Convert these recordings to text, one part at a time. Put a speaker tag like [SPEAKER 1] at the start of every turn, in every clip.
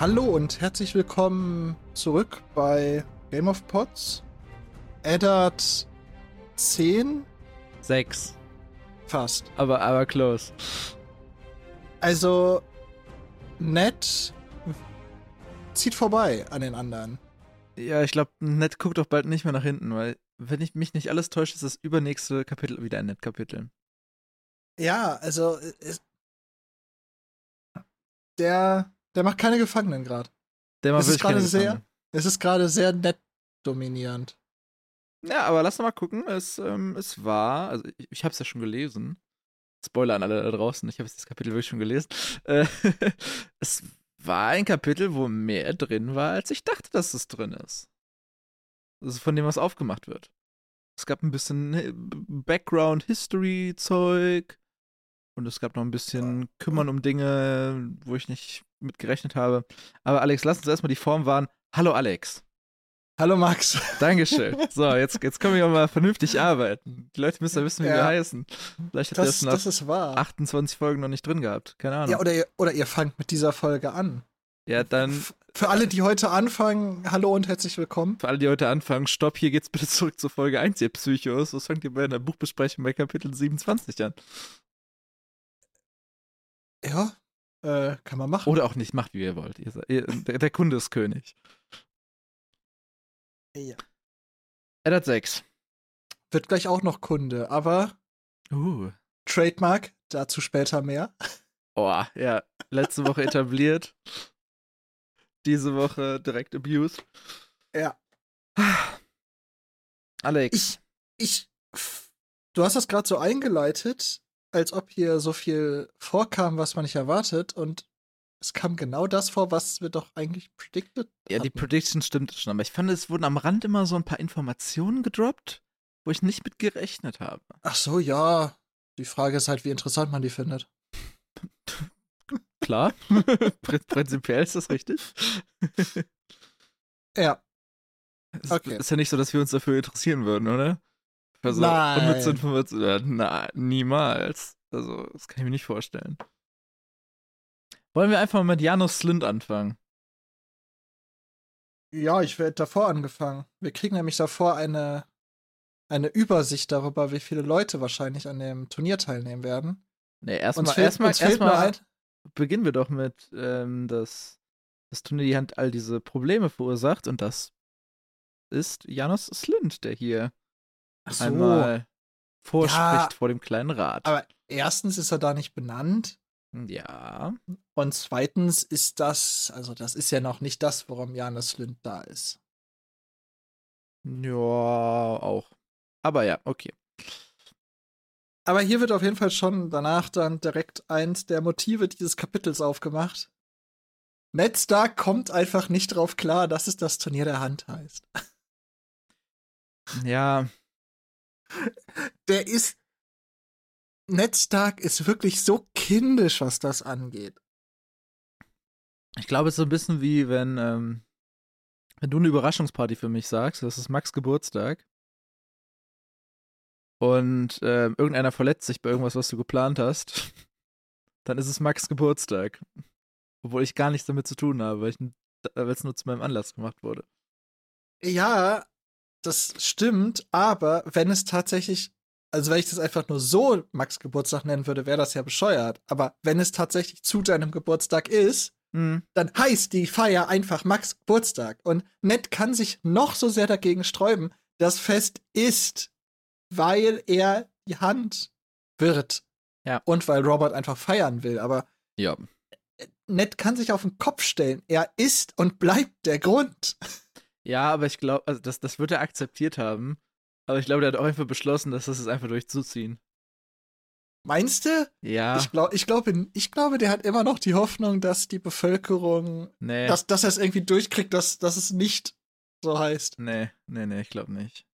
[SPEAKER 1] Hallo und herzlich willkommen zurück bei Game of Pots. Eddard 10
[SPEAKER 2] Sechs.
[SPEAKER 1] fast.
[SPEAKER 2] Aber, aber close.
[SPEAKER 1] Also, Ned zieht vorbei an den anderen.
[SPEAKER 2] Ja, ich glaube, Ned guckt doch bald nicht mehr nach hinten, weil, wenn ich mich nicht alles täusche, ist das übernächste Kapitel wieder ein Ned-Kapitel.
[SPEAKER 1] Ja, also, es- der, der macht keine Gefangenen gerade.
[SPEAKER 2] Der mal
[SPEAKER 1] Das ist
[SPEAKER 2] wirklich keine
[SPEAKER 1] gerade sehr-
[SPEAKER 2] Gefangenen.
[SPEAKER 1] Es ist gerade sehr nett dominierend.
[SPEAKER 2] Ja, aber lass doch mal gucken. Es, ähm, es war, also ich, ich habe es ja schon gelesen. Spoiler an alle da draußen, ich habe das Kapitel wirklich schon gelesen. Äh, es war ein Kapitel, wo mehr drin war, als ich dachte, dass es drin ist. Also von dem, was aufgemacht wird. Es gab ein bisschen äh, Background-History-Zeug und es gab noch ein bisschen Kümmern um Dinge, wo ich nicht mit gerechnet habe. Aber Alex, lass uns erstmal die Form wahren. Hallo Alex.
[SPEAKER 1] Hallo Max.
[SPEAKER 2] Dankeschön. So, jetzt, jetzt können wir mal vernünftig arbeiten. Die Leute müssen ja wissen, wie wir
[SPEAKER 1] Ja.
[SPEAKER 2] heißen. Vielleicht hat er
[SPEAKER 1] Das,
[SPEAKER 2] das nach
[SPEAKER 1] das ist wahr.
[SPEAKER 2] 28 Folgen noch nicht drin gehabt. Keine Ahnung.
[SPEAKER 1] Ja,
[SPEAKER 2] Ja,
[SPEAKER 1] oder ihr, oder ihr fangt mit dieser Folge an.
[SPEAKER 2] dann
[SPEAKER 1] F- Für alle, die heute anfangen, hallo und herzlich willkommen.
[SPEAKER 2] für alle, die heute anfangen, stopp, hier geht's bitte zurück zur Folge 1, ihr Psychos. Das fangt ihr bei einer Buchbesprechung bei Kapitel 27 an.
[SPEAKER 1] Ja, äh, kann man machen.
[SPEAKER 2] Oder auch nicht, macht wie ihr wollt. Ihr, seid- ihr, der, der Kunde ist König.
[SPEAKER 1] Ja.
[SPEAKER 2] Eddard 6.
[SPEAKER 1] Wird gleich auch noch Kunde, aber
[SPEAKER 2] Uh.
[SPEAKER 1] Trademark, dazu später mehr.
[SPEAKER 2] Oh, ja. Letzte Woche etabliert. Diese Woche direkt abused.
[SPEAKER 1] Ja.
[SPEAKER 2] Alex.
[SPEAKER 1] Ich, ich, pff, du hast das gerade so eingeleitet, als ob hier so viel vorkam, was man nicht erwartet und es kam genau das vor, was wir doch eigentlich predicted
[SPEAKER 2] Ja, die
[SPEAKER 1] hatten.
[SPEAKER 2] Prediction stimmt schon, aber ich fand, es wurden am Rand immer so ein paar Informationen gedroppt, wo ich nicht mit gerechnet habe.
[SPEAKER 1] Ach so, ja. Die Frage ist halt, wie interessant man die findet.
[SPEAKER 2] Klar, Prin- prinzipiell ist das richtig.
[SPEAKER 1] Ja,
[SPEAKER 2] Es
[SPEAKER 1] Okay.
[SPEAKER 2] Ist ja nicht so, dass wir uns dafür interessieren würden, oder? Für so
[SPEAKER 1] Nein.
[SPEAKER 2] unnütze Informationen- ja, na, niemals. Also, das kann ich mir nicht vorstellen. Wollen wir einfach mal mit Janus Slind anfangen?
[SPEAKER 1] ja, ich werde davor angefangen. Wir kriegen nämlich davor eine, eine Übersicht darüber, wie viele Leute wahrscheinlich an dem Turnier teilnehmen werden.
[SPEAKER 2] Nee,
[SPEAKER 1] Uns
[SPEAKER 2] erstmal
[SPEAKER 1] fehlt,
[SPEAKER 2] erstmal
[SPEAKER 1] uns fehlt nur
[SPEAKER 2] erstmal
[SPEAKER 1] ein.
[SPEAKER 2] beginnen wir doch mit, ähm, dass das Turnier die Hand all diese Probleme verursacht und das ist Janos Slind, der hier
[SPEAKER 1] Ach so.
[SPEAKER 2] einmal vorspricht
[SPEAKER 1] Ja.
[SPEAKER 2] vor dem kleinen Rat.
[SPEAKER 1] Aber erstens ist er da nicht benannt.
[SPEAKER 2] ja,
[SPEAKER 1] Und zweitens ist das, also das ist ja noch nicht das, warum Janus Lind da ist.
[SPEAKER 2] ja, auch. Aber ja, okay.
[SPEAKER 1] Aber hier wird auf jeden Fall schon danach dann direkt eins der Motive dieses Kapitels aufgemacht. Ned Stark kommt einfach nicht drauf klar, dass es das Turnier der Hand heißt.
[SPEAKER 2] Ja,
[SPEAKER 1] Der ist. Ned Stark ist wirklich so kindisch, was das angeht.
[SPEAKER 2] ich glaube, es ist so ein bisschen wie, wenn, ähm, wenn du eine Überraschungsparty für mich sagst, das ist Max Geburtstag. Und ähm, irgendeiner verletzt sich bei irgendwas, was du geplant hast, dann ist es Max Geburtstag. Obwohl ich gar nichts damit zu tun habe, weil ich- weil es nur zu meinem Anlass gemacht wurde.
[SPEAKER 1] Ja, das stimmt, aber wenn es tatsächlich, also wenn ich das einfach nur so Max Geburtstag nennen würde, wäre das ja bescheuert. Aber wenn es tatsächlich zu deinem Geburtstag ist,
[SPEAKER 2] Hm.
[SPEAKER 1] dann heißt die Feier einfach Max Geburtstag. Und Ned kann sich noch so sehr dagegen sträuben, das Fest ist, weil er die Hand wird.
[SPEAKER 2] Ja.
[SPEAKER 1] Und weil Robert einfach feiern will. Aber
[SPEAKER 2] Ja.
[SPEAKER 1] Ned kann sich auf den Kopf stellen. Er ist und bleibt der Grund.
[SPEAKER 2] Ja, aber ich glaube, also das, das wird er akzeptiert haben. Aber ich glaube, der hat auch einfach beschlossen, dass das ist einfach durchzuziehen.
[SPEAKER 1] Meinst du?
[SPEAKER 2] Ja,
[SPEAKER 1] Ich, glaub, ich, glaube, ich glaube, der hat immer noch die Hoffnung, dass die Bevölkerung,
[SPEAKER 2] nee,
[SPEAKER 1] dass, dass er es irgendwie durchkriegt, dass, dass es nicht so heißt.
[SPEAKER 2] nee, nee, nee, ich glaube nicht.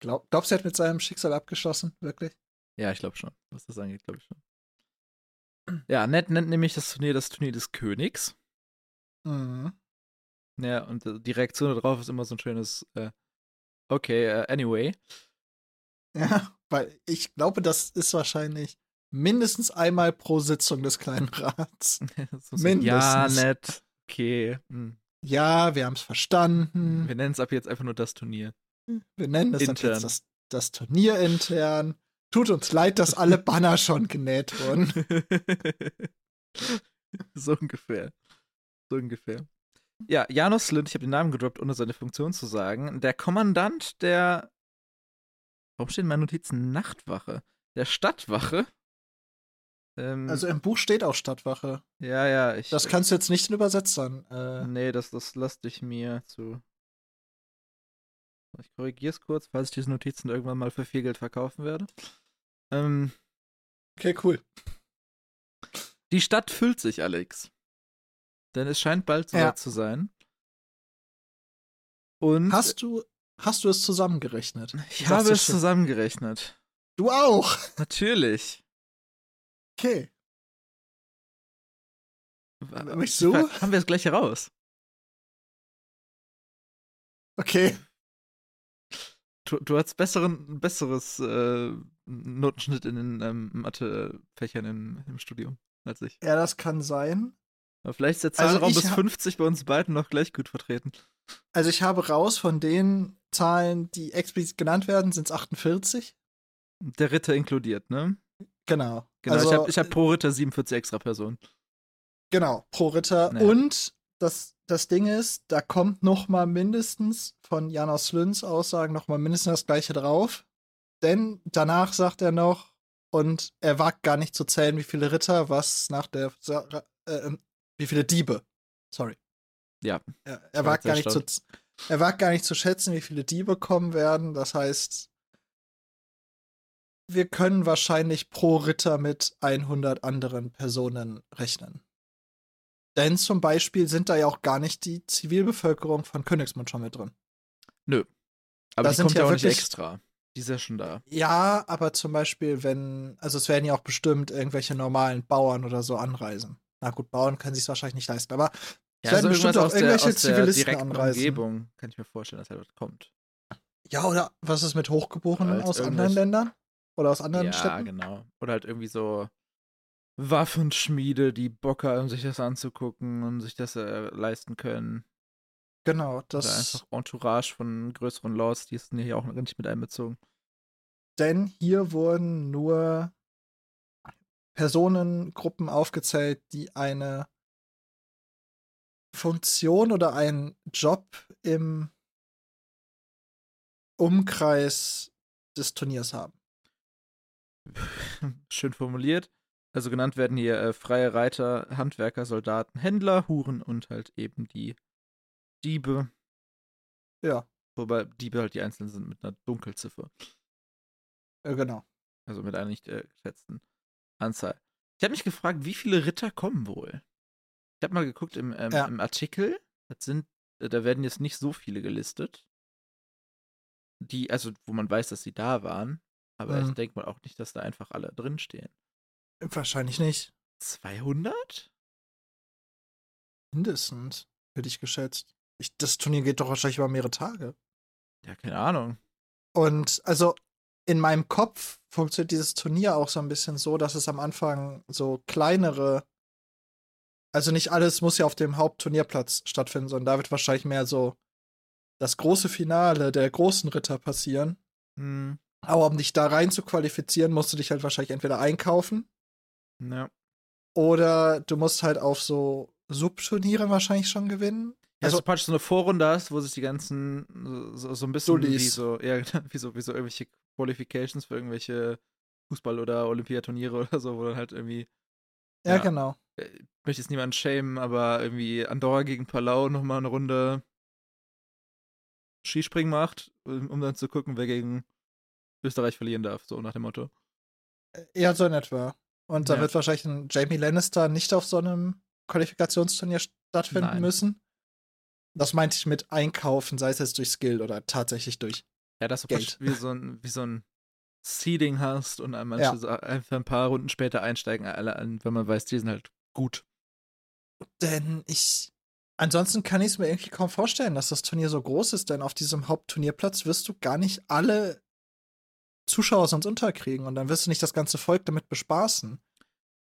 [SPEAKER 1] Glaub, glaubst du, er hat mit seinem Schicksal abgeschlossen? Wirklich?
[SPEAKER 2] Ja, ich glaube schon. Was das angeht, glaube ich schon. Ja, Ned nennt nämlich das Turnier das Turnier des Königs.
[SPEAKER 1] Mhm.
[SPEAKER 2] Ja, und äh, die Reaktion darauf ist immer so ein schönes, äh, okay, äh, anyway.
[SPEAKER 1] Ja, weil ich glaube, das ist wahrscheinlich mindestens einmal pro Sitzung des kleinen Rats.
[SPEAKER 2] So, so, ja,
[SPEAKER 1] Mindestens.
[SPEAKER 2] Ned, okay, hm.
[SPEAKER 1] Ja, wir haben es verstanden.
[SPEAKER 2] wir nennen es ab jetzt einfach nur das Turnier.
[SPEAKER 1] Wir nennen es dann
[SPEAKER 2] Intern.
[SPEAKER 1] jetzt das, das Turnier intern. Tut uns leid, dass alle Banner schon genäht wurden.
[SPEAKER 2] so ungefähr. So ungefähr. Ja, Janos Lind, ich habe den Namen gedroppt, ohne seine Funktion zu sagen. Der Kommandant der. Warum stehen meine Notizen Nachtwache? Der Stadtwache? Ähm,
[SPEAKER 1] Also im Buch steht auch Stadtwache.
[SPEAKER 2] ja, ja, ich.
[SPEAKER 1] Das kannst du jetzt nicht in Übersetzern. Äh,
[SPEAKER 2] Nee, das, das lasse ich mir zu. Ich korrigiere es kurz, falls ich diese Notizen irgendwann mal für viel Geld verkaufen werde. Ähm,
[SPEAKER 1] okay, cool.
[SPEAKER 2] die Stadt füllt sich, Alex. Denn es scheint bald soweit
[SPEAKER 1] Ja.
[SPEAKER 2] zu sein. Und
[SPEAKER 1] Hast du, hast du es zusammengerechnet?
[SPEAKER 2] ich
[SPEAKER 1] sagst
[SPEAKER 2] habe
[SPEAKER 1] du
[SPEAKER 2] es
[SPEAKER 1] schon.
[SPEAKER 2] zusammengerechnet.
[SPEAKER 1] Du auch.
[SPEAKER 2] Natürlich.
[SPEAKER 1] Okay.
[SPEAKER 2] Wa-
[SPEAKER 1] Mich so?
[SPEAKER 2] Haben wir das gleich heraus?
[SPEAKER 1] Okay.
[SPEAKER 2] Du, du hattest besseren, besseres äh, Notenschnitt in den ähm, Mathefächern im, im Studium als ich.
[SPEAKER 1] Ja, das kann sein.
[SPEAKER 2] Aber vielleicht ist der
[SPEAKER 1] Also
[SPEAKER 2] Zahlraum
[SPEAKER 1] ich
[SPEAKER 2] bis
[SPEAKER 1] hab-
[SPEAKER 2] 50 bei uns beiden noch gleich gut vertreten.
[SPEAKER 1] Also ich habe raus von den Zahlen, die explizit genannt werden, sind es 48.
[SPEAKER 2] Der Ritter inkludiert, ne?
[SPEAKER 1] Genau.
[SPEAKER 2] Genau,
[SPEAKER 1] also,
[SPEAKER 2] ich habe ich hab pro Ritter 47 extra Personen.
[SPEAKER 1] Genau, pro Ritter.
[SPEAKER 2] Naja.
[SPEAKER 1] Und das, das Ding ist, da kommt noch mal mindestens von Janos Lünns Aussagen noch mal mindestens das gleiche drauf. Denn danach sagt er noch, und er wagt gar nicht zu zählen, wie viele Ritter, was nach der, Sa- äh, wie viele Diebe. Sorry.
[SPEAKER 2] Ja.
[SPEAKER 1] Er,
[SPEAKER 2] war
[SPEAKER 1] er, wagt
[SPEAKER 2] jetzt
[SPEAKER 1] gar nicht zu,
[SPEAKER 2] erstaunt.
[SPEAKER 1] z- er wagt gar nicht zu schätzen, wie viele Diebe kommen werden. Das heißt, wir können wahrscheinlich pro Ritter mit 100 anderen Personen rechnen. Denn zum Beispiel sind da ja auch gar nicht die Zivilbevölkerung von Königsmund schon mit drin.
[SPEAKER 2] Aber
[SPEAKER 1] Da
[SPEAKER 2] die
[SPEAKER 1] sind
[SPEAKER 2] kommt ja
[SPEAKER 1] ja
[SPEAKER 2] auch nicht
[SPEAKER 1] wirklich-
[SPEAKER 2] extra. Die ist ja schon da.
[SPEAKER 1] Ja, aber zum Beispiel, wenn, also es werden ja auch bestimmt irgendwelche normalen Bauern oder so anreisen. Na gut, Bauern können sich es wahrscheinlich nicht leisten, aber Es
[SPEAKER 2] also
[SPEAKER 1] werden bestimmt auch irgendwelche Zivilisten anreisen.
[SPEAKER 2] Umgebung kann ich mir vorstellen, dass er dort kommt.
[SPEAKER 1] ja, oder was ist mit Hochgeborenen
[SPEAKER 2] Als
[SPEAKER 1] aus anderen
[SPEAKER 2] irgendwelche-
[SPEAKER 1] Ländern? Oder aus anderen
[SPEAKER 2] ja,
[SPEAKER 1] Städten?
[SPEAKER 2] genau. Oder halt irgendwie so Waffenschmiede, die Bock haben, sich das anzugucken und sich das äh, leisten können.
[SPEAKER 1] Genau,
[SPEAKER 2] Oder
[SPEAKER 1] das.
[SPEAKER 2] einfach Entourage von größeren Lords, die sind hier auch nicht mit einbezogen.
[SPEAKER 1] Denn hier wurden nur Personengruppen aufgezählt, die eine Funktion oder einen Job im Umkreis des Turniers haben.
[SPEAKER 2] Schön formuliert. Also genannt werden hier äh, freie Reiter, Handwerker, Soldaten, Händler, Huren und halt eben die Diebe.
[SPEAKER 1] Ja,
[SPEAKER 2] Wobei Diebe halt die Einzelnen sind mit einer Dunkelziffer.
[SPEAKER 1] äh, genau.
[SPEAKER 2] Also mit einer nicht äh, geschätzten Anzahl. Ich habe mich gefragt, wie viele Ritter kommen wohl? Ich habe mal geguckt im, ähm,
[SPEAKER 1] Ja.
[SPEAKER 2] im Artikel. Das sind, äh, da werden jetzt nicht so viele gelistet. Die, also wo man weiß, dass sie da waren. Aber ich
[SPEAKER 1] Mhm.
[SPEAKER 2] denke mal auch nicht, dass da einfach alle drinstehen.
[SPEAKER 1] Wahrscheinlich nicht.
[SPEAKER 2] 200?
[SPEAKER 1] Mindestens, hätte ich geschätzt. Ich, das Turnier geht doch wahrscheinlich über mehrere Tage.
[SPEAKER 2] Ja, keine Ahnung.
[SPEAKER 1] Und also in meinem Kopf funktioniert dieses Turnier auch so ein bisschen so, dass es am Anfang so kleinere, also nicht alles muss ja auf dem Hauptturnierplatz stattfinden, sondern da wird wahrscheinlich mehr so das große Finale der großen Ritter passieren.
[SPEAKER 2] Hm,
[SPEAKER 1] Aber um dich da rein zu qualifizieren, musst du dich halt wahrscheinlich entweder einkaufen
[SPEAKER 2] ja.
[SPEAKER 1] oder du musst halt auf so Subturniere wahrscheinlich schon gewinnen.
[SPEAKER 2] Also
[SPEAKER 1] Also-
[SPEAKER 2] du praktisch so eine Vorrunde hast, wo sich die ganzen so- so, so ein bisschen wie
[SPEAKER 1] Dullis.
[SPEAKER 2] so, ja, genau, wie so, wie so irgendwelche Qualifications für irgendwelche Fußball- oder Olympiaturniere oder so, wo dann halt irgendwie,
[SPEAKER 1] Ja,
[SPEAKER 2] Ja.
[SPEAKER 1] genau.
[SPEAKER 2] äh, ich möchte jetzt niemanden schämen, aber irgendwie Andorra gegen Palau nochmal eine Runde Skispringen macht, um um dann zu gucken, wer gegen Österreich verlieren darf, so nach dem Motto.
[SPEAKER 1] Ja, so in etwa. Und da
[SPEAKER 2] Ja.
[SPEAKER 1] wird wahrscheinlich ein Jamie Lannister nicht auf so einem Qualifikationsturnier stattfinden
[SPEAKER 2] Nein.
[SPEAKER 1] müssen. Das meinte ich mit Einkaufen, sei es jetzt durch Skill oder tatsächlich durch.
[SPEAKER 2] Ja, dass du
[SPEAKER 1] Geld.
[SPEAKER 2] praktisch wie so ein, wie so ein Seeding hast und an manche
[SPEAKER 1] Ja.
[SPEAKER 2] Sa- einfach ein paar Runden später einsteigen, alle an, weil man weiß, die sind halt gut.
[SPEAKER 1] Denn ich. Ansonsten kann ich es mir irgendwie kaum vorstellen, dass das Turnier so groß ist, denn auf diesem Hauptturnierplatz wirst du gar nicht alle Zuschauer sonst unterkriegen und dann wirst du nicht das ganze Volk damit bespaßen.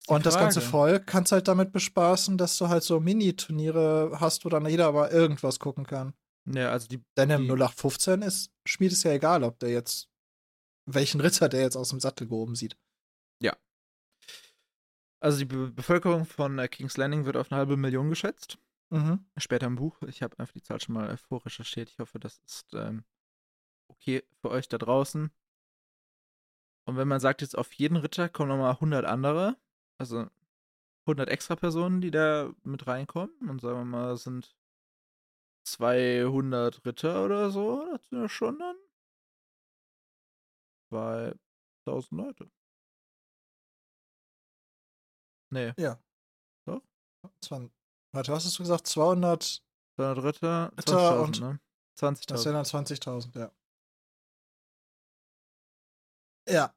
[SPEAKER 1] Und das ganze
[SPEAKER 2] Frage.
[SPEAKER 1] Volk kannst halt damit bespaßen, dass du halt so Mini-Turniere hast, wo dann jeder mal irgendwas gucken kann.
[SPEAKER 2] Ja, also die,
[SPEAKER 1] Denn im
[SPEAKER 2] Die-
[SPEAKER 1] 0815 ist, spielt es ja egal, ob der jetzt, welchen Ritter der jetzt aus dem Sattel gehoben sieht.
[SPEAKER 2] also die Be Bevölkerung von äh, King's Landing wird auf eine halbe Million geschätzt.
[SPEAKER 1] Mhm.
[SPEAKER 2] Später im Buch. Ich habe einfach die Zahl schon mal äh, vorrecherchiert. Ich hoffe, das ist ähm, okay für euch da draußen. Und wenn man sagt, jetzt auf jeden Ritter kommen nochmal 100 andere, also 100 extra Personen, die da mit reinkommen. Und sagen wir mal, es sind 200 Ritter oder so. Das sind ja schon dann 2000 Leute. Nee,
[SPEAKER 1] Das waren- Warte, was hast du gesagt? 200,
[SPEAKER 2] 200 Ritter,
[SPEAKER 1] Ritter
[SPEAKER 2] 20.000,
[SPEAKER 1] und-
[SPEAKER 2] ne?
[SPEAKER 1] das
[SPEAKER 2] 20.000.
[SPEAKER 1] wären dann 20.000, ja. Ja,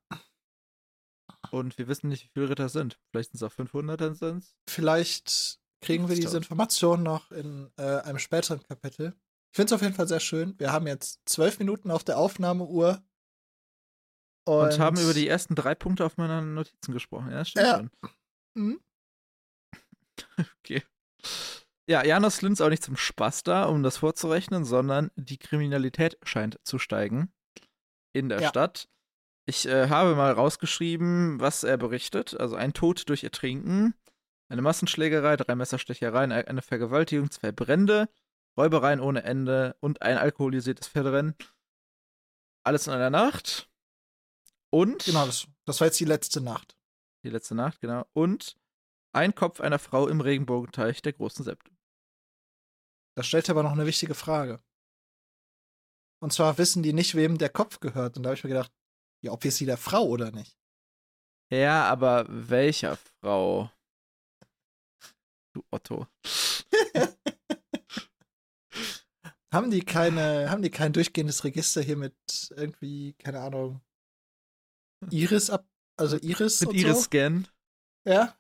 [SPEAKER 2] Und wir wissen nicht, wie viele Ritter es sind. Vielleicht sind es auch 500, dann sind es.
[SPEAKER 1] vielleicht kriegen wir diese
[SPEAKER 2] 50.000.
[SPEAKER 1] Information noch in äh, einem späteren Kapitel. Ich finde es auf jeden Fall sehr schön. Wir haben jetzt zwölf Minuten auf der Aufnahmeuhr.
[SPEAKER 2] Und, haben über die ersten drei Punkte auf meiner Notizen gesprochen. Ja, stimmt
[SPEAKER 1] Ja.
[SPEAKER 2] schon.
[SPEAKER 1] Mhm.
[SPEAKER 2] Okay. Ja, Janos Lind's auch nicht zum Spaß da, um das vorzurechnen, sondern die Kriminalität scheint zu steigen in der
[SPEAKER 1] Ja.
[SPEAKER 2] Stadt. Ich äh, habe mal rausgeschrieben, was er berichtet. Also ein Tod durch Ertrinken, eine Massenschlägerei, drei Messerstechereien, eine Vergewaltigung, zwei Brände, Räubereien ohne Ende und ein alkoholisiertes Pferderennen. Alles in einer Nacht. Und
[SPEAKER 1] Genau, das, das war jetzt die letzte Nacht.
[SPEAKER 2] die letzte Nacht, genau. Und ein Kopf einer Frau im Regenbogenteich der großen Septe.
[SPEAKER 1] Das stellt aber noch eine wichtige Frage. Und zwar wissen die nicht, wem der Kopf gehört. Und da habe ich mir gedacht, ja, ob wir sie der Frau oder nicht.
[SPEAKER 2] Ja, aber welcher Frau? Du Otto.
[SPEAKER 1] Haben die keine, haben die kein durchgehendes Register hier mit irgendwie, keine Ahnung, Iris ab, also Iris
[SPEAKER 2] Mit
[SPEAKER 1] und so?
[SPEAKER 2] Iris-Scan.
[SPEAKER 1] Ja,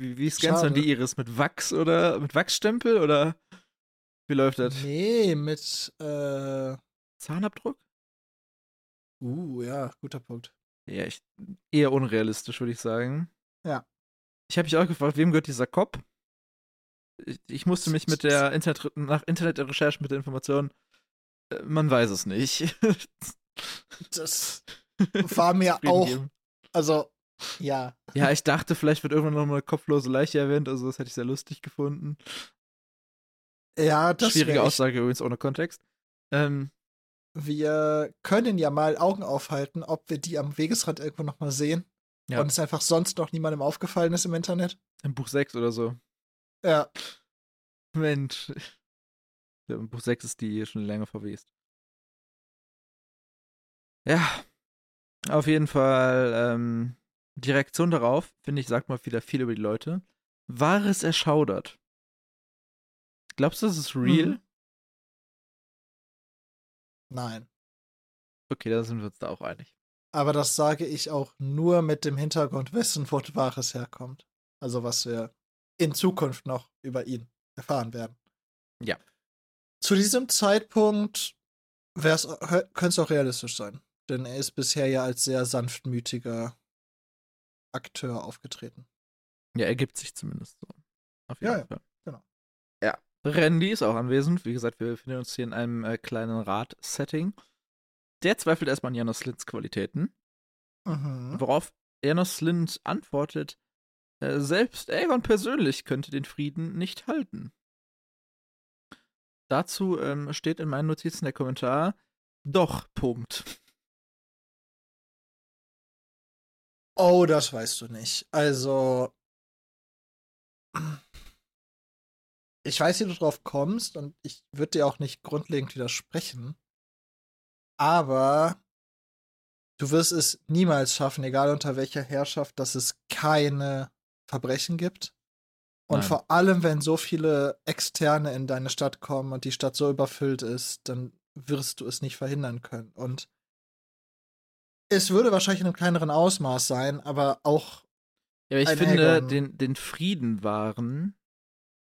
[SPEAKER 2] Wie, wie scannst du denn
[SPEAKER 1] Schade.
[SPEAKER 2] die Iris? Mit Wachs oder mit Wachsstempel oder wie läuft das?
[SPEAKER 1] Mhm. nee, mit, äh,
[SPEAKER 2] Zahnabdruck?
[SPEAKER 1] uh, ja, guter Punkt.
[SPEAKER 2] Ja, ich, eher unrealistisch, würde ich sagen.
[SPEAKER 1] Ja.
[SPEAKER 2] Ich habe mich auch gefragt, wem gehört dieser Kopf? Ich, ich musste mich mit der Internet, nach Internetrecherche mit der Information, äh, man weiß es nicht.
[SPEAKER 1] Das war mir auch,
[SPEAKER 2] Frieden
[SPEAKER 1] also, ja,
[SPEAKER 2] geben. Ja, ich dachte, vielleicht wird irgendwann noch mal eine kopflose Leiche erwähnt, also das hätte ich sehr lustig gefunden.
[SPEAKER 1] ja, das wär
[SPEAKER 2] Schwierige
[SPEAKER 1] echt
[SPEAKER 2] Aussage übrigens ohne Kontext. Ähm,
[SPEAKER 1] wir können ja mal Augen aufhalten, ob wir die am Wegesrand irgendwo noch mal sehen.
[SPEAKER 2] Ja.
[SPEAKER 1] Und es einfach sonst noch niemandem aufgefallen ist im Internet.
[SPEAKER 2] Im Buch 6 oder so.
[SPEAKER 1] Ja,
[SPEAKER 2] Mensch. Ja, Im Buch 6 ist die eh schon länger verwest. Ja. Auf jeden Fall, ähm, die Reaktion darauf, finde ich, sagt mal wieder viel über die Leute. Wahres erschaudert. Glaubst du, das ist real?
[SPEAKER 1] Mhm. nein.
[SPEAKER 2] Okay, da sind wir uns da auch einig.
[SPEAKER 1] Aber das sage ich auch nur mit dem Hintergrundwissen, wo Wahres herkommt. Also was wir in Zukunft noch über ihn erfahren werden.
[SPEAKER 2] Ja.
[SPEAKER 1] Zu diesem Zeitpunkt könnte es auch realistisch sein. Denn er ist bisher ja als sehr sanftmütiger Akteur aufgetreten.
[SPEAKER 2] Ja, ergibt sich zumindest so. Auf jeden
[SPEAKER 1] Ja, ja,
[SPEAKER 2] Fall.
[SPEAKER 1] genau.
[SPEAKER 2] Ja. Randy ist auch anwesend. Wie gesagt, wir befinden uns hier in einem äh, kleinen Rad-Setting. Der zweifelt erstmal an Janos Linds Qualitäten,
[SPEAKER 1] Mhm.
[SPEAKER 2] worauf Janos Lind antwortet, äh, selbst Aegon persönlich könnte den Frieden nicht halten. Dazu ähm, steht in meinen Notizen der Kommentar, doch, Punkt.
[SPEAKER 1] Oh, das weißt du nicht. Also. Ich weiß, wie du drauf kommst und ich würde dir auch nicht grundlegend widersprechen. Aber du wirst es niemals schaffen, egal unter welcher Herrschaft, dass es keine Verbrechen gibt. Und
[SPEAKER 2] Nein.
[SPEAKER 1] vor allem, wenn so viele Externe in deine Stadt kommen und die Stadt so überfüllt ist, dann wirst du es nicht verhindern können. Und es würde wahrscheinlich in einem kleineren Ausmaß sein, aber auch
[SPEAKER 2] Ja, aber ich
[SPEAKER 1] Ein
[SPEAKER 2] finde,
[SPEAKER 1] Aegon.
[SPEAKER 2] den, den Frieden wahren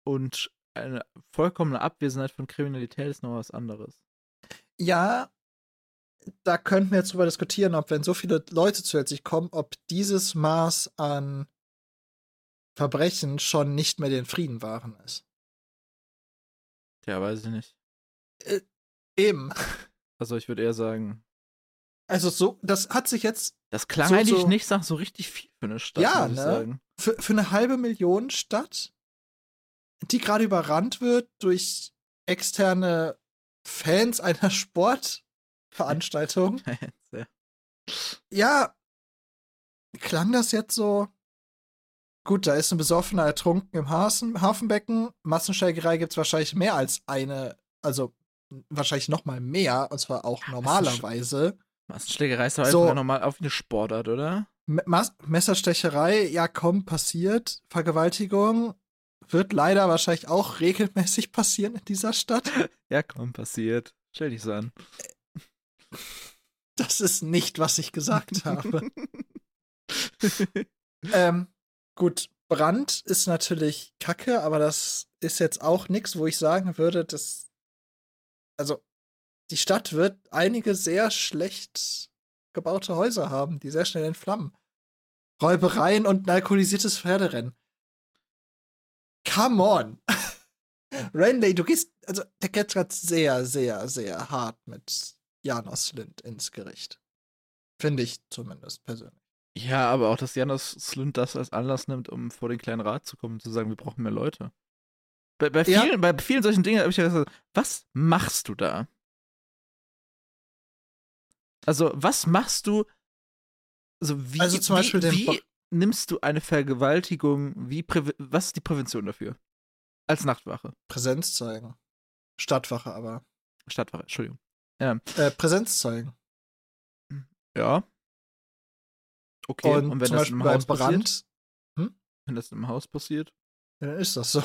[SPEAKER 2] und eine vollkommene Abwesenheit von Kriminalität ist noch was anderes.
[SPEAKER 1] ja, da könnten wir jetzt drüber diskutieren, ob wenn so viele Leute zusätzlich kommen, ob dieses Maß an Verbrechen schon nicht mehr den Frieden wahren ist.
[SPEAKER 2] Ja, weiß ich nicht.
[SPEAKER 1] Äh, Eben.
[SPEAKER 2] Also ich würde eher sagen,
[SPEAKER 1] Also so, das hat sich jetzt
[SPEAKER 2] das klang
[SPEAKER 1] So,
[SPEAKER 2] eigentlich
[SPEAKER 1] so-
[SPEAKER 2] nicht nach so richtig viel für eine Stadt,
[SPEAKER 1] Ja,
[SPEAKER 2] muss ich
[SPEAKER 1] ne?
[SPEAKER 2] sagen.
[SPEAKER 1] für, für eine halbe Million Stadt, die gerade überrannt wird durch externe Fans einer Sportveranstaltung.
[SPEAKER 2] Sehr.
[SPEAKER 1] Ja, klang das jetzt so? Gut, da ist ein Besoffener ertrunken im Hafen, Hafenbecken. Massenschlägerei gibt es wahrscheinlich mehr als eine, also wahrscheinlich noch mal mehr, und zwar auch normalerweise.
[SPEAKER 2] Massenschlägerei ist doch
[SPEAKER 1] So.
[SPEAKER 2] einfach normal auf eine Sportart, oder?
[SPEAKER 1] Me- Mas Messerstecherei, ja komm, passiert. Vergewaltigung wird leider wahrscheinlich auch regelmäßig passieren in dieser Stadt.
[SPEAKER 2] Ja, komm, passiert. Stell dich so an.
[SPEAKER 1] Das ist nicht, was ich gesagt habe. ähm, gut, Brand ist natürlich kacke, aber das ist jetzt auch nichts, wo ich sagen würde, dass. Also, die Stadt wird einige sehr schlecht gebaute Häuser haben, die sehr schnell entflammen. Räubereien und ein alkoholisiertes Pferderennen. Come on! Randy, du gehst. Also, der geht gerade sehr, sehr, sehr hart mit Janos Lind ins Gericht. Finde ich zumindest persönlich.
[SPEAKER 2] Ja, aber auch, dass Janos Slund das als Anlass nimmt, um vor den kleinen Rat zu kommen und zu sagen, wir brauchen mehr Leute. Bei, bei,
[SPEAKER 1] Ja.
[SPEAKER 2] vielen, bei vielen solchen Dingen habe ich ja gesagt, was machst du da? Also, was machst du? Also, wie,
[SPEAKER 1] Also zum Beispiel den
[SPEAKER 2] wie,
[SPEAKER 1] Bo-
[SPEAKER 2] wie nimmst du eine Vergewaltigung? Wie präve- was ist die Prävention dafür? Als Nachtwache.
[SPEAKER 1] Präsenz zeigen. Stadtwache aber.
[SPEAKER 2] Stadtwache, Entschuldigung.
[SPEAKER 1] Äh, Präsenz zeigen.
[SPEAKER 2] Ja. Okay, und,
[SPEAKER 1] und,
[SPEAKER 2] wenn,
[SPEAKER 1] zum
[SPEAKER 2] das
[SPEAKER 1] Beispiel
[SPEAKER 2] im
[SPEAKER 1] beim
[SPEAKER 2] Haus passiert,
[SPEAKER 1] Brand,
[SPEAKER 2] wenn das im Haus passiert,
[SPEAKER 1] dann ist das so.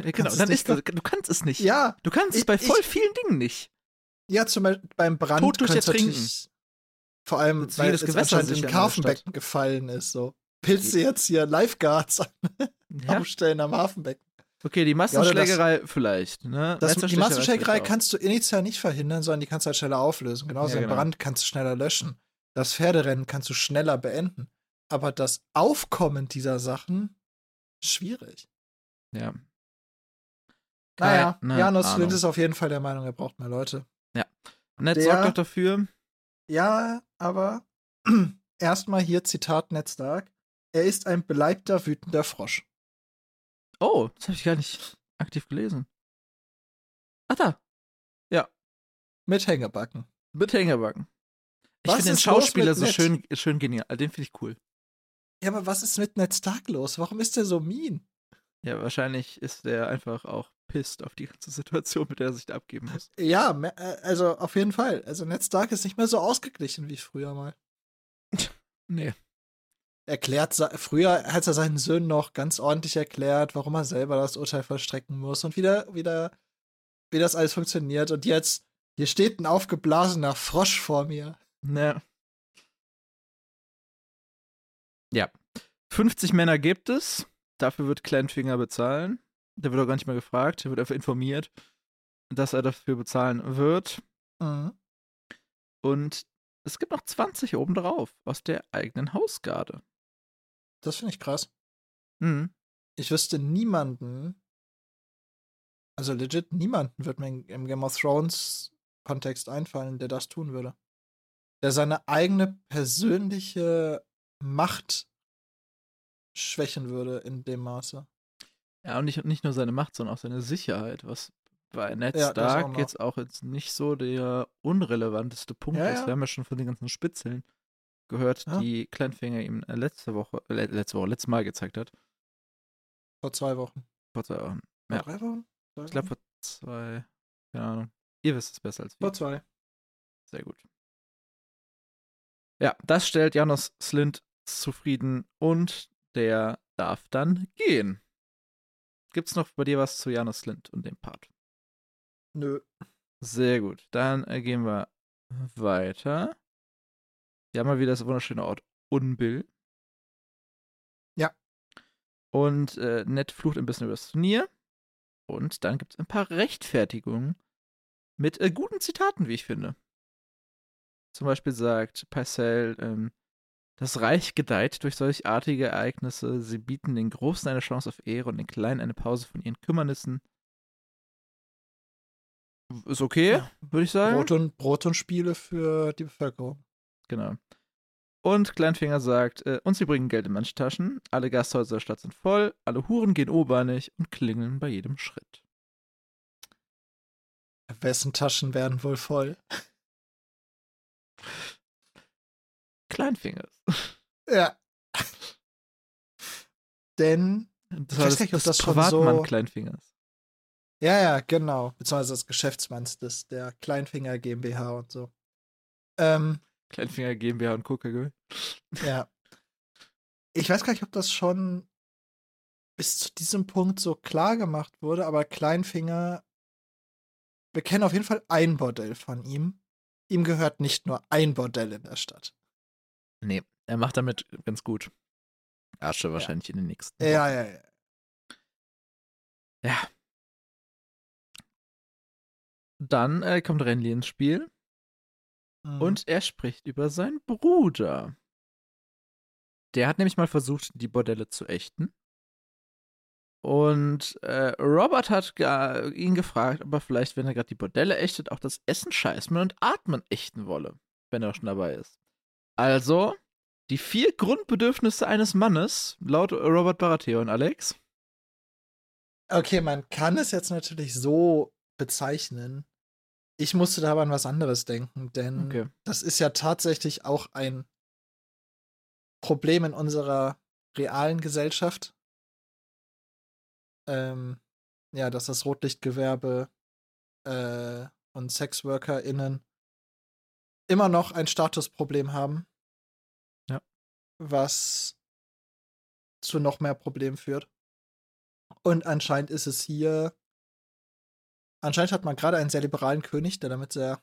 [SPEAKER 2] ja, genau,
[SPEAKER 1] es
[SPEAKER 2] dann
[SPEAKER 1] nicht
[SPEAKER 2] ist das, du kannst es nicht.
[SPEAKER 1] Ja,
[SPEAKER 2] Du kannst es
[SPEAKER 1] Ich-
[SPEAKER 2] bei
[SPEAKER 1] ich-
[SPEAKER 2] voll vielen Dingen nicht.
[SPEAKER 1] ja, zum Beispiel beim Brand
[SPEAKER 2] Tod durch
[SPEAKER 1] könnte
[SPEAKER 2] Ertrinken.
[SPEAKER 1] natürlich- Vor allem,
[SPEAKER 2] Jetzt
[SPEAKER 1] weil
[SPEAKER 2] jedes
[SPEAKER 1] es
[SPEAKER 2] Gewässer
[SPEAKER 1] anscheinend
[SPEAKER 2] sich
[SPEAKER 1] in
[SPEAKER 2] an der
[SPEAKER 1] Hafenbecken gefallen ist. So. Willst du jetzt hier Lifeguards
[SPEAKER 2] Ja?
[SPEAKER 1] aufstellen am Hafenbecken?
[SPEAKER 2] Okay, die Massenschlägerei vielleicht. Ne?
[SPEAKER 1] Das, die
[SPEAKER 2] Messerstecherei
[SPEAKER 1] Massenschlägerei
[SPEAKER 2] vielleicht auch.
[SPEAKER 1] kannst du initial nicht verhindern, sondern die kannst du halt schneller auflösen. Genauso
[SPEAKER 2] Ja,
[SPEAKER 1] den
[SPEAKER 2] genau.
[SPEAKER 1] Brand kannst du schneller löschen. Das Pferderennen kannst du schneller beenden. Aber das Aufkommen dieser Sachen schwierig.
[SPEAKER 2] Ja.
[SPEAKER 1] Naja,
[SPEAKER 2] Keine
[SPEAKER 1] Janos
[SPEAKER 2] Ahnung.
[SPEAKER 1] Lind ist auf jeden Fall der Meinung, er braucht mehr Leute.
[SPEAKER 2] Netz
[SPEAKER 1] der-
[SPEAKER 2] sorgt doch dafür.
[SPEAKER 1] Ja, aber erstmal hier Zitat Ned Stark. Er ist ein beleibter, wütender Frosch.
[SPEAKER 2] Oh, das habe ich gar nicht aktiv gelesen. Ach da,
[SPEAKER 1] Mit Hängebacken.
[SPEAKER 2] mit Hängebacken. Ich
[SPEAKER 1] Was
[SPEAKER 2] finde den
[SPEAKER 1] ist los
[SPEAKER 2] Schauspieler
[SPEAKER 1] mit
[SPEAKER 2] so
[SPEAKER 1] Ned?
[SPEAKER 2] schön, schön genial. Den finde ich cool.
[SPEAKER 1] Ja, aber was ist mit Ned Stark los? Warum ist er so mean?
[SPEAKER 2] Ja, wahrscheinlich ist der einfach auch pissed auf die ganze Situation, mit der er sich da abgeben muss.
[SPEAKER 1] Ja, me- äh, also auf jeden Fall. Also Ned Stark ist nicht mehr so ausgeglichen wie früher mal.
[SPEAKER 2] Nee.
[SPEAKER 1] Erklärt, sa- früher hat er seinen Söhnen noch ganz ordentlich erklärt, warum er selber das Urteil vollstrecken muss und wieder, wieder, wie das alles funktioniert. Und jetzt, hier steht ein aufgeblasener Frosch vor mir.
[SPEAKER 2] Nee. Ja. 50 Männer gibt es. Dafür wird Kleinfinger bezahlen. Der wird auch gar nicht mehr gefragt. Der wird einfach informiert, dass er dafür bezahlen wird.
[SPEAKER 1] Mhm.
[SPEAKER 2] Und es gibt noch 20 obendrauf aus der eigenen Hausgarde.
[SPEAKER 1] Das finde ich krass.
[SPEAKER 2] Mhm.
[SPEAKER 1] ich wüsste niemanden, also legit niemanden wird mir in- im Game of Thrones Kontext einfallen, der das tun würde. Der seine eigene persönliche Macht schwächen würde in dem Maße.
[SPEAKER 2] Ja, und nicht, nicht nur seine Macht, sondern auch seine Sicherheit, was bei Ned
[SPEAKER 1] Ja, das auch
[SPEAKER 2] Stark
[SPEAKER 1] noch.
[SPEAKER 2] jetzt auch jetzt nicht so der unrelevanteste Punkt
[SPEAKER 1] Ja,
[SPEAKER 2] ist.
[SPEAKER 1] ja.
[SPEAKER 2] Wir haben ja schon von den ganzen Spitzeln gehört,
[SPEAKER 1] Ja.
[SPEAKER 2] die Kleinfinger ihm letzte Woche, äh, letzte Woche, letztes Mal gezeigt hat.
[SPEAKER 1] Vor zwei Wochen.
[SPEAKER 2] Vor zwei Wochen.
[SPEAKER 1] Vor
[SPEAKER 2] Ja.
[SPEAKER 1] drei Wochen? Drei
[SPEAKER 2] Ich glaube
[SPEAKER 1] Wochen?
[SPEAKER 2] vor zwei. Keine Ahnung. Ihr wisst es besser als wir.
[SPEAKER 1] vor zwei.
[SPEAKER 2] Sehr gut. Ja, das stellt Janos Slint zufrieden und der darf dann gehen. Gibt's noch bei dir was zu Janos Slint und dem Part?
[SPEAKER 1] Nö.
[SPEAKER 2] Sehr gut. Dann äh, gehen wir weiter. Wir haben mal wieder das wunderschöne Ort Unbill.
[SPEAKER 1] Ja.
[SPEAKER 2] Und äh, Ned flucht ein bisschen über das Turnier. Und dann gibt es ein paar Rechtfertigungen mit äh, guten Zitaten, wie ich finde. Zum Beispiel sagt Parcell, ähm, Das Reich gedeiht durch solchartige Ereignisse. Sie bieten den Großen eine Chance auf Ehre und den Kleinen eine Pause von ihren Kümmernissen. Ist okay,
[SPEAKER 1] Ja.
[SPEAKER 2] würde ich sagen.
[SPEAKER 1] Brot und, Brot und Spiele für die Bevölkerung.
[SPEAKER 2] Genau. Und Kleinfinger sagt, äh, und sie bringen Geld in manche Taschen, alle Gasthäuser der Stadt sind voll, alle Huren gehen obernig und klingeln bei jedem Schritt.
[SPEAKER 1] Wessen Taschen werden wohl voll?
[SPEAKER 2] Kleinfinger.
[SPEAKER 1] Ja. Denn,
[SPEAKER 2] Das
[SPEAKER 1] Ich weiß nicht, ob das schon
[SPEAKER 2] Privatmann
[SPEAKER 1] so-
[SPEAKER 2] Kleinfingers.
[SPEAKER 1] ja, ja, genau. Beziehungsweise des Geschäftsmanns des, der Kleinfinger GmbH und so. Ähm,
[SPEAKER 2] Kleinfinger GmbH und KKG.
[SPEAKER 1] ja. Ich weiß gar nicht, ob das schon bis zu diesem Punkt so klar gemacht wurde, aber Kleinfinger, wir kennen auf jeden Fall ein Bordell von ihm. Ihm gehört nicht nur ein Bordell in der Stadt.
[SPEAKER 2] Nee, er macht damit ganz gut. Asche wahrscheinlich in den nächsten.
[SPEAKER 1] Ja, ja, ja.
[SPEAKER 2] Dann äh, kommt Renly ins Spiel
[SPEAKER 1] Mhm.
[SPEAKER 2] und er spricht über seinen Bruder. Der hat nämlich mal versucht, die Bordelle zu ächten. Und äh, Robert hat ga- ihn gefragt, ob er vielleicht, wenn er gerade die Bordelle ächtet, auch das Essen, Scheißmen und Atmen ächten wolle, wenn er schon dabei ist. Also, die vier Grundbedürfnisse eines Mannes, laut Robert Baratheon, Alex.
[SPEAKER 1] Okay, man kann es jetzt natürlich so bezeichnen. Ich musste dabei an was anderes denken, denn
[SPEAKER 2] Okay.
[SPEAKER 1] das ist ja tatsächlich auch ein Problem in unserer realen Gesellschaft. Ähm, ja, dass das Rotlichtgewerbe äh, und SexworkerInnen immer noch ein Statusproblem haben.
[SPEAKER 2] Ja.
[SPEAKER 1] Was zu noch mehr Problemen führt. Und anscheinend ist es hier. Anscheinend hat man gerade einen sehr liberalen König, der damit sehr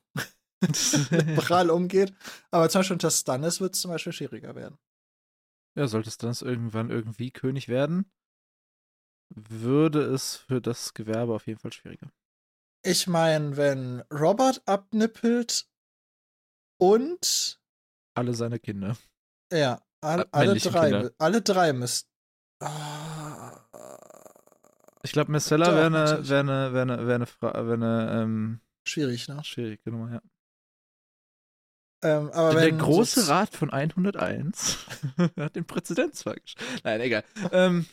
[SPEAKER 1] liberal umgeht. Aber zum Beispiel unter Stannis wird es zum Beispiel schwieriger werden.
[SPEAKER 2] Ja, sollte Stannis irgendwann irgendwie König werden, würde es für das Gewerbe auf jeden Fall schwieriger.
[SPEAKER 1] Ich meine, wenn Robert abnippelt und
[SPEAKER 2] Alle seine Kinder.
[SPEAKER 1] ja, all,
[SPEAKER 2] Äh,
[SPEAKER 1] alle
[SPEAKER 2] männliche
[SPEAKER 1] drei,
[SPEAKER 2] Kinder.
[SPEAKER 1] alle drei müssen. Ah,
[SPEAKER 2] Ich glaube, Messella
[SPEAKER 1] Doch,
[SPEAKER 2] wäre eine
[SPEAKER 1] natürlich.
[SPEAKER 2] wär ne, wär ne, wär ne Fra- wär ne, ähm,
[SPEAKER 1] schwierig, ne?
[SPEAKER 2] schwierige Nummer, ja.
[SPEAKER 1] Ähm, aber
[SPEAKER 2] Der
[SPEAKER 1] wenn
[SPEAKER 2] große
[SPEAKER 1] so-
[SPEAKER 2] Rat von 101 hat den Präzedenzfall gesch- Nein, egal. ähm,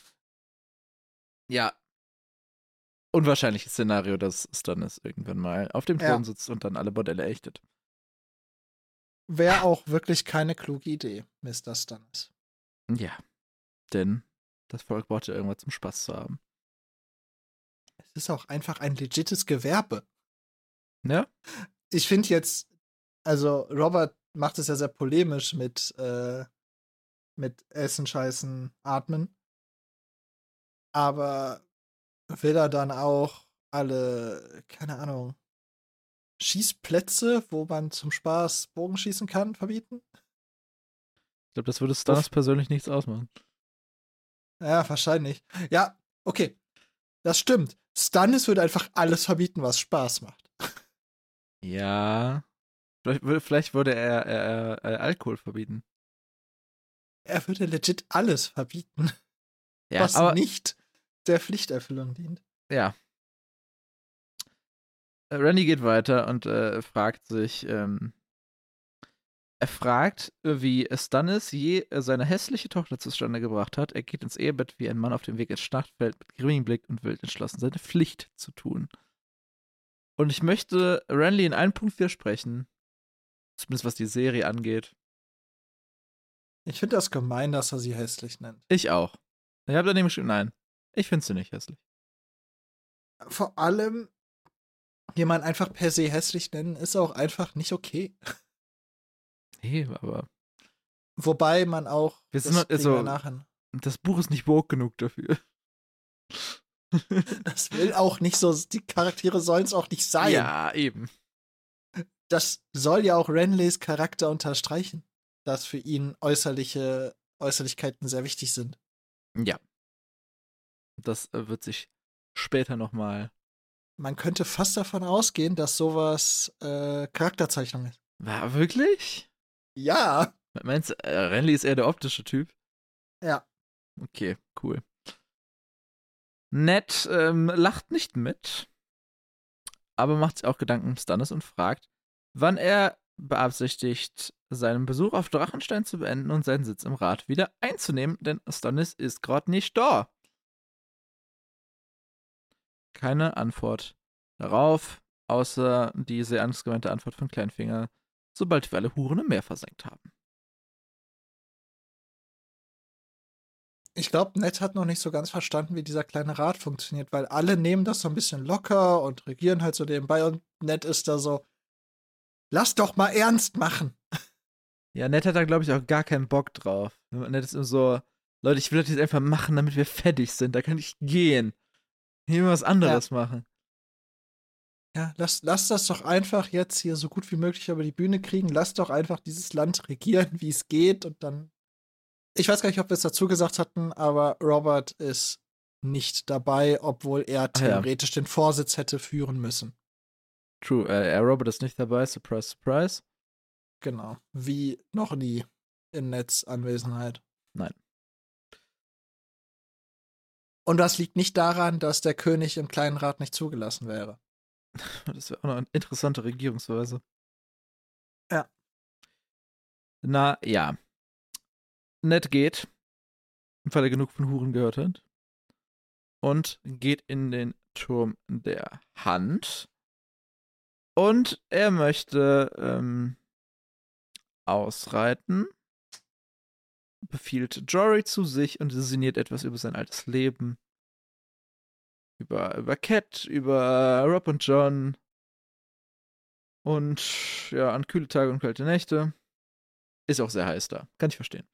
[SPEAKER 2] ja. Unwahrscheinliches Szenario, dass Stannis irgendwann mal auf dem
[SPEAKER 1] Ja.
[SPEAKER 2] Thron sitzt und dann alle Bordelle ächtet.
[SPEAKER 1] Wäre auch wirklich keine kluge Idee, Mr. Stannis.
[SPEAKER 2] Ja. Denn das Volk braucht ja irgendwas zum Spaß zu haben.
[SPEAKER 1] Es ist auch einfach ein legites Gewerbe.
[SPEAKER 2] Ja.
[SPEAKER 1] Ich finde jetzt, also Robert macht es ja sehr polemisch mit, äh, mit Essen, Scheißen, Atmen. Aber will er dann auch alle, keine Ahnung, Schießplätze, wo man zum Spaß Bogenschießen kann, verbieten?
[SPEAKER 2] Ich glaube, das würde Stars persönlich nichts ausmachen.
[SPEAKER 1] Ja, wahrscheinlich. Ja, okay. Das stimmt. Stannis würde einfach alles verbieten, was Spaß macht.
[SPEAKER 2] Ja. Vielleicht, wür- vielleicht würde er, er, er, er Alkohol verbieten.
[SPEAKER 1] Er würde legit alles verbieten. was
[SPEAKER 2] aber
[SPEAKER 1] nicht der Pflichterfüllung dient.
[SPEAKER 2] äh, Randy geht weiter und äh, fragt sich, ähm, er fragt, äh, wie Stannis je äh, seine hässliche Tochter zustande gebracht hat. Er geht ins Ehebett wie ein Mann auf dem Weg ins Schlachtfeld mit grimmigem Blick und wild entschlossen, seine Pflicht zu tun. Und ich möchte Randy in einem Punkt widersprechen. Zumindest was die Serie angeht.
[SPEAKER 1] Ich finde das gemein, dass er sie hässlich nennt.
[SPEAKER 2] Ich auch. Ich habe daneben geschrieben, nein. Ich finde sie nicht hässlich.
[SPEAKER 1] Vor allem, jemand einfach per se hässlich nennen, ist auch einfach nicht okay.
[SPEAKER 2] Nee, aber
[SPEAKER 1] Wobei man auch.
[SPEAKER 2] Wir sind noch-
[SPEAKER 1] kriegen wir
[SPEAKER 2] also-
[SPEAKER 1] nachher.
[SPEAKER 2] das Buch ist nicht woke genug dafür.
[SPEAKER 1] Das will auch nicht so. Die Charaktere sollen es auch nicht sein.
[SPEAKER 2] Ja, eben.
[SPEAKER 1] Das soll ja auch Renleys Charakter unterstreichen, dass für ihn äußerliche Äußerlichkeiten sehr wichtig sind.
[SPEAKER 2] Ja. Das äh, wird sich später nochmal.
[SPEAKER 1] Man könnte fast davon ausgehen, dass sowas äh, Charakterzeichnung ist.
[SPEAKER 2] War wirklich?
[SPEAKER 1] Ja,
[SPEAKER 2] Meinst du, äh, Renly ist eher der optische Typ?
[SPEAKER 1] Ja.
[SPEAKER 2] Okay, cool. Ned ähm, lacht nicht mit, aber macht sich auch Gedanken um Stannis und fragt, wann er beabsichtigt, seinen Besuch auf Drachenstein zu beenden und seinen Sitz im Rat wieder einzunehmen, denn Stannis ist gerade nicht da. Keine Antwort darauf, außer die sehr ernst gemeinte Antwort von Kleinfinger, sobald wir alle Huren im Meer versenkt haben.
[SPEAKER 1] Ich glaube, Ned hat noch nicht so ganz verstanden, wie dieser kleine Rat funktioniert, weil alle nehmen das so ein bisschen locker und regieren halt so nebenbei und Ned ist da so, lass doch mal ernst machen.
[SPEAKER 2] Ja, Ned hat da, glaube ich, auch gar keinen Bock drauf. Ned ist immer so, Leute, ich will das jetzt einfach machen, damit wir fertig sind. Da kann ich gehen. Hier was anderes machen.
[SPEAKER 1] Ja, lass, lass das doch einfach jetzt hier so gut wie möglich über die Bühne kriegen. Lass doch einfach dieses Land regieren, wie es geht und dann. Ich weiß gar nicht, ob wir es dazu gesagt hatten, aber Robert ist nicht dabei, obwohl er
[SPEAKER 2] Ach ja.
[SPEAKER 1] theoretisch den Vorsitz hätte führen müssen.
[SPEAKER 2] True, äh, Robert ist nicht dabei. Surprise, surprise.
[SPEAKER 1] Genau. Wie noch nie in Netz Anwesenheit.
[SPEAKER 2] Nein.
[SPEAKER 1] Und das liegt nicht daran, dass der König im kleinen Rat nicht zugelassen wäre.
[SPEAKER 2] Das wäre auch noch eine interessante Regierungsweise.
[SPEAKER 1] Ja.
[SPEAKER 2] Na ja. Ned geht, weil er genug von Huren gehört hat. Und geht in den Turm der Hand. Und er möchte ähm, ausreiten. Befiehlt Jory zu sich und sinniert etwas über sein altes Leben über, über Cat, über Rob und John und ja, an kühle Tage und kalte Nächte. Ist auch sehr heiß da. Kann ich verstehen.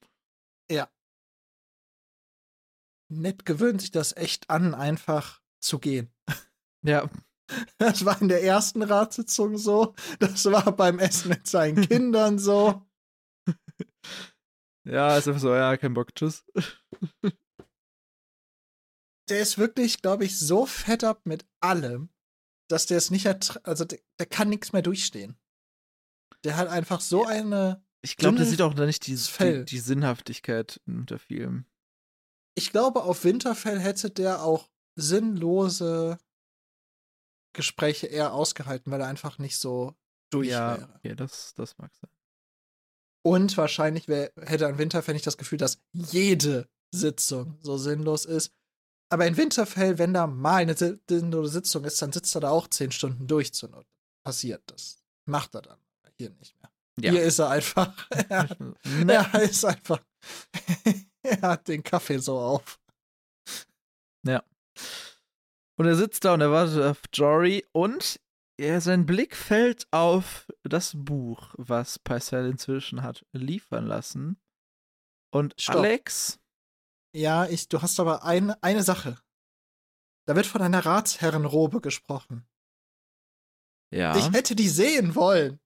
[SPEAKER 1] Ned gewöhnt sich das echt an, einfach zu gehen.
[SPEAKER 2] Ja,
[SPEAKER 1] Das war in der ersten Ratssitzung so, das war beim Essen mit seinen Kindern so.
[SPEAKER 2] ja, ist einfach so, ja, kein Bock, tschüss.
[SPEAKER 1] Der ist wirklich, glaube ich, so fett ab mit allem, dass der es nicht, ertr- also der, der kann nichts mehr durchstehen. Der hat einfach so eine
[SPEAKER 2] Ich glaube, der
[SPEAKER 1] Dünnes
[SPEAKER 2] sieht auch da nicht die, die,
[SPEAKER 1] Fell.
[SPEAKER 2] die Sinnhaftigkeit unter vielem.
[SPEAKER 1] ich glaube, auf Winterfell hätte der auch sinnlose Gespräche eher ausgehalten, weil er einfach nicht so durch
[SPEAKER 2] Ja,
[SPEAKER 1] wäre.
[SPEAKER 2] ja das, das mag sein.
[SPEAKER 1] Und wahrscheinlich wär, hätte an Winterfell nicht das Gefühl, dass jede Sitzung so sinnlos ist. Aber in Winterfell, wenn da mal eine si- sinnlose Sitzung ist, dann sitzt er da auch zehn Stunden durch zur Not. Passiert das. Macht er dann. Hier nicht mehr.
[SPEAKER 2] Ja.
[SPEAKER 1] Hier ist er einfach. er, hat-
[SPEAKER 2] Ne,
[SPEAKER 1] er ist einfach. er hat den Kaffee so auf.
[SPEAKER 2] Und er sitzt da und er wartet auf Jory und er, sein Blick fällt auf das Buch, was Pycelle inzwischen hat liefern lassen. Und
[SPEAKER 1] Stopp.
[SPEAKER 2] Alex,
[SPEAKER 1] Ja, ich, du hast aber ein, eine Sache. Da wird von einer Ratsherrenrobe gesprochen.
[SPEAKER 2] ja,
[SPEAKER 1] Ich hätte die sehen wollen.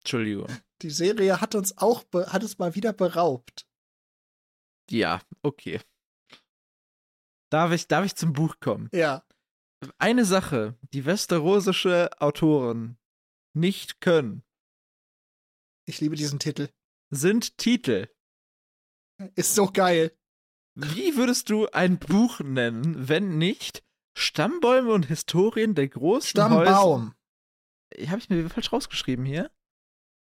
[SPEAKER 2] Entschuldigung.
[SPEAKER 1] Die Serie hat uns auch, be, hat uns mal wieder beraubt.
[SPEAKER 2] Ja, okay. Darf ich, darf ich zum Buch kommen?
[SPEAKER 1] Ja.
[SPEAKER 2] Eine Sache, die westerosische Autoren nicht können,
[SPEAKER 1] Ich liebe diesen Titel.
[SPEAKER 2] sind Titel.
[SPEAKER 1] Ist so geil.
[SPEAKER 2] Wie würdest du ein Buch nennen, wenn nicht Stammbäume und Historien der großen Häuser?
[SPEAKER 1] Stammbaum.
[SPEAKER 2] Habe ich mir falsch rausgeschrieben hier?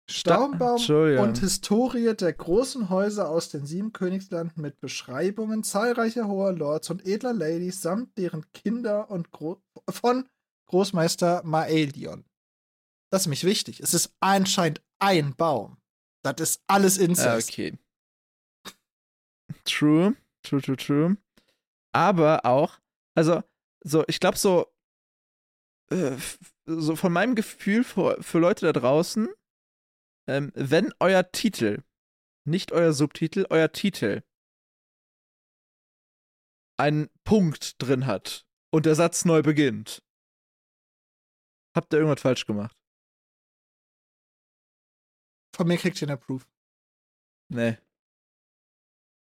[SPEAKER 1] Stammbaum
[SPEAKER 2] Entschuldigung.
[SPEAKER 1] und Historie der großen Häuser aus den sieben Königslanden mit Beschreibungen zahlreicher hoher Lords und edler Ladies samt deren Kinder und Gro von Großmeister Maelion. Das ist mich wichtig. Es ist anscheinend ein Baum. Das ist alles
[SPEAKER 2] Ah,
[SPEAKER 1] Inzest.
[SPEAKER 2] okay. True, true, true, true. Aber auch, also, so, ich glaube, so, äh, f- so von meinem Gefühl für, für Leute da draußen, ähm, wenn euer Titel, nicht euer Subtitel, euer Titel einen Punkt drin hat und der Satz neu beginnt, habt ihr irgendwas falsch gemacht.
[SPEAKER 1] Von mir kriegt ihr eine Proof.
[SPEAKER 2] Nee.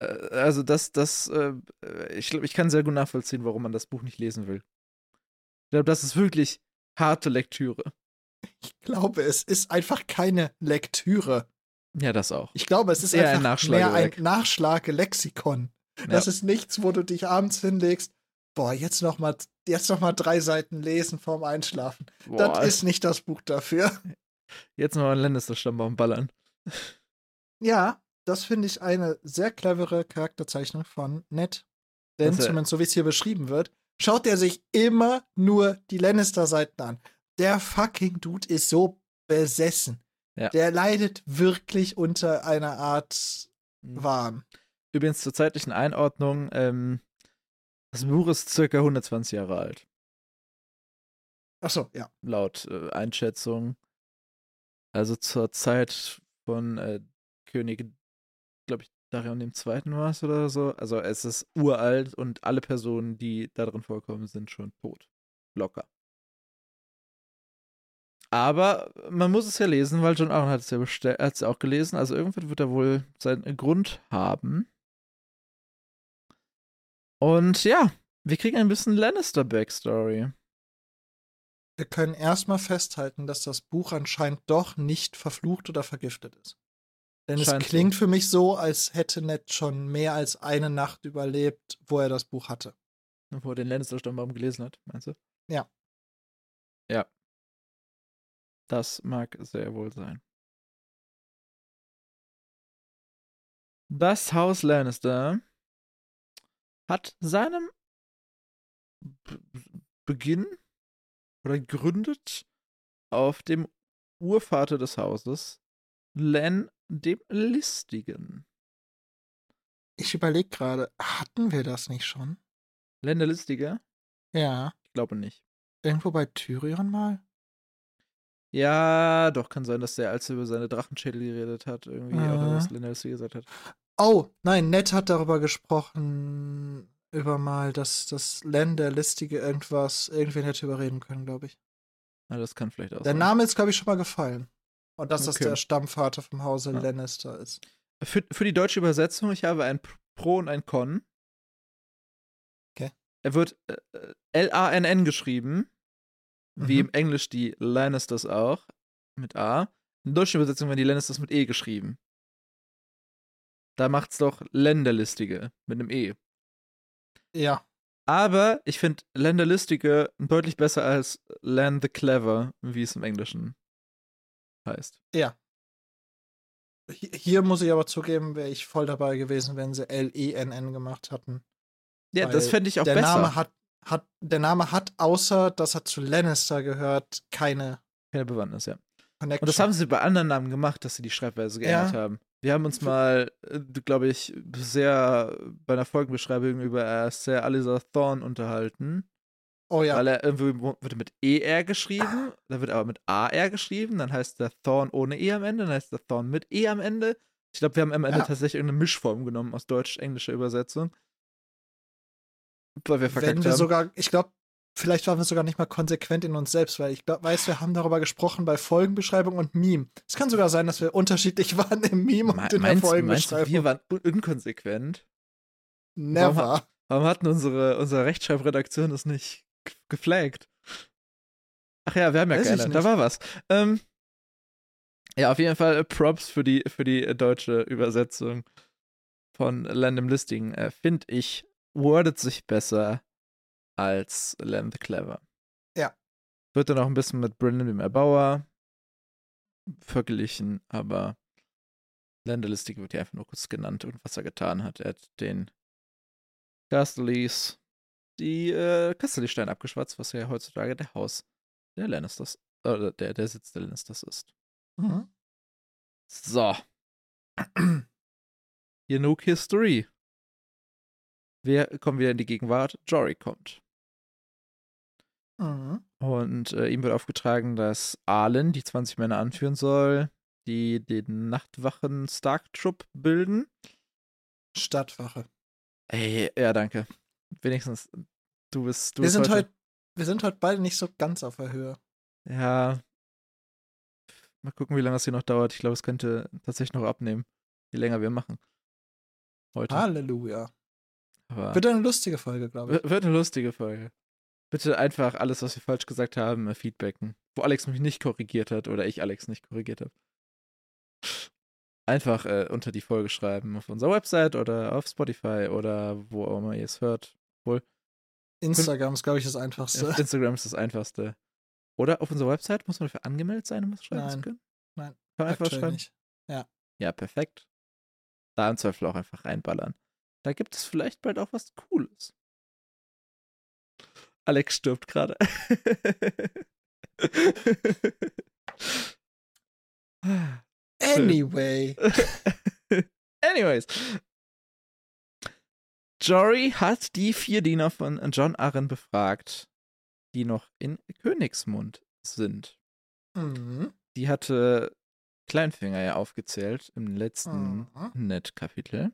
[SPEAKER 2] Äh, Ne. Also das, das, äh, ich glaube, ich kann sehr gut nachvollziehen, warum man das Buch nicht lesen will. Ich glaube, das ist wirklich harte Lektüre.
[SPEAKER 1] Ich glaube, es ist einfach keine Lektüre.
[SPEAKER 2] Ja, das auch.
[SPEAKER 1] Ich glaube, es ist
[SPEAKER 2] Eher ein
[SPEAKER 1] einfach mehr ein
[SPEAKER 2] Nachschlagewerk.
[SPEAKER 1] Nachschlagelexikon. Das ist nichts, wo du dich abends hinlegst. Boah, jetzt noch mal, jetzt noch mal drei Seiten lesen vorm Einschlafen.
[SPEAKER 2] Boah,
[SPEAKER 1] Das ist nicht das Buch dafür.
[SPEAKER 2] Jetzt mal ein Lannister-Stammbaum ballern.
[SPEAKER 1] Ja, das finde ich eine sehr clevere Charakterzeichnung von Ned. Denn
[SPEAKER 2] Das, äh,
[SPEAKER 1] zumindest so wie es hier beschrieben wird, schaut er sich immer nur die Lannister-Seiten an. Der fucking Dude ist so besessen.
[SPEAKER 2] Ja.
[SPEAKER 1] Der leidet wirklich unter einer Art
[SPEAKER 2] Hm.
[SPEAKER 1] Wahn.
[SPEAKER 2] Übrigens zur zeitlichen Einordnung, ähm, das Buch ist circa 120 Jahre alt,
[SPEAKER 1] Achso, ja.
[SPEAKER 2] laut äh, Einschätzung. Also zur Zeit von äh, König, glaube ich, Darion dem Zweiten war es oder so. Also es ist uralt und alle Personen, die da drin vorkommen, sind schon tot. Locker. Aber man muss es ja lesen, weil John Aaron hat es ja bestell- hat's ja auch gelesen. Also irgendwann wird er wohl seinen Grund haben. Und ja, wir kriegen ein bisschen Lannister-Backstory.
[SPEAKER 1] Wir können erstmal festhalten, dass das Buch anscheinend doch nicht verflucht oder vergiftet ist. Denn
[SPEAKER 2] Scheint
[SPEAKER 1] es
[SPEAKER 2] so.
[SPEAKER 1] klingt für mich so, als hätte Ned schon mehr als eine Nacht überlebt, wo er das Buch hatte.
[SPEAKER 2] Wo er den Lannister-Stammbaum gelesen hat, meinst du?
[SPEAKER 1] Ja.
[SPEAKER 2] Ja. Das mag sehr wohl sein. Das Haus Lannister hat seinem B- Beginn oder gründet auf dem Urvater des Hauses, Len dem Listigen.
[SPEAKER 1] Ich überlege gerade, hatten wir das nicht schon?
[SPEAKER 2] Len der Listige?
[SPEAKER 1] Ja.
[SPEAKER 2] Ich glaube nicht.
[SPEAKER 1] Irgendwo bei Tyrion mal?
[SPEAKER 2] Ja, doch, kann sein, dass der, als er über seine Drachenschädel geredet hat, irgendwie,
[SPEAKER 1] Mhm.
[SPEAKER 2] oder was Linus gesagt hat.
[SPEAKER 1] Oh, nein, Ned hat darüber gesprochen, über mal, dass das Len der Listige irgendwas, irgendwen hätte überreden können, glaube ich.
[SPEAKER 2] Na, Ah, das kann vielleicht auch
[SPEAKER 1] Der
[SPEAKER 2] sein.
[SPEAKER 1] Name ist, glaube ich, schon mal gefallen. Und dass das
[SPEAKER 2] Okay.
[SPEAKER 1] der Stammvater vom Hause
[SPEAKER 2] Ja.
[SPEAKER 1] Lannister ist.
[SPEAKER 2] Für, für die deutsche Übersetzung, ich habe ein Pro und ein Con.
[SPEAKER 1] Okay.
[SPEAKER 2] Er wird äh, äh, L-A-N-N geschrieben, wie
[SPEAKER 1] Mhm.
[SPEAKER 2] im Englisch die Lannisters auch, mit A. In der deutschen Übersetzung werden die Lannisters mit E geschrieben. Da macht's doch Länderlistige mit einem E.
[SPEAKER 1] Ja.
[SPEAKER 2] Aber ich finde Länderlistige deutlich besser als Land the Clever, wie es im Englischen heißt.
[SPEAKER 1] Hi- Hier muss ich aber zugeben, wäre ich voll dabei gewesen, wenn sie L-E-N-N gemacht hatten.
[SPEAKER 2] Ja,
[SPEAKER 1] Weil
[SPEAKER 2] das fände ich auch
[SPEAKER 1] der
[SPEAKER 2] besser.
[SPEAKER 1] Name hat, hat, der Name hat, außer dass er zu Lannister gehört, keine
[SPEAKER 2] Keine Bewandtnis, ja.
[SPEAKER 1] Connection.
[SPEAKER 2] Und das haben sie bei anderen Namen gemacht, dass sie die Schreibweise geändert
[SPEAKER 1] Ja.
[SPEAKER 2] haben. Wir haben uns mal, glaube ich, sehr bei einer Folgenbeschreibung über äh, Sir Alizar Thorne unterhalten.
[SPEAKER 1] oh ja.
[SPEAKER 2] Weil er irgendwie wo- wird mit ER geschrieben, dann wird aber mit AR geschrieben, dann heißt der Thorn ohne E am Ende, dann heißt der Thorn mit E am Ende. Ich glaube, wir haben am Ende
[SPEAKER 1] Ja.
[SPEAKER 2] tatsächlich irgendeine Mischform genommen aus deutsch-englischer Übersetzung. Weil wir verkackt
[SPEAKER 1] wenn wir
[SPEAKER 2] haben.
[SPEAKER 1] sogar, ich glaube, vielleicht waren wir sogar nicht mal konsequent in uns selbst, weil ich glaub, weiß, wir haben darüber gesprochen bei Folgenbeschreibung und Meme. Es kann sogar sein, dass wir unterschiedlich waren im Meme und
[SPEAKER 2] Me-
[SPEAKER 1] in der
[SPEAKER 2] meinst, meinst du,
[SPEAKER 1] Folgenbeschreibung.
[SPEAKER 2] wir waren un inkonsequent? warum
[SPEAKER 1] Never.
[SPEAKER 2] Warum hatten unsere, unsere Rechtschreibredaktion das nicht g- geflaggt? Ach ja, wir haben ja
[SPEAKER 1] Weiß ich
[SPEAKER 2] keine. Da
[SPEAKER 1] nicht.
[SPEAKER 2] war was. Ähm, ja, auf jeden Fall äh, Props für die, für die äh, deutsche Übersetzung von Random Listing. Äh, Finde ich, wordet sich besser als Land the Clever.
[SPEAKER 1] Ja.
[SPEAKER 2] Wird dann auch ein bisschen mit Brendan dem Erbauer verglichen, aber Länderlistig wird hier einfach nur kurz genannt und was er getan hat. Er hat den Casterlys die äh, Casterly-Steine abgeschwatzt, was ja heutzutage der Haus der Lannisters, oder der, der Sitz der Lannisters ist.
[SPEAKER 1] Mhm.
[SPEAKER 2] So. Genug History. Wir kommen wieder in die Gegenwart. Jory kommt.
[SPEAKER 1] Mhm.
[SPEAKER 2] Und äh, ihm wird aufgetragen, dass Arlen die 20 Männer anführen soll, die den Nachtwachen Stark-Trupp bilden.
[SPEAKER 1] Stadtwache.
[SPEAKER 2] Ey, ja, danke. Wenigstens, du bist. Du
[SPEAKER 1] Wir
[SPEAKER 2] bist
[SPEAKER 1] sind heute, wir sind heute beide nicht so ganz auf der Höhe.
[SPEAKER 2] Ja. Mal gucken, wie lange das hier noch dauert. Ich glaube, es könnte tatsächlich noch abnehmen, je länger wir machen. Heute.
[SPEAKER 1] Halleluja.
[SPEAKER 2] Aber
[SPEAKER 1] Ah, Wird eine lustige Folge, glaube ich.
[SPEAKER 2] W- wird eine lustige Folge. Bitte einfach alles, was wir falsch gesagt haben, äh, feedbacken. Wo Alex mich nicht korrigiert hat oder ich Alex nicht korrigiert habe. einfach äh, unter die Folge schreiben. Auf unserer Website oder auf Spotify oder wo auch immer ihr es hört.
[SPEAKER 1] Instagram ist, glaube ich, das Einfachste.
[SPEAKER 2] Auf Instagram ist das einfachste. Oder auf unserer Website muss man dafür angemeldet sein, um was schreiben zu
[SPEAKER 1] Nein.
[SPEAKER 2] können?
[SPEAKER 1] Nein.
[SPEAKER 2] Kann man einfach
[SPEAKER 1] Aktuell
[SPEAKER 2] schreiben?
[SPEAKER 1] nicht.
[SPEAKER 2] Ja, perfekt. Da im Zweifel auch einfach reinballern. Da gibt es vielleicht bald auch was Cooles. Alex stirbt gerade.
[SPEAKER 1] Anyway.
[SPEAKER 2] Anyways. Jory hat die vier Diener von John Arryn befragt, die noch in Königsmund sind.
[SPEAKER 1] mhm.
[SPEAKER 2] Die hatte Kleinfinger ja aufgezählt im letzten
[SPEAKER 1] Mhm.
[SPEAKER 2] Net-Kapitel.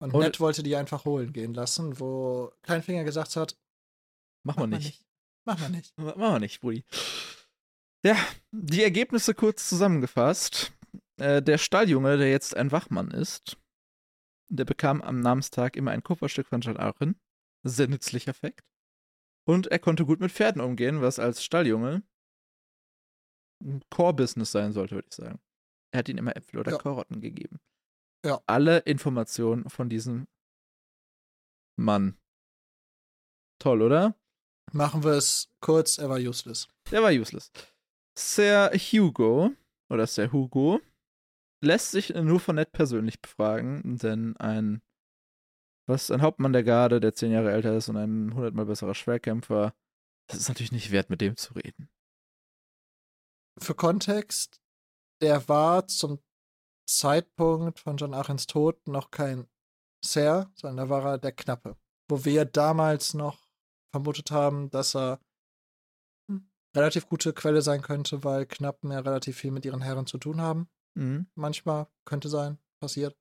[SPEAKER 1] Und
[SPEAKER 2] Und-
[SPEAKER 1] Ned wollte die einfach holen gehen lassen, wo Kleinfinger gesagt hat,
[SPEAKER 2] Machen wir
[SPEAKER 1] Mach mal
[SPEAKER 2] nicht.
[SPEAKER 1] mach mal nicht.
[SPEAKER 2] Machen wir nicht, Brudi. Ja, die Ergebnisse kurz zusammengefasst. Äh, der Stalljunge, der jetzt ein Wachmann ist, der bekam am Namenstag immer ein Kupferstück von John Arryn. Sehr nützlicher Fakt. Und er konnte gut mit Pferden umgehen, was als Stalljunge ein Core-Business sein sollte, würde ich sagen. Er hat ihnen immer Äpfel oder
[SPEAKER 1] Ja.
[SPEAKER 2] Karotten gegeben.
[SPEAKER 1] Ja.
[SPEAKER 2] Alle Informationen von diesem Mann. Toll, oder?
[SPEAKER 1] Machen wir es kurz, er war useless.
[SPEAKER 2] Der war useless. Sir Hugo oder Sir Hugo lässt sich nur von Ned persönlich befragen, denn ein was ein Hauptmann der Garde, der zehn Jahre älter ist und ein hundertmal besserer Schwerkämpfer, das ist natürlich nicht wert, mit dem zu reden.
[SPEAKER 1] Für Kontext, der war zum Zeitpunkt von John Achens Tod noch kein Ser, sondern da war er der Knappe. Wo wir damals noch vermutet haben, dass er hm, relativ gute Quelle sein könnte, weil Knappen ja relativ viel mit ihren Herren zu tun haben.
[SPEAKER 2] Mhm.
[SPEAKER 1] manchmal, könnte sein, passiert.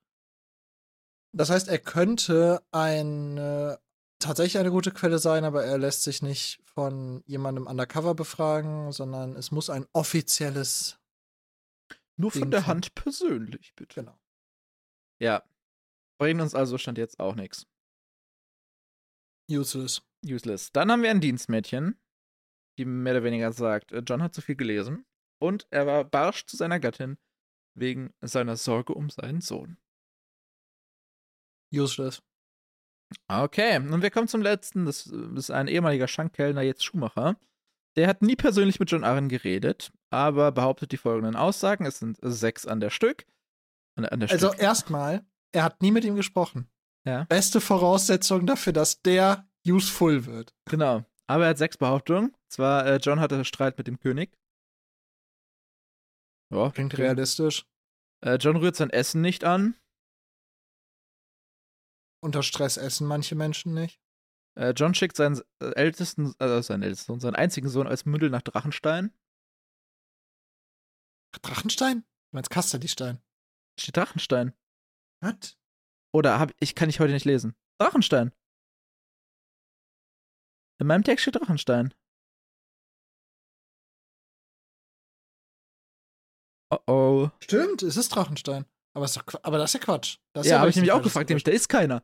[SPEAKER 1] Das heißt, er könnte eine, tatsächlich eine gute Quelle sein, aber er lässt sich nicht von jemandem undercover befragen, sondern es muss ein offizielles,
[SPEAKER 2] Nur von
[SPEAKER 1] Jeden
[SPEAKER 2] der
[SPEAKER 1] Fall.
[SPEAKER 2] Hand persönlich, bitte.
[SPEAKER 1] genau.
[SPEAKER 2] Ja. Bringt uns also stand jetzt auch nichts.
[SPEAKER 1] Useless.
[SPEAKER 2] Useless. Dann haben wir ein Dienstmädchen, die mehr oder weniger sagt, äh, John hat zu viel gelesen und er war barsch zu seiner Gattin wegen seiner Sorge um seinen Sohn.
[SPEAKER 1] Useless.
[SPEAKER 2] Okay, und wir kommen zum letzten. Das äh, ist ein ehemaliger Schankkellner, jetzt Schuhmacher. Der hat nie persönlich mit John Arryn geredet, aber behauptet die folgenden Aussagen. Es sind sechs an der Stück. An, an der
[SPEAKER 1] Also
[SPEAKER 2] Stück.
[SPEAKER 1] erstmal, er hat nie mit ihm gesprochen.
[SPEAKER 2] Ja.
[SPEAKER 1] Beste Voraussetzung dafür, dass der useful wird.
[SPEAKER 2] Genau. Aber er hat sechs Behauptungen. Zwar, äh, John hatte Streit mit dem König. Ja,
[SPEAKER 1] Klingt realistisch.
[SPEAKER 2] Äh, John rührt sein Essen nicht an.
[SPEAKER 1] Unter Stress essen manche Menschen nicht.
[SPEAKER 2] Äh, John schickt seinen äh, ältesten, also seinen ältesten Sohn, seinen einzigen Sohn als Mündel nach Drachenstein.
[SPEAKER 1] Drachenstein? Du meinst Kasterlistein?
[SPEAKER 2] Steht Drachenstein.
[SPEAKER 1] Was?
[SPEAKER 2] Oder hab, ich kann ich heute nicht lesen. Drachenstein. In meinem Text steht Drachenstein. Oh oh.
[SPEAKER 1] Stimmt, es ist Drachenstein. Aber, es ist doch, Qua- aber das ist ja Quatsch. Das ist
[SPEAKER 2] ja, habe
[SPEAKER 1] wirklich
[SPEAKER 2] ich nämlich auch
[SPEAKER 1] Quatsch.
[SPEAKER 2] gefragt, nämlich, da ist keiner.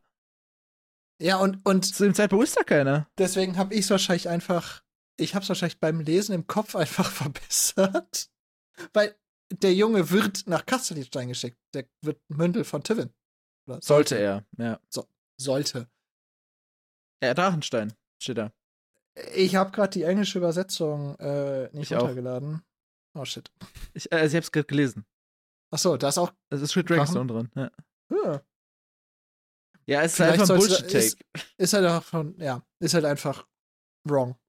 [SPEAKER 1] Ja, und, und
[SPEAKER 2] Zu dem Zeitpunkt ist da keiner.
[SPEAKER 1] deswegen habe ich es wahrscheinlich einfach, ich habe es wahrscheinlich beim Lesen im Kopf einfach verbessert. Weil der Junge wird nach Kastelitstein geschickt. Der wird Mündel von Tivin. Oder
[SPEAKER 2] Sollte er, ja.
[SPEAKER 1] Sollte.
[SPEAKER 2] Ja, Drachenstein steht da.
[SPEAKER 1] Ich habe gerade die englische Übersetzung äh, nicht
[SPEAKER 2] Ich auch.
[SPEAKER 1] runtergeladen. Oh shit.
[SPEAKER 2] Ich, äh, ich hab's gerade gelesen.
[SPEAKER 1] Achso, da ist auch.
[SPEAKER 2] Es ist steht Dragonstone drin. Ja,
[SPEAKER 1] Ja,
[SPEAKER 2] ja es ist
[SPEAKER 1] Vielleicht
[SPEAKER 2] einfach ein
[SPEAKER 1] sollst du-
[SPEAKER 2] Bullshit-Take.
[SPEAKER 1] ist halt auch von, ja, ist halt einfach wrong.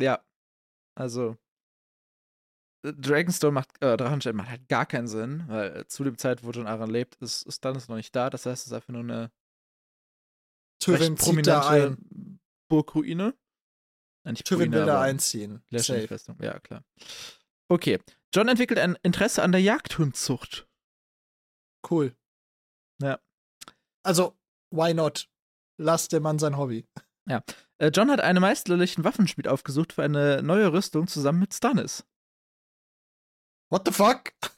[SPEAKER 2] Ja. Also. äh, Dragonstone macht, äh, Drachenstein macht halt gar keinen Sinn, weil äh, zu dem Zeit, wo John Aaron lebt, ist, ist Stannis noch nicht da. Das heißt, es ist einfach nur eine
[SPEAKER 1] Tywin
[SPEAKER 2] recht
[SPEAKER 1] zieht da ein.
[SPEAKER 2] prominente Burgruine. Nein, nicht
[SPEAKER 1] Tywin
[SPEAKER 2] Ruine,
[SPEAKER 1] will da
[SPEAKER 2] aber
[SPEAKER 1] einziehen.
[SPEAKER 2] leerstehende
[SPEAKER 1] Safe.
[SPEAKER 2] Festung. Ja, klar. Okay. John entwickelt ein Interesse an der Jagdhundzucht.
[SPEAKER 1] Cool.
[SPEAKER 2] Ja.
[SPEAKER 1] Also, why not? Lass dem Mann sein Hobby.
[SPEAKER 2] Äh, John hat einen meisterlichen Waffenschmied aufgesucht für eine neue Rüstung zusammen mit Stannis.
[SPEAKER 1] What the fuck?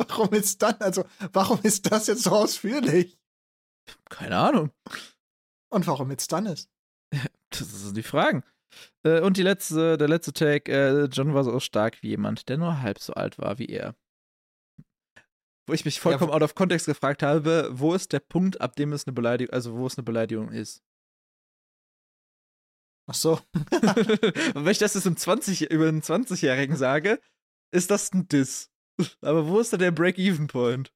[SPEAKER 1] Warum ist dann, also, warum ist das jetzt so ausführlich?
[SPEAKER 2] Keine Ahnung.
[SPEAKER 1] Und warum jetzt dann ist?
[SPEAKER 2] Das sind die Fragen. Äh, und die letzte, der letzte Tag, äh, John war so stark wie jemand, der nur halb so alt war wie er. wo ich mich vollkommen out of context gefragt habe, wo ist der Punkt, ab dem es eine Beleidigung, also wo es eine Beleidigung ist.
[SPEAKER 1] Ach so.
[SPEAKER 2] Und wenn ich das jetzt im 20, über einen 20-Jährigen sage, ist das ein Diss. Aber wo ist da der Break-Even-Point?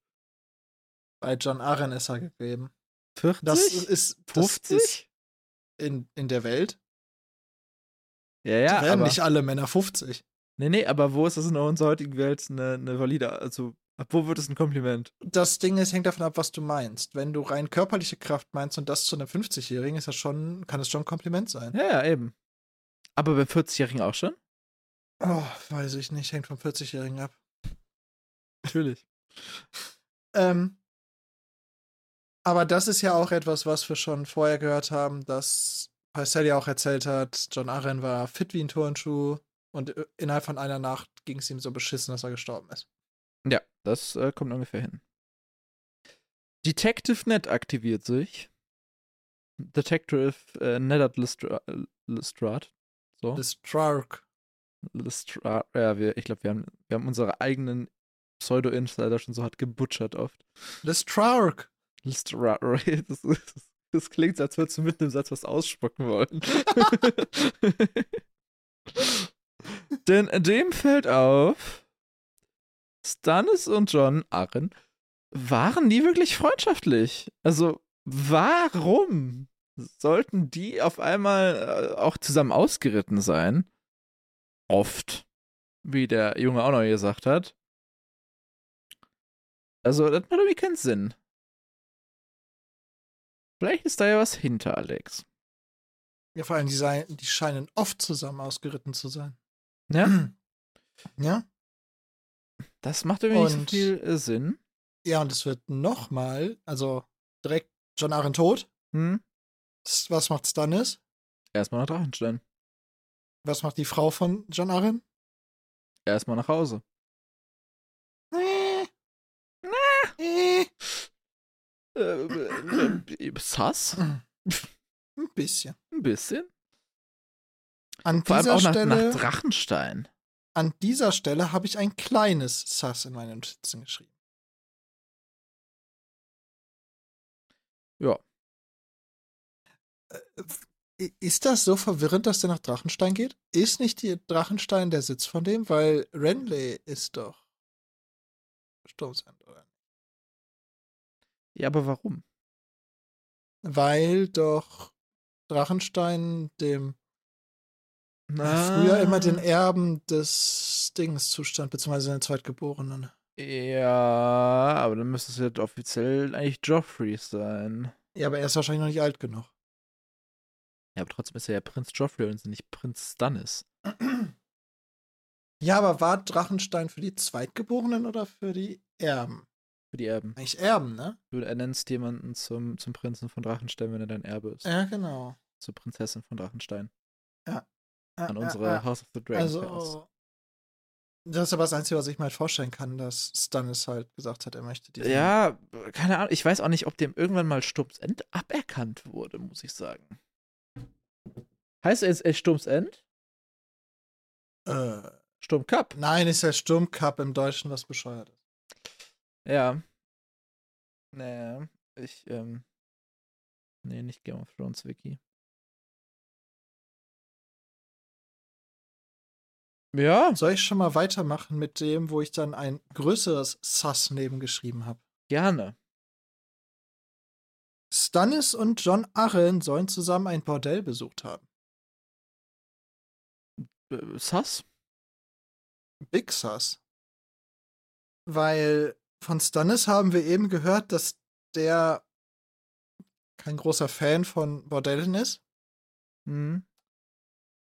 [SPEAKER 1] Bei John Aaron ist er gegeben.
[SPEAKER 2] 40?
[SPEAKER 1] Das ist das
[SPEAKER 2] 50?
[SPEAKER 1] ist in, in der Welt.
[SPEAKER 2] ja,
[SPEAKER 1] Ja,
[SPEAKER 2] ja,
[SPEAKER 1] werden
[SPEAKER 2] aber,
[SPEAKER 1] nicht alle Männer 50.
[SPEAKER 2] nee, nee, aber wo ist das in unserer heutigen Welt eine, eine valide, also ab wo wird es ein Kompliment?
[SPEAKER 1] Das Ding ist, hängt davon ab, was du meinst. Wenn du rein körperliche Kraft meinst und das zu einem 50-Jährigen, ist das schon, kann es schon ein Kompliment sein.
[SPEAKER 2] Ja, ja, eben. Aber beim 40-Jährigen auch schon?
[SPEAKER 1] Oh, weiß ich nicht, hängt vom 40-Jährigen ab.
[SPEAKER 2] Natürlich.
[SPEAKER 1] Ähm, aber das ist ja auch etwas, was wir schon vorher gehört haben, dass Parcelli auch erzählt hat, John Arryn war fit wie ein Turnschuh und äh, innerhalb von einer Nacht ging es ihm so beschissen, dass er gestorben ist.
[SPEAKER 2] Ja, das äh, kommt ungefähr hin. Detective Net aktiviert sich. Detective äh, Nedard Lestra äh, Lestrade. So.
[SPEAKER 1] Lestrark.
[SPEAKER 2] Lestrade. Ja, wir, ich glaube, wir haben, wir haben unsere eigenen Pseudo-Insider schon so hart gebutschert oft.
[SPEAKER 1] Lestrark.
[SPEAKER 2] Lestrade. Das, das, das klingt, als würdest du mitten im Satz was ausspucken wollen. Denn dem fällt auf, Stannis und John Arryn waren nie wirklich freundschaftlich. Also, warum sollten die auf einmal äh, auch zusammen ausgeritten sein? Oft, wie der Junge auch noch gesagt hat. Also, das macht irgendwie keinen Sinn. Vielleicht ist da ja was hinter, Alex.
[SPEAKER 1] Ja, vor allem, die, sei, die scheinen oft zusammen ausgeritten zu sein. Hm.
[SPEAKER 2] Ja,
[SPEAKER 1] Ja?
[SPEAKER 2] das macht irgendwie nicht so
[SPEAKER 1] Und-
[SPEAKER 2] viel äh, Sinn.
[SPEAKER 1] Ja, und es wird nochmal, also direkt John Arryn tot.
[SPEAKER 2] Hm?
[SPEAKER 1] S- Was macht Stannis?
[SPEAKER 2] Erstmal nach Drachenstein.
[SPEAKER 1] Was macht die Frau von John Arryn?
[SPEAKER 2] Erstmal nach Hause.
[SPEAKER 1] Nee. Nee.
[SPEAKER 2] Äh, äh, äh, Sass?
[SPEAKER 1] Ein bisschen.
[SPEAKER 2] Ein bisschen.
[SPEAKER 1] An
[SPEAKER 2] Vor allem
[SPEAKER 1] dieser
[SPEAKER 2] auch nach,
[SPEAKER 1] Stelle,
[SPEAKER 2] nach Drachenstein.
[SPEAKER 1] an dieser Stelle habe ich ein kleines Sass in meine Notizen geschrieben.
[SPEAKER 2] Ja.
[SPEAKER 1] Äh, Ist das so verwirrend, dass der nach Drachenstein geht? Ist nicht die Drachenstein der Sitz von dem? Weil Renly ist doch Sturmsend, oder?
[SPEAKER 2] Ja, aber warum?
[SPEAKER 1] Weil doch Drachenstein dem früher immer den
[SPEAKER 2] Ah.
[SPEAKER 1] Erben des Dings zustand, beziehungsweise den Zweitgeborenen.
[SPEAKER 2] Ah, Ja, aber dann müsste es jetzt offiziell eigentlich Joffrey sein.
[SPEAKER 1] Ja, aber er ist wahrscheinlich noch nicht alt genug.
[SPEAKER 2] Ja, aber trotzdem ist er ja Prinz Joffrey und nicht Prinz Stannis.
[SPEAKER 1] Ja, aber war Drachenstein für die Zweitgeborenen oder für die Erben?
[SPEAKER 2] Für die Erben.
[SPEAKER 1] Eigentlich Erben, ne?
[SPEAKER 2] Du ernennst jemanden zum, zum Prinzen von Drachenstein, wenn er dein Erbe ist.
[SPEAKER 1] Ja, genau.
[SPEAKER 2] Zur Prinzessin von Drachenstein.
[SPEAKER 1] Ah,
[SPEAKER 2] An
[SPEAKER 1] ah,
[SPEAKER 2] unsere
[SPEAKER 1] ah.
[SPEAKER 2] House of the Dragon Fans.
[SPEAKER 1] Also, das ist aber das Einzige, was ich mir halt vorstellen kann, dass Stannis halt gesagt hat, er möchte diesen.
[SPEAKER 2] Ja, keine Ahnung. Ich weiß auch nicht, ob dem irgendwann mal Sturmsend aberkannt wurde, muss ich sagen. Heißt er jetzt echt Sturmsend?
[SPEAKER 1] Äh,
[SPEAKER 2] Sturmcup?
[SPEAKER 1] nein, ist ja Sturmcup im Deutschen, was bescheuert ist.
[SPEAKER 2] Ja. Naja, ich, ähm. Nee, nicht Game of Thrones, Wiki. Ja,
[SPEAKER 1] Soll ich schon mal weitermachen mit dem, wo ich dann ein größeres Sass nebengeschrieben habe?
[SPEAKER 2] gerne.
[SPEAKER 1] Stannis und John Arryn sollen zusammen ein Bordell besucht haben.
[SPEAKER 2] Äh, Sass?
[SPEAKER 1] Big Sus. Weil von Stannis haben wir eben gehört, dass der kein großer Fan von Bordellen ist.
[SPEAKER 2] Hm.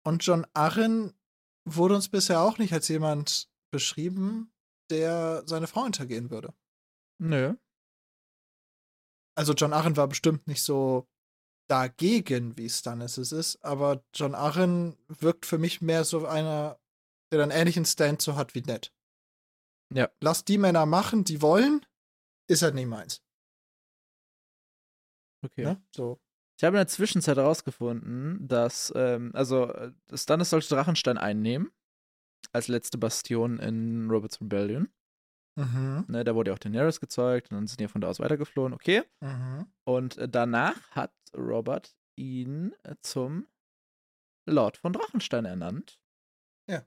[SPEAKER 1] Und John Arryn wurde uns bisher auch nicht als jemand beschrieben, der seine Frau hintergehen würde.
[SPEAKER 2] Nö.
[SPEAKER 1] Also John Arryn war bestimmt nicht so dagegen, wie Stannis es ist, aber John Arryn wirkt für mich mehr so einer, der einen ähnlichen Stand so hat wie Ned.
[SPEAKER 2] Ja.
[SPEAKER 1] Lass die Männer machen, die wollen, ist halt nicht meins.
[SPEAKER 2] Okay.
[SPEAKER 1] Ne? So.
[SPEAKER 2] Ich habe in der Zwischenzeit herausgefunden, dass, ähm, also, äh, Stannis sollte Drachenstein einnehmen. Als letzte Bastion in Robert's Rebellion.
[SPEAKER 1] Mhm.
[SPEAKER 2] Ne, da wurde ja auch Daenerys gezeugt und dann sind die ja von da aus weitergeflohen. Okay.
[SPEAKER 1] Mhm.
[SPEAKER 2] Und äh, danach hat Robert ihn äh, zum Lord von Drachenstein ernannt.
[SPEAKER 1] Ja.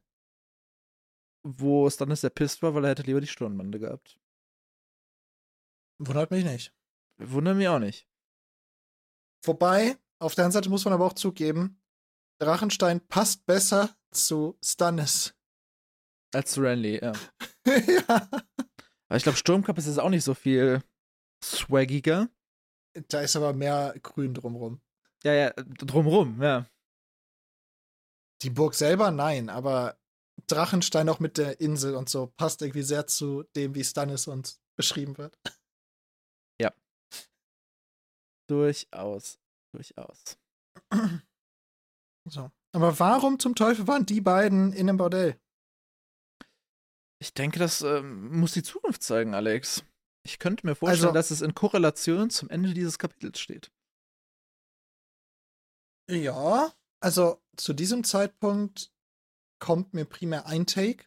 [SPEAKER 2] Wo es dann ist, der pisst war, weil er hätte lieber die Sturmbande gehabt.
[SPEAKER 1] Wundert mich nicht.
[SPEAKER 2] Wundert mich auch nicht.
[SPEAKER 1] Wobei, auf der anderen Seite muss man aber auch zugeben, Drachenstein passt besser zu Stannis.
[SPEAKER 2] Als Renly, ja.
[SPEAKER 1] ja.
[SPEAKER 2] Aber ich glaube, Sturmkampf ist jetzt auch nicht so viel swaggiger.
[SPEAKER 1] Da ist aber mehr Grün drumrum.
[SPEAKER 2] Ja, ja, drumrum, ja.
[SPEAKER 1] Die Burg selber, nein, aber Drachenstein auch mit der Insel und so passt irgendwie sehr zu dem, wie Stannis uns beschrieben wird.
[SPEAKER 2] Durchaus, durchaus.
[SPEAKER 1] So. Aber warum zum Teufel waren die beiden in einem Bordell?
[SPEAKER 2] Ich denke, das ähm, muss die Zukunft zeigen, Alex. Ich könnte mir vorstellen,
[SPEAKER 1] Also-
[SPEAKER 2] dass es in Korrelation zum Ende dieses Kapitels steht.
[SPEAKER 1] Ja, also zu diesem Zeitpunkt kommt mir primär ein Take.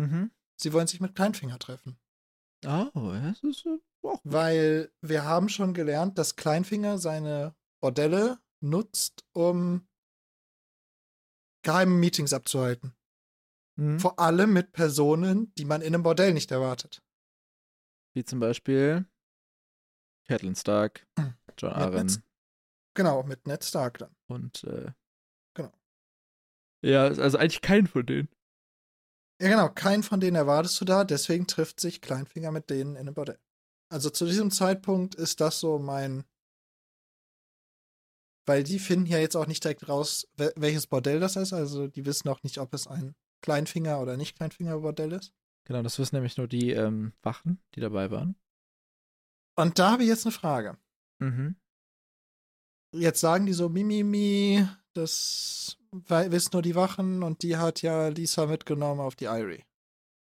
[SPEAKER 2] Mhm.
[SPEAKER 1] Sie wollen sich mit Kleinfinger treffen.
[SPEAKER 2] Oh, das ist äh, auch
[SPEAKER 1] Weil wir haben schon gelernt, dass Kleinfinger seine Bordelle nutzt, um geheime Meetings abzuhalten.
[SPEAKER 2] Mhm.
[SPEAKER 1] Vor allem mit Personen, die man in einem Bordell nicht erwartet.
[SPEAKER 2] Wie zum Beispiel Catelyn Stark,
[SPEAKER 1] Mhm.
[SPEAKER 2] John
[SPEAKER 1] Mit Netz-
[SPEAKER 2] Arryn
[SPEAKER 1] Genau, mit Ned Stark dann.
[SPEAKER 2] und äh,
[SPEAKER 1] Genau.
[SPEAKER 2] Ja, also eigentlich kein von denen.
[SPEAKER 1] Ja, genau, keinen von denen erwartest du da, deswegen trifft sich Kleinfinger mit denen in einem Bordell. Also zu diesem Zeitpunkt ist das so mein. Weil die finden ja jetzt auch nicht direkt raus, wel- welches Bordell das ist. Also die wissen auch nicht, ob es ein Kleinfinger- oder nicht Kleinfinger-Bordell ist.
[SPEAKER 2] Genau, das wissen nämlich nur die ähm, Wachen, die dabei waren.
[SPEAKER 1] Und da habe ich jetzt eine Frage.
[SPEAKER 2] Mhm.
[SPEAKER 1] Jetzt sagen die so, Mimimi, das wei- wissen nur die Wachen und die hat ja Lisa mitgenommen auf die Irie.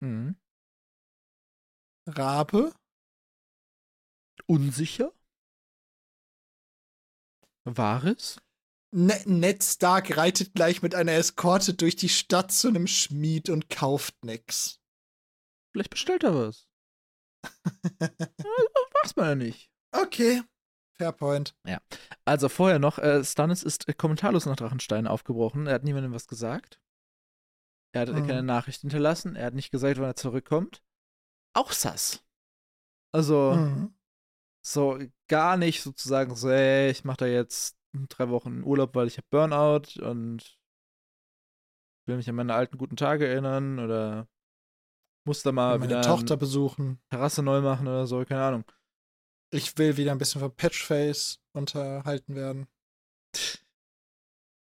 [SPEAKER 2] Mhm.
[SPEAKER 1] Rabe?
[SPEAKER 2] Unsicher? Wahres?
[SPEAKER 1] Ne Ned Stark reitet gleich mit einer Eskorte durch die Stadt zu einem Schmied und kauft nix.
[SPEAKER 2] Vielleicht bestellt er was. Weiß man ja nicht.
[SPEAKER 1] Okay, fair point.
[SPEAKER 2] Also vorher noch, äh, Stannis ist äh, kommentarlos nach Drachenstein aufgebrochen. Er hat niemandem was gesagt. Er hat äh,
[SPEAKER 1] Mhm.
[SPEAKER 2] keine Nachricht hinterlassen. Er hat nicht gesagt, wann er zurückkommt. Auch Sass. Also,
[SPEAKER 1] Mhm.
[SPEAKER 2] so gar nicht sozusagen so, ey, ich mache da jetzt drei Wochen Urlaub, weil ich habe Burnout und will mich an meine alten guten Tage erinnern oder muss da mal
[SPEAKER 1] Meine
[SPEAKER 2] wieder
[SPEAKER 1] Tochter
[SPEAKER 2] eine
[SPEAKER 1] besuchen.
[SPEAKER 2] Terrasse neu machen oder so, keine Ahnung.
[SPEAKER 1] Ich will wieder ein bisschen von Patchface unterhalten werden.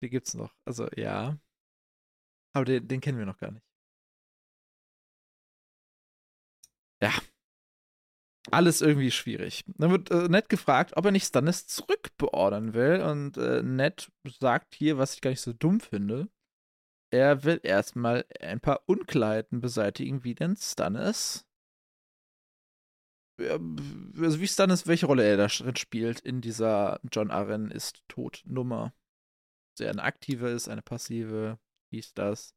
[SPEAKER 2] Die gibt's noch. Also, ja. Aber den, den kennen wir noch gar nicht. Ja. Alles irgendwie schwierig. Dann wird äh, Ned gefragt, ob er nicht Stannis zurückbeordern will. Und äh, Ned sagt hier, was ich gar nicht so dumm finde. Er will erstmal ein paar Unklarheiten beseitigen, wie denn Stannis. Ja, b- Also, wie Stannis, welche Rolle er da drin spielt in dieser John Arryn ist tot Nummer ob sie eine aktive ist, eine passive, hieß das.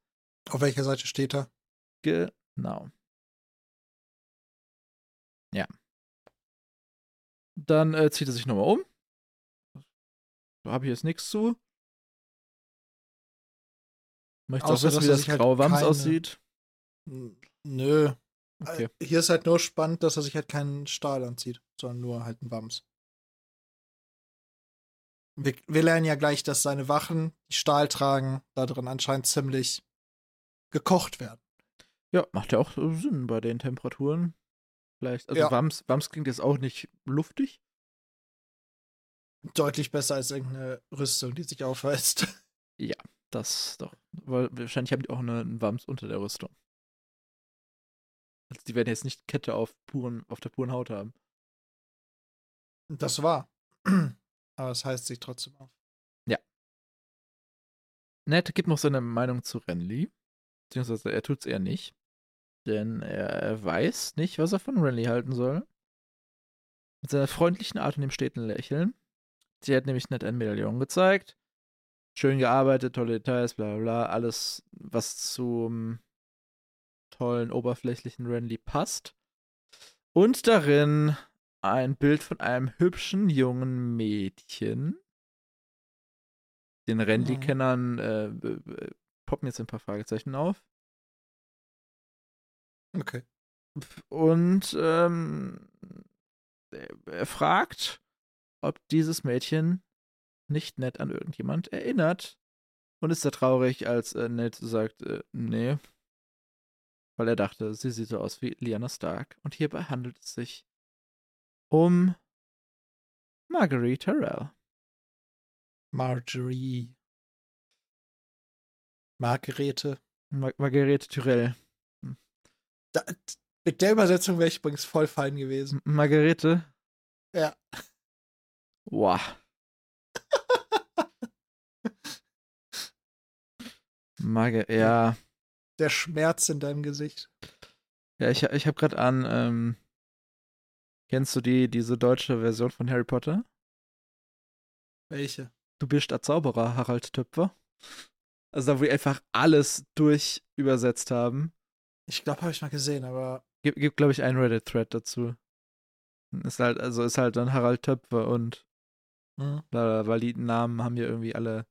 [SPEAKER 1] Auf welcher Seite steht er?
[SPEAKER 2] Genau. Ja. Dann äh, zieht er sich nochmal um. Da habe ich jetzt nichts zu. Möchte auch
[SPEAKER 1] Außer,
[SPEAKER 2] wissen,
[SPEAKER 1] dass
[SPEAKER 2] wie
[SPEAKER 1] er
[SPEAKER 2] das
[SPEAKER 1] sich halt
[SPEAKER 2] Grauwams
[SPEAKER 1] keine-
[SPEAKER 2] aussieht.
[SPEAKER 1] N- Nö.
[SPEAKER 2] Okay.
[SPEAKER 1] Äh, Hier ist halt nur spannend, dass er sich halt keinen Stahl anzieht, sondern nur halt einen Wams. Wir, wir lernen ja gleich, dass seine Wachen, die Stahl tragen, da drin anscheinend ziemlich gekocht werden.
[SPEAKER 2] Ja, macht ja auch äh, Sinn bei den Temperaturen. Vielleicht. Also
[SPEAKER 1] Ja.
[SPEAKER 2] Wams, Wams klingt jetzt auch nicht luftig.
[SPEAKER 1] Deutlich besser als irgendeine Rüstung, die sich aufweist.
[SPEAKER 2] Das doch. Weil wahrscheinlich haben die auch eine, einen Wams unter der Rüstung. Also die werden jetzt nicht Kette auf, puren, auf der puren Haut haben.
[SPEAKER 1] Das war. Aber es heißt sich trotzdem auf.
[SPEAKER 2] Ned gibt noch seine Meinung zu Renly. Beziehungsweise er tut's eher nicht. Denn er weiß nicht, was er von Renly halten soll. Mit seiner freundlichen Art und dem steten Lächeln. Sie hat nämlich Ned ein Medaillon gezeigt. Schön gearbeitet, tolle Details, bla bla bla. Alles, was zum tollen, oberflächlichen Renly passt. Und darin ein Bild von einem hübschen jungen Mädchen. Den Randy-Kennern äh, b- b- poppen jetzt ein paar Fragezeichen auf.
[SPEAKER 1] Okay.
[SPEAKER 2] Und ähm, er- er fragt, ob dieses Mädchen nicht nett an irgendjemand erinnert. Und ist da traurig, als äh, Ned sagt, äh, nee. Weil er dachte, sie sieht so aus wie Lyanna Stark. Und hierbei handelt es sich um Marguerite Terrell.
[SPEAKER 1] Marjorie. Margarete.
[SPEAKER 2] Mar Marguerite Tyrell.
[SPEAKER 1] Da, mit der Übersetzung wäre ich übrigens voll fein gewesen.
[SPEAKER 2] M- Margarete?
[SPEAKER 1] Ja.
[SPEAKER 2] Wow. Marge, ja.
[SPEAKER 1] Der Schmerz in deinem Gesicht.
[SPEAKER 2] Ja, ich, ich habe gerade an, ähm, kennst du die, diese deutsche Version von Harry Potter?
[SPEAKER 1] Welche?
[SPEAKER 2] Du bist ein Zauberer, Harald Töpfer. Also da, wo die einfach alles durch übersetzt haben.
[SPEAKER 1] Ich glaube, habe ich mal gesehen, aber
[SPEAKER 2] Gibt, gibt glaube ich, einen Reddit-Thread dazu. Ist halt, also ist halt dann Harald Töpfer und
[SPEAKER 1] hm,
[SPEAKER 2] Bla, bla, weil die Namen haben ja irgendwie alle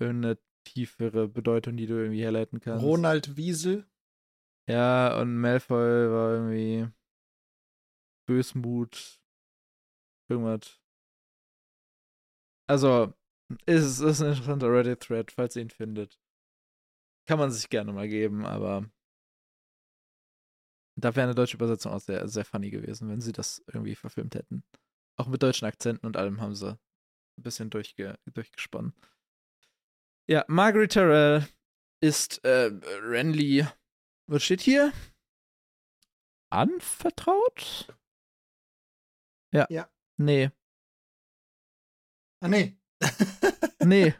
[SPEAKER 2] irgendeine tiefere Bedeutung, die du irgendwie herleiten kannst.
[SPEAKER 1] Ronald Wiesel.
[SPEAKER 2] Ja, und Malfoy war irgendwie Bösmut, irgendwas. Also, ist, es ist ein interessanter Reddit-Thread, falls ihr ihn findet. Kann man sich gerne mal geben, aber da wäre eine deutsche Übersetzung auch sehr, sehr funny gewesen, wenn sie das irgendwie verfilmt hätten. Auch mit deutschen Akzenten und allem haben sie ein bisschen durchge durchgesponnen. Ja, Margaret Terrell ist äh, Renly was steht hier? Anvertraut? Ja.
[SPEAKER 1] Ja.
[SPEAKER 2] Nee.
[SPEAKER 1] Ah, nee.
[SPEAKER 2] Nee.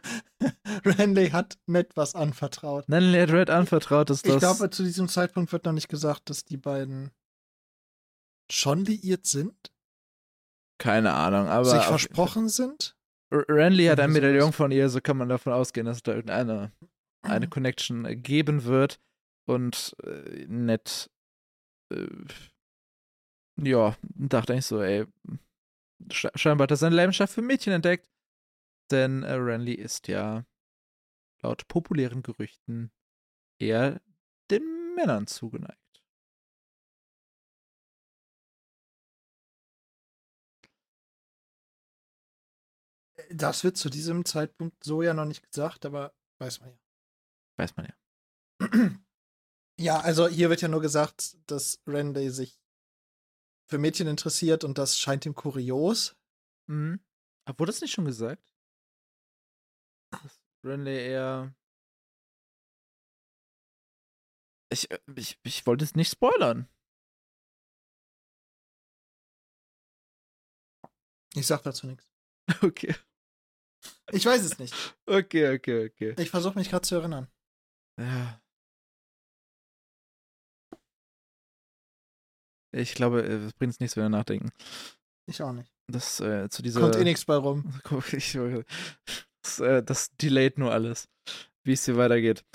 [SPEAKER 1] Randy hat nett was anvertraut.
[SPEAKER 2] Natalie hat Red anvertraut, ist das.
[SPEAKER 1] Ich glaube, zu diesem Zeitpunkt wird noch nicht gesagt, dass die beiden schon liiert sind,
[SPEAKER 2] keine Ahnung, aber.
[SPEAKER 1] sich versprochen sind.
[SPEAKER 2] R- Renly hat ein
[SPEAKER 1] Irgendwie sowas.
[SPEAKER 2] Medaillon von ihr, so kann man davon ausgehen, dass es da irgendeine eine Connection äh, geben wird. Und äh, nett. Äh, ja, dachte ich so, ey. sche- Scheinbar hat er seine Leidenschaft für Mädchen entdeckt. Denn äh, Renly ist ja laut populären Gerüchten eher den Männern zugeneigt.
[SPEAKER 1] Das wird zu diesem Zeitpunkt so ja noch nicht gesagt, aber weiß man ja.
[SPEAKER 2] Weiß man ja.
[SPEAKER 1] Ja, also hier wird ja nur gesagt, dass Randy sich für Mädchen interessiert und das scheint ihm kurios.
[SPEAKER 2] Mhm. Aber wurde das nicht schon gesagt? Dass Renly eher. Ich, äh, ich, ich wollte es nicht spoilern.
[SPEAKER 1] Ich sag dazu nichts.
[SPEAKER 2] Okay.
[SPEAKER 1] Ich weiß es nicht.
[SPEAKER 2] Okay, okay, okay.
[SPEAKER 1] Ich versuche mich gerade zu erinnern.
[SPEAKER 2] Ja. Ich glaube, äh, es bringt nichts, wenn wir nachdenken.
[SPEAKER 1] Ich auch nicht.
[SPEAKER 2] Das äh, zu dieser.
[SPEAKER 1] Kommt eh nichts bei rum.
[SPEAKER 2] Ich, das, äh, das delayt nur alles, wie es hier weitergeht.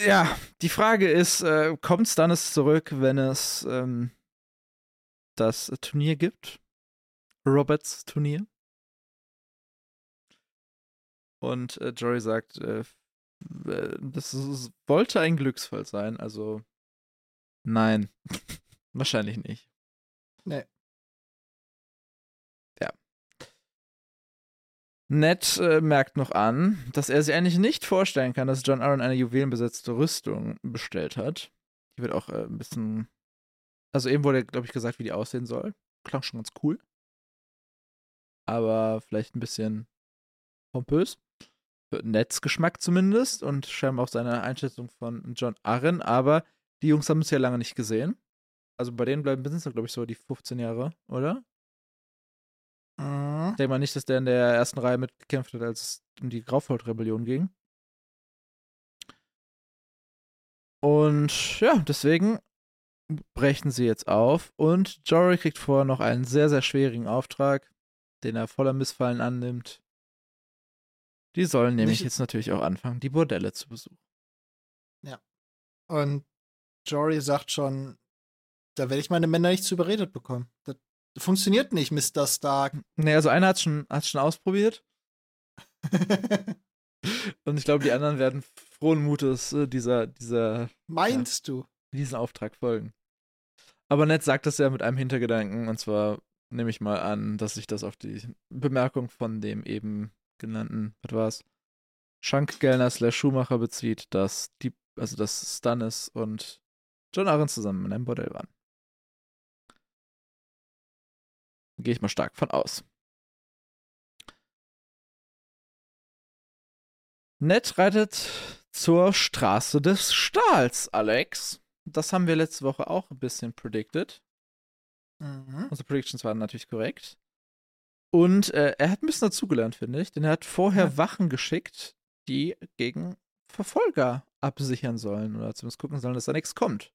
[SPEAKER 2] Ja, die Frage ist, äh, kommt Stannis zurück, wenn es ähm, das Turnier gibt? Roberts Turnier? Und äh, Jory sagt, äh, f- äh, das ist, wollte ein Glücksfall sein, also nein, wahrscheinlich nicht. Ned äh, merkt noch an, dass er sich eigentlich nicht vorstellen kann, dass John Aaron eine juwelenbesetzte Rüstung bestellt hat. Die wird auch äh, ein bisschen. Also, eben wurde, glaube ich, gesagt, wie die aussehen soll. Klang schon ganz cool. Aber vielleicht ein bisschen pompös. Für Neds Geschmack zumindest und scheinbar auch seine Einschätzung von John Aaron. Aber die Jungs haben es ja lange nicht gesehen. Also, bei denen bleiben mindestens, glaube ich, so die 15 Jahre, oder?
[SPEAKER 1] Mhm.
[SPEAKER 2] Ich denke mal nicht, dass der in der ersten Reihe mitgekämpft hat, als es um die Graufeld-Rebellion ging. Und ja, deswegen brechen sie jetzt auf und Jory kriegt vorher noch einen sehr, sehr schwierigen Auftrag, den er voller Missfallen annimmt. Die sollen nämlich
[SPEAKER 1] Nicht-
[SPEAKER 2] jetzt natürlich auch anfangen, die Bordelle zu besuchen.
[SPEAKER 1] Und Jory sagt schon, da werde ich meine Männer nicht zu überredet bekommen. Das funktioniert nicht, Mr. Stark.
[SPEAKER 2] Nee, also einer hat schon, hat schon ausprobiert. Und ich glaube, die anderen werden frohen Mutes äh, dieser, dieser,
[SPEAKER 1] Meinst du?
[SPEAKER 2] diesen Auftrag folgen. Aber Ned sagt das ja mit einem Hintergedanken. Und zwar nehme ich mal an, dass sich das auf die Bemerkung von dem eben genannten, was war's, Schankgellner slash Schumacher bezieht, dass die, also dass Stannis und John Arryn zusammen in einem Bordell waren. Gehe ich mal stark von aus. Ned reitet zur Straße des Stahls, Alex. Das haben wir letzte Woche auch ein bisschen predicted.
[SPEAKER 1] Mhm.
[SPEAKER 2] Unsere Predictions waren natürlich korrekt. Und äh, er hat ein bisschen dazugelernt, finde ich, denn er hat vorher
[SPEAKER 1] Ja.
[SPEAKER 2] Wachen geschickt, die gegen Verfolger absichern sollen oder zumindest gucken sollen, dass da nichts kommt.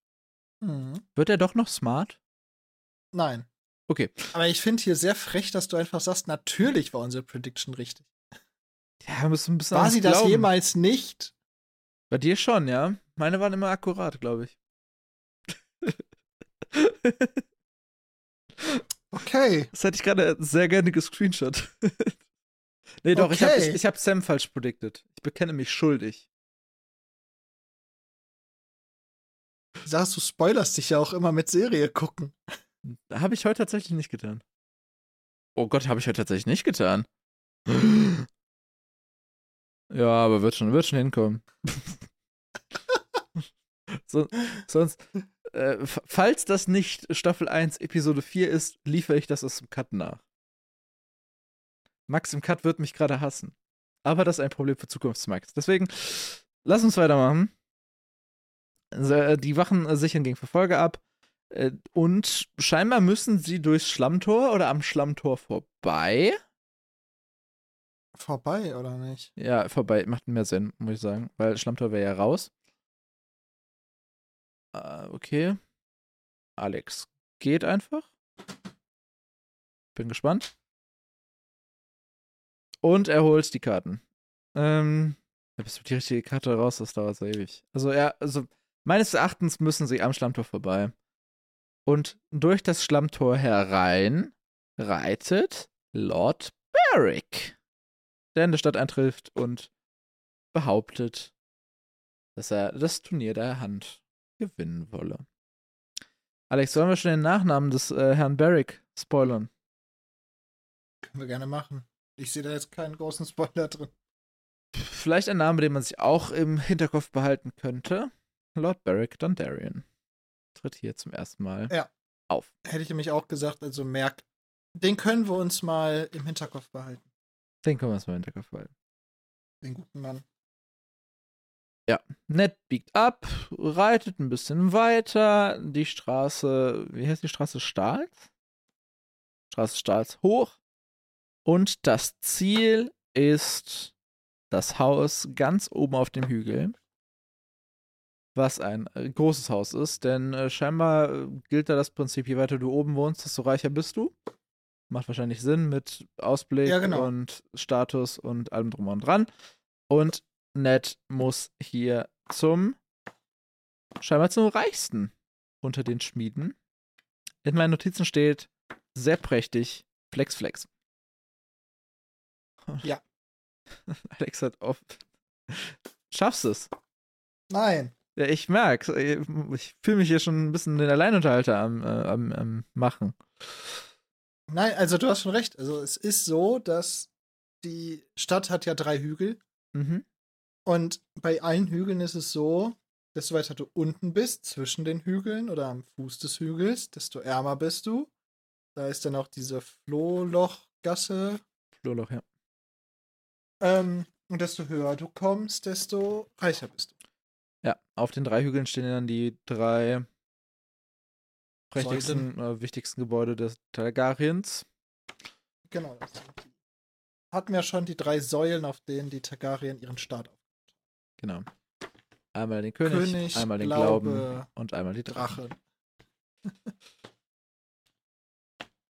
[SPEAKER 1] Mhm.
[SPEAKER 2] Wird er doch noch smart?
[SPEAKER 1] Nein.
[SPEAKER 2] Okay.
[SPEAKER 1] Aber ich finde hier sehr frech, dass du einfach sagst, natürlich war unsere Prediction richtig.
[SPEAKER 2] Ja, wir müssen ein bisschen an
[SPEAKER 1] War
[SPEAKER 2] uns
[SPEAKER 1] sie das
[SPEAKER 2] glauben.
[SPEAKER 1] jemals nicht?
[SPEAKER 2] Bei dir schon, ja. Meine waren immer akkurat, glaube ich.
[SPEAKER 1] Okay.
[SPEAKER 2] Das hätte ich gerade sehr gerne gescreenshot. nee, doch, ich habe
[SPEAKER 1] Okay.
[SPEAKER 2] ich, ich hab Sam falsch predicted. Ich bekenne mich schuldig.
[SPEAKER 1] Sagst du, spoilerst dich ja auch immer mit Serie gucken.
[SPEAKER 2] Habe ich heute tatsächlich nicht getan. Oh Gott, habe ich heute tatsächlich nicht getan. ja, aber wird schon, wird schon hinkommen. so, sonst, äh, f- falls das nicht Staffel 1, Episode 4 ist, liefere ich das aus dem Cut nach. Max im Cut wird mich gerade hassen. Aber das ist ein Problem für Zukunftsmax. Deswegen, lass uns weitermachen. Also, äh, Die Wachen äh, sichern gegen Verfolger ab. Äh, Und scheinbar müssen sie durchs Schlammtor oder am Schlammtor vorbei.
[SPEAKER 1] Vorbei, oder nicht?
[SPEAKER 2] Ja, vorbei macht mehr Sinn, muss ich sagen, weil Schlammtor wäre ja raus. Äh, okay. Alex geht einfach. Bin gespannt. Und er holt die Karten. Ähm, ja, bis du die richtige Karte raus hast, dauert so ewig. Also, ja, also, meines Erachtens müssen sie am Schlammtor vorbei. Und durch das Schlammtor herein reitet Lord Barrick, der in der Stadt eintrifft und behauptet, dass er das Turnier der Hand gewinnen wolle. Alex, sollen wir schon den Nachnamen des äh, Herrn Barrick spoilern?
[SPEAKER 1] Können wir gerne machen. Ich sehe da jetzt keinen großen Spoiler drin.
[SPEAKER 2] Vielleicht ein Name, den man sich auch im Hinterkopf behalten könnte. Lord Barrick Dondarrion. Tritt hier zum ersten Mal
[SPEAKER 1] Ja.
[SPEAKER 2] auf.
[SPEAKER 1] Hätte ich nämlich auch gesagt, also merk, den können wir uns mal im Hinterkopf behalten.
[SPEAKER 2] Den können wir uns mal im Hinterkopf behalten.
[SPEAKER 1] Den guten Mann.
[SPEAKER 2] Ned biegt ab, reitet ein bisschen weiter, die Straße, wie heißt die Straße? Stahls? Straße Stahls hoch. Und das Ziel ist das Haus ganz oben auf dem Hügel. Was ein äh, großes Haus ist, denn äh, scheinbar äh, gilt da das Prinzip, je weiter du oben wohnst, desto reicher bist du. Macht wahrscheinlich Sinn mit Ausblick
[SPEAKER 1] Ja, genau.
[SPEAKER 2] und Status und allem drum und dran. Und Ned muss hier zum scheinbar zum reichsten unter den Schmieden. In meinen Notizen steht sehr prächtig Flex Flex.
[SPEAKER 1] Ja.
[SPEAKER 2] Alex hat oft schaffst es.
[SPEAKER 1] Nein.
[SPEAKER 2] Ja, ich merk's. Äh, Ich fühle mich hier schon ein bisschen den Alleinunterhalter am, äh, am, am machen.
[SPEAKER 1] Nein, also du hast schon recht. Also es ist so, dass die Stadt hat ja drei Hügel
[SPEAKER 2] Mhm.
[SPEAKER 1] und bei allen Hügeln ist es so, desto weiter du unten bist, zwischen den Hügeln oder am Fuß des Hügels, desto ärmer bist du. Da ist dann auch diese Flohlochgasse.
[SPEAKER 2] Schlurloch, ja.
[SPEAKER 1] Ähm, und desto höher du kommst, desto reicher bist du.
[SPEAKER 2] Ja, auf den drei Hügeln stehen dann die drei prächtigsten, äh, wichtigsten Gebäude des Targaryens.
[SPEAKER 1] Genau. Das sind die. Hatten wir schon die drei Säulen, auf denen die Targaryen ihren Staat auf.
[SPEAKER 2] Genau. Einmal den König,
[SPEAKER 1] König,
[SPEAKER 2] einmal den
[SPEAKER 1] Glaube,
[SPEAKER 2] Glauben und einmal die Drachen.
[SPEAKER 1] Drache.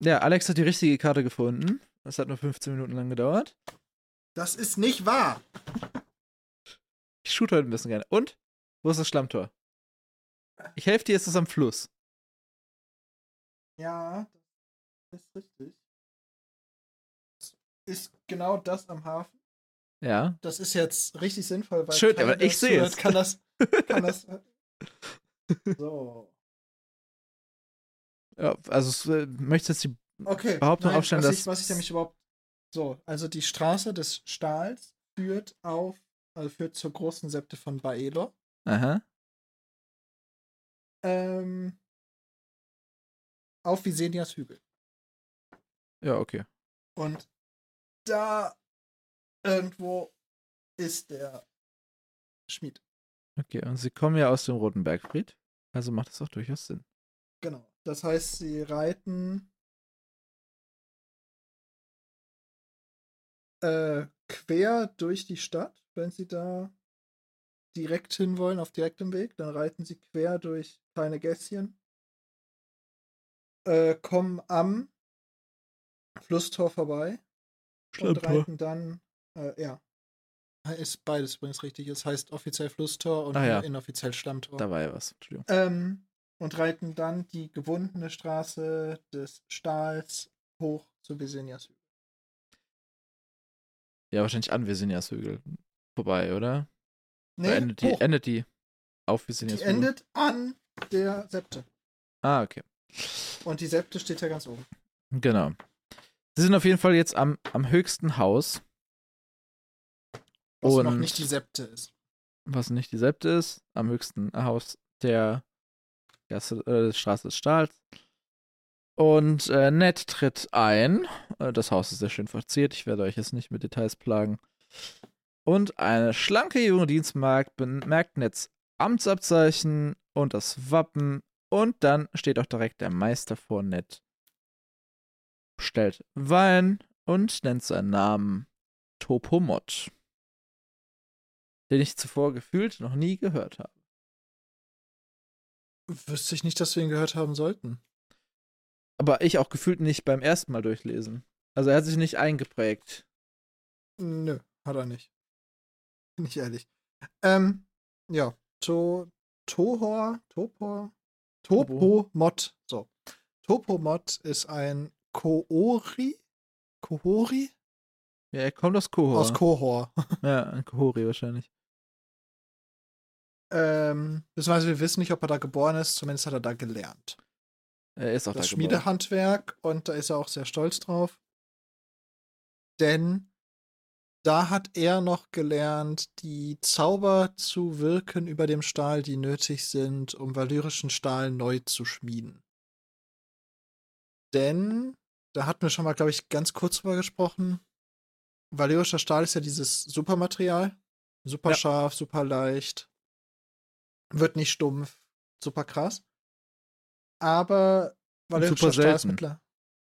[SPEAKER 2] Ja, Alex hat die richtige Karte gefunden. Das hat nur 15 Minuten lang gedauert.
[SPEAKER 1] Das ist nicht wahr.
[SPEAKER 2] Ich shoot heute ein bisschen gerne. Und? Wo ist das Schlammtor? Ich helfe dir, ist es am Fluss.
[SPEAKER 1] Ja, das ist richtig. Das ist genau das am Hafen.
[SPEAKER 2] Ja.
[SPEAKER 1] Das ist jetzt richtig sinnvoll, weil.
[SPEAKER 2] Schön,
[SPEAKER 1] keiner,
[SPEAKER 2] aber ich
[SPEAKER 1] der zuhört,
[SPEAKER 2] seh's.
[SPEAKER 1] Kann das. Kann das so.
[SPEAKER 2] ja also es, äh, möchtest du die.
[SPEAKER 1] Okay.
[SPEAKER 2] Behauptung
[SPEAKER 1] nein,
[SPEAKER 2] aufstellen,
[SPEAKER 1] was
[SPEAKER 2] dass-
[SPEAKER 1] Ich, was ich nämlich überhaupt. So, also die Straße des Stahls führt auf. Also führt zur großen Septe von Baelor.
[SPEAKER 2] Aha.
[SPEAKER 1] Ähm, auf Visenias Hügel.
[SPEAKER 2] Ja, okay.
[SPEAKER 1] Und da irgendwo ist der Schmied.
[SPEAKER 2] Okay, und sie kommen ja aus dem Roten Bergfried. Also macht das auch durchaus Sinn.
[SPEAKER 1] Genau. Das heißt, sie reiten äh, quer durch die Stadt, wenn sie da direkt hin wollen, auf direktem Weg. Dann reiten sie quer durch kleine Gässchen, äh, kommen am Flusstor vorbei und reiten dann, äh, ja. Ist beides übrigens richtig. Es heißt offiziell Flusstor und
[SPEAKER 2] Ah, ja.
[SPEAKER 1] inoffiziell Schlammtor.
[SPEAKER 2] Da war ja was. Entschuldigung.
[SPEAKER 1] Ähm, und reiten dann die gewundene Straße des Stahls hoch zu Vesenias Hügel.
[SPEAKER 2] Ja, wahrscheinlich an Visenias Hügel. Vorbei, oder?
[SPEAKER 1] Nee,
[SPEAKER 2] Oder endet, die,
[SPEAKER 1] hoch.
[SPEAKER 2] endet die auf
[SPEAKER 1] die
[SPEAKER 2] Visenias Hügel?
[SPEAKER 1] endet an der Septe.
[SPEAKER 2] Ah, okay.
[SPEAKER 1] Und die Septe steht ja ganz oben.
[SPEAKER 2] Genau. Sie sind auf jeden Fall jetzt am, am höchsten Haus,
[SPEAKER 1] Was
[SPEAKER 2] Und-
[SPEAKER 1] noch nicht die Septe ist.
[SPEAKER 2] was nicht die Septe ist, am höchsten Haus der Gasse, äh, Straße des Stahls. Und äh, Ned tritt ein. Äh, Das Haus ist sehr schön verziert. Ich werde euch jetzt nicht mit Details plagen. Und eine schlanke junge Dienstmagd bemerkt Neds Amtsabzeichen und das Wappen. Und dann steht auch direkt der Meister vor Ned. Bestellt Wein und nennt seinen Namen Topomot, den ich zuvor gefühlt noch nie gehört habe.
[SPEAKER 1] Wüsste ich nicht, dass wir ihn gehört haben sollten.
[SPEAKER 2] Aber ich auch gefühlt nicht beim ersten Mal durchlesen. Also er hat sich nicht eingeprägt.
[SPEAKER 1] Nö, hat er nicht. Bin ich ehrlich. Ähm, ja. To, Tohor, Topor,
[SPEAKER 2] Tobo.
[SPEAKER 1] Topomot. So. Topomot ist ein Koori? Kohori?
[SPEAKER 2] Ja, er kommt aus Kohor.
[SPEAKER 1] Aus Kohor.
[SPEAKER 2] ja, ein Kohori wahrscheinlich.
[SPEAKER 1] Ähm, beziehungsweise wir wissen nicht, ob er da geboren ist, zumindest hat er da gelernt.
[SPEAKER 2] Er ist auch
[SPEAKER 1] Das
[SPEAKER 2] da geboren.
[SPEAKER 1] Schmiedehandwerk und da ist er auch sehr stolz drauf. Denn da hat er noch gelernt, die Zauber zu wirken über dem Stahl, die nötig sind, um valyrischen Stahl neu zu schmieden. Denn, da hatten wir schon mal, glaube ich, ganz kurz drüber gesprochen, valyrischer Stahl ist ja dieses Supermaterial. Super
[SPEAKER 2] Ja.
[SPEAKER 1] scharf, super leicht. Wird nicht stumpf. Super krass. Aber valyrischer
[SPEAKER 2] super
[SPEAKER 1] Stahl ist
[SPEAKER 2] selten.
[SPEAKER 1] mittlerweile.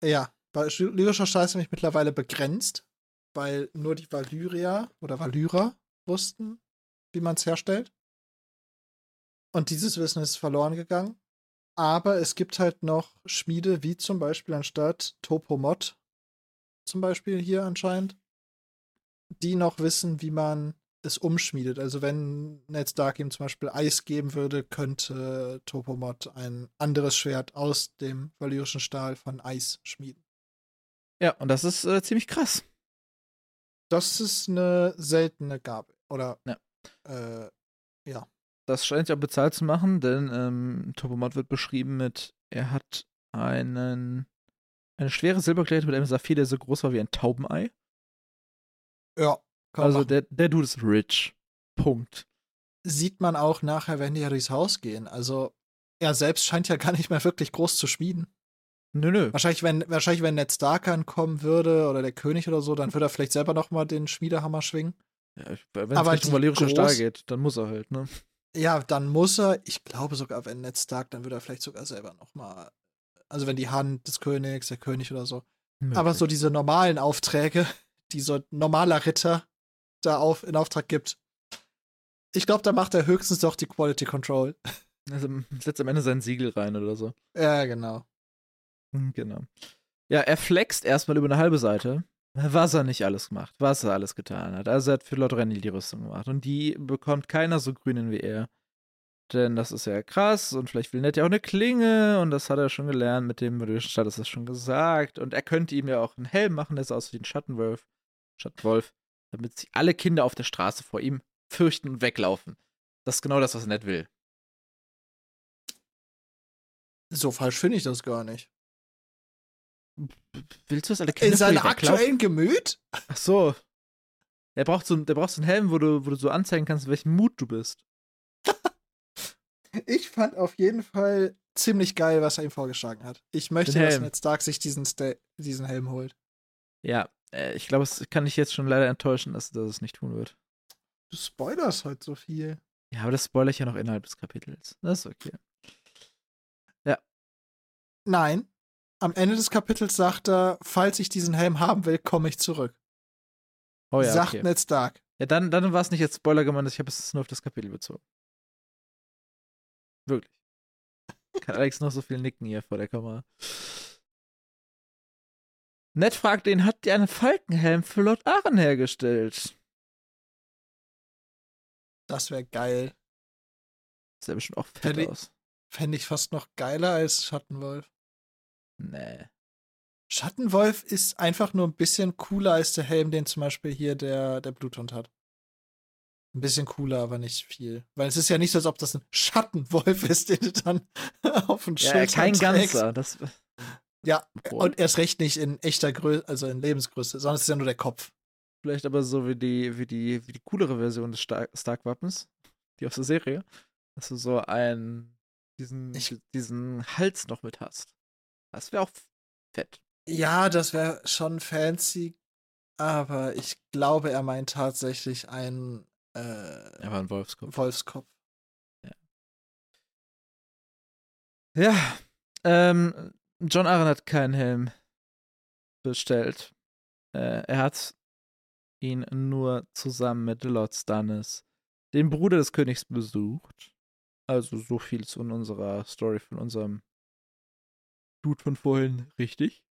[SPEAKER 1] Ja, valyrischer Stahl ist nämlich mittlerweile begrenzt, weil nur die Valyria oder Valyrer wussten, wie man es herstellt. Und dieses Wissen ist verloren gegangen. Aber es gibt halt noch Schmiede, wie zum Beispiel anstatt Topomot, zum Beispiel hier anscheinend, die noch wissen, wie man es umschmiedet. Also wenn Ned Stark ihm zum Beispiel Eis geben würde, könnte Topomot ein anderes Schwert aus dem valyrischen Stahl von Eis schmieden.
[SPEAKER 2] Ja, und das ist äh, ziemlich krass.
[SPEAKER 1] Das ist eine seltene Gabe. Oder
[SPEAKER 2] Ja.
[SPEAKER 1] äh,
[SPEAKER 2] Das scheint ja bezahlt zu machen, denn ähm, Topomot wird beschrieben mit, er hat einen, eine schwere Silberkette mit einem Saphir, der so groß war wie ein Taubenei.
[SPEAKER 1] ja, kann man
[SPEAKER 2] also
[SPEAKER 1] machen.
[SPEAKER 2] der, der Dude ist rich. Punkt.
[SPEAKER 1] sieht man auch nachher, wenn die ja durchs Haus gehen. Also er selbst scheint ja gar nicht mehr wirklich groß zu schmieden.
[SPEAKER 2] Nö, nö.
[SPEAKER 1] Wahrscheinlich, wenn, wahrscheinlich, wenn Ned Stark ankommen würde oder der König oder so, dann würde er vielleicht selber nochmal den Schmiedehammer schwingen.
[SPEAKER 2] Ja, ich- Wenn es
[SPEAKER 1] Aber
[SPEAKER 2] Richtung
[SPEAKER 1] die
[SPEAKER 2] valyrischer Stahl
[SPEAKER 1] groß-
[SPEAKER 2] geht, dann muss er halt, ne?
[SPEAKER 1] Ja, dann muss er, ich glaube sogar, wenn Ned Stark, dann würde er vielleicht sogar selber nochmal, also wenn die Hand des Königs, der König oder so. Aber so diese normalen Aufträge, die so ein normaler Ritter da auf, in Auftrag gibt. Ich glaube, da macht er höchstens doch die Quality Control.
[SPEAKER 2] Also setzt am Ende sein Siegel rein oder so.
[SPEAKER 1] Ja, genau.
[SPEAKER 2] Hm, Genau. Ja, er flext erstmal über eine halbe Seite, was er nicht alles macht, was er alles getan hat. Also er hat für Lord Renly die Rüstung gemacht und die bekommt keiner so grünen wie er. Denn das ist ja krass und vielleicht will Ned ja auch eine Klinge und das hat er schon gelernt mit dem myrischen Stadt, das ist schon gesagt. Und er könnte ihm ja auch einen Helm machen, der sah aus wie ein Schattenwolf, Schattenwolf, damit sich alle Kinder auf der Straße vor ihm fürchten und weglaufen. Das ist genau das, was Ned will.
[SPEAKER 1] So falsch finde ich das gar nicht.
[SPEAKER 2] Willst du, dass alle Kinder
[SPEAKER 1] In
[SPEAKER 2] vor
[SPEAKER 1] seinem
[SPEAKER 2] dir weglaufen?
[SPEAKER 1] aktuellen Gemüt?
[SPEAKER 2] Ach so. Der braucht so, der braucht so einen Helm, wo du, wo du so anzeigen kannst, welchen Mut du bist.
[SPEAKER 1] Ich fand auf jeden Fall ziemlich geil, was er ihm vorgeschlagen hat. Ich möchte,
[SPEAKER 2] Den
[SPEAKER 1] dass
[SPEAKER 2] Helm.
[SPEAKER 1] Ned Stark sich diesen, Sta- diesen Helm holt.
[SPEAKER 2] Ja, äh, ich glaube, es kann dich jetzt schon leider enttäuschen, dass, dass es nicht tun wird.
[SPEAKER 1] Du spoilerst heute so viel.
[SPEAKER 2] Ja, aber das spoilere ich ja noch innerhalb des Kapitels. Das ist okay.
[SPEAKER 1] Nein. Am Ende des Kapitels sagt er, falls ich diesen Helm haben will, komme ich zurück.
[SPEAKER 2] Oh ja,
[SPEAKER 1] sagt
[SPEAKER 2] okay.
[SPEAKER 1] Ned Stark.
[SPEAKER 2] Ja, dann, dann war es nicht jetzt Spoiler gemeint, ich habe es nur auf das Kapitel bezogen. Wirklich. Kann Alex noch so viel nicken hier vor der Kamera. Ned fragt ihn, hat dir einen Falkenhelm für Lord Aaron hergestellt?
[SPEAKER 1] Das wäre geil.
[SPEAKER 2] Sieht ja bestimmt auch fett
[SPEAKER 1] Hätte-
[SPEAKER 2] aus.
[SPEAKER 1] Fände ich fast noch geiler als Schattenwolf.
[SPEAKER 2] Nee.
[SPEAKER 1] Schattenwolf ist einfach nur ein bisschen cooler als der Helm, den zum Beispiel hier der, der Bluthund hat. Ein bisschen cooler, aber nicht viel. Weil es ist ja nicht so, als ob das ein Schattenwolf ist, den du dann auf den
[SPEAKER 2] Ja,
[SPEAKER 1] Schultern
[SPEAKER 2] kein
[SPEAKER 1] trägst.
[SPEAKER 2] ganzer. Das,
[SPEAKER 1] Ja,
[SPEAKER 2] Boah,
[SPEAKER 1] Und erst recht nicht in echter Größe, also in Lebensgröße, sondern es ist ja nur der Kopf.
[SPEAKER 2] vielleicht aber so wie die, wie die, wie die coolere Version des Star- Stark-Wappens, die aus der Serie, dass du so einen, diesen,
[SPEAKER 1] Ich-
[SPEAKER 2] diesen Hals noch mit hast. Das wäre auch fett.
[SPEAKER 1] Ja, das wäre schon fancy, aber ich glaube, er meint tatsächlich einen äh,
[SPEAKER 2] Aber ein Wolfskopf.
[SPEAKER 1] Wolfskopf.
[SPEAKER 2] Ja, ähm, John Aaron hat keinen Helm bestellt. Äh, er hat ihn nur zusammen mit Lord Stannis, dem Bruder des Königs, besucht. Also so viel zu unserer Story von unserem Dude von vorhin, richtig?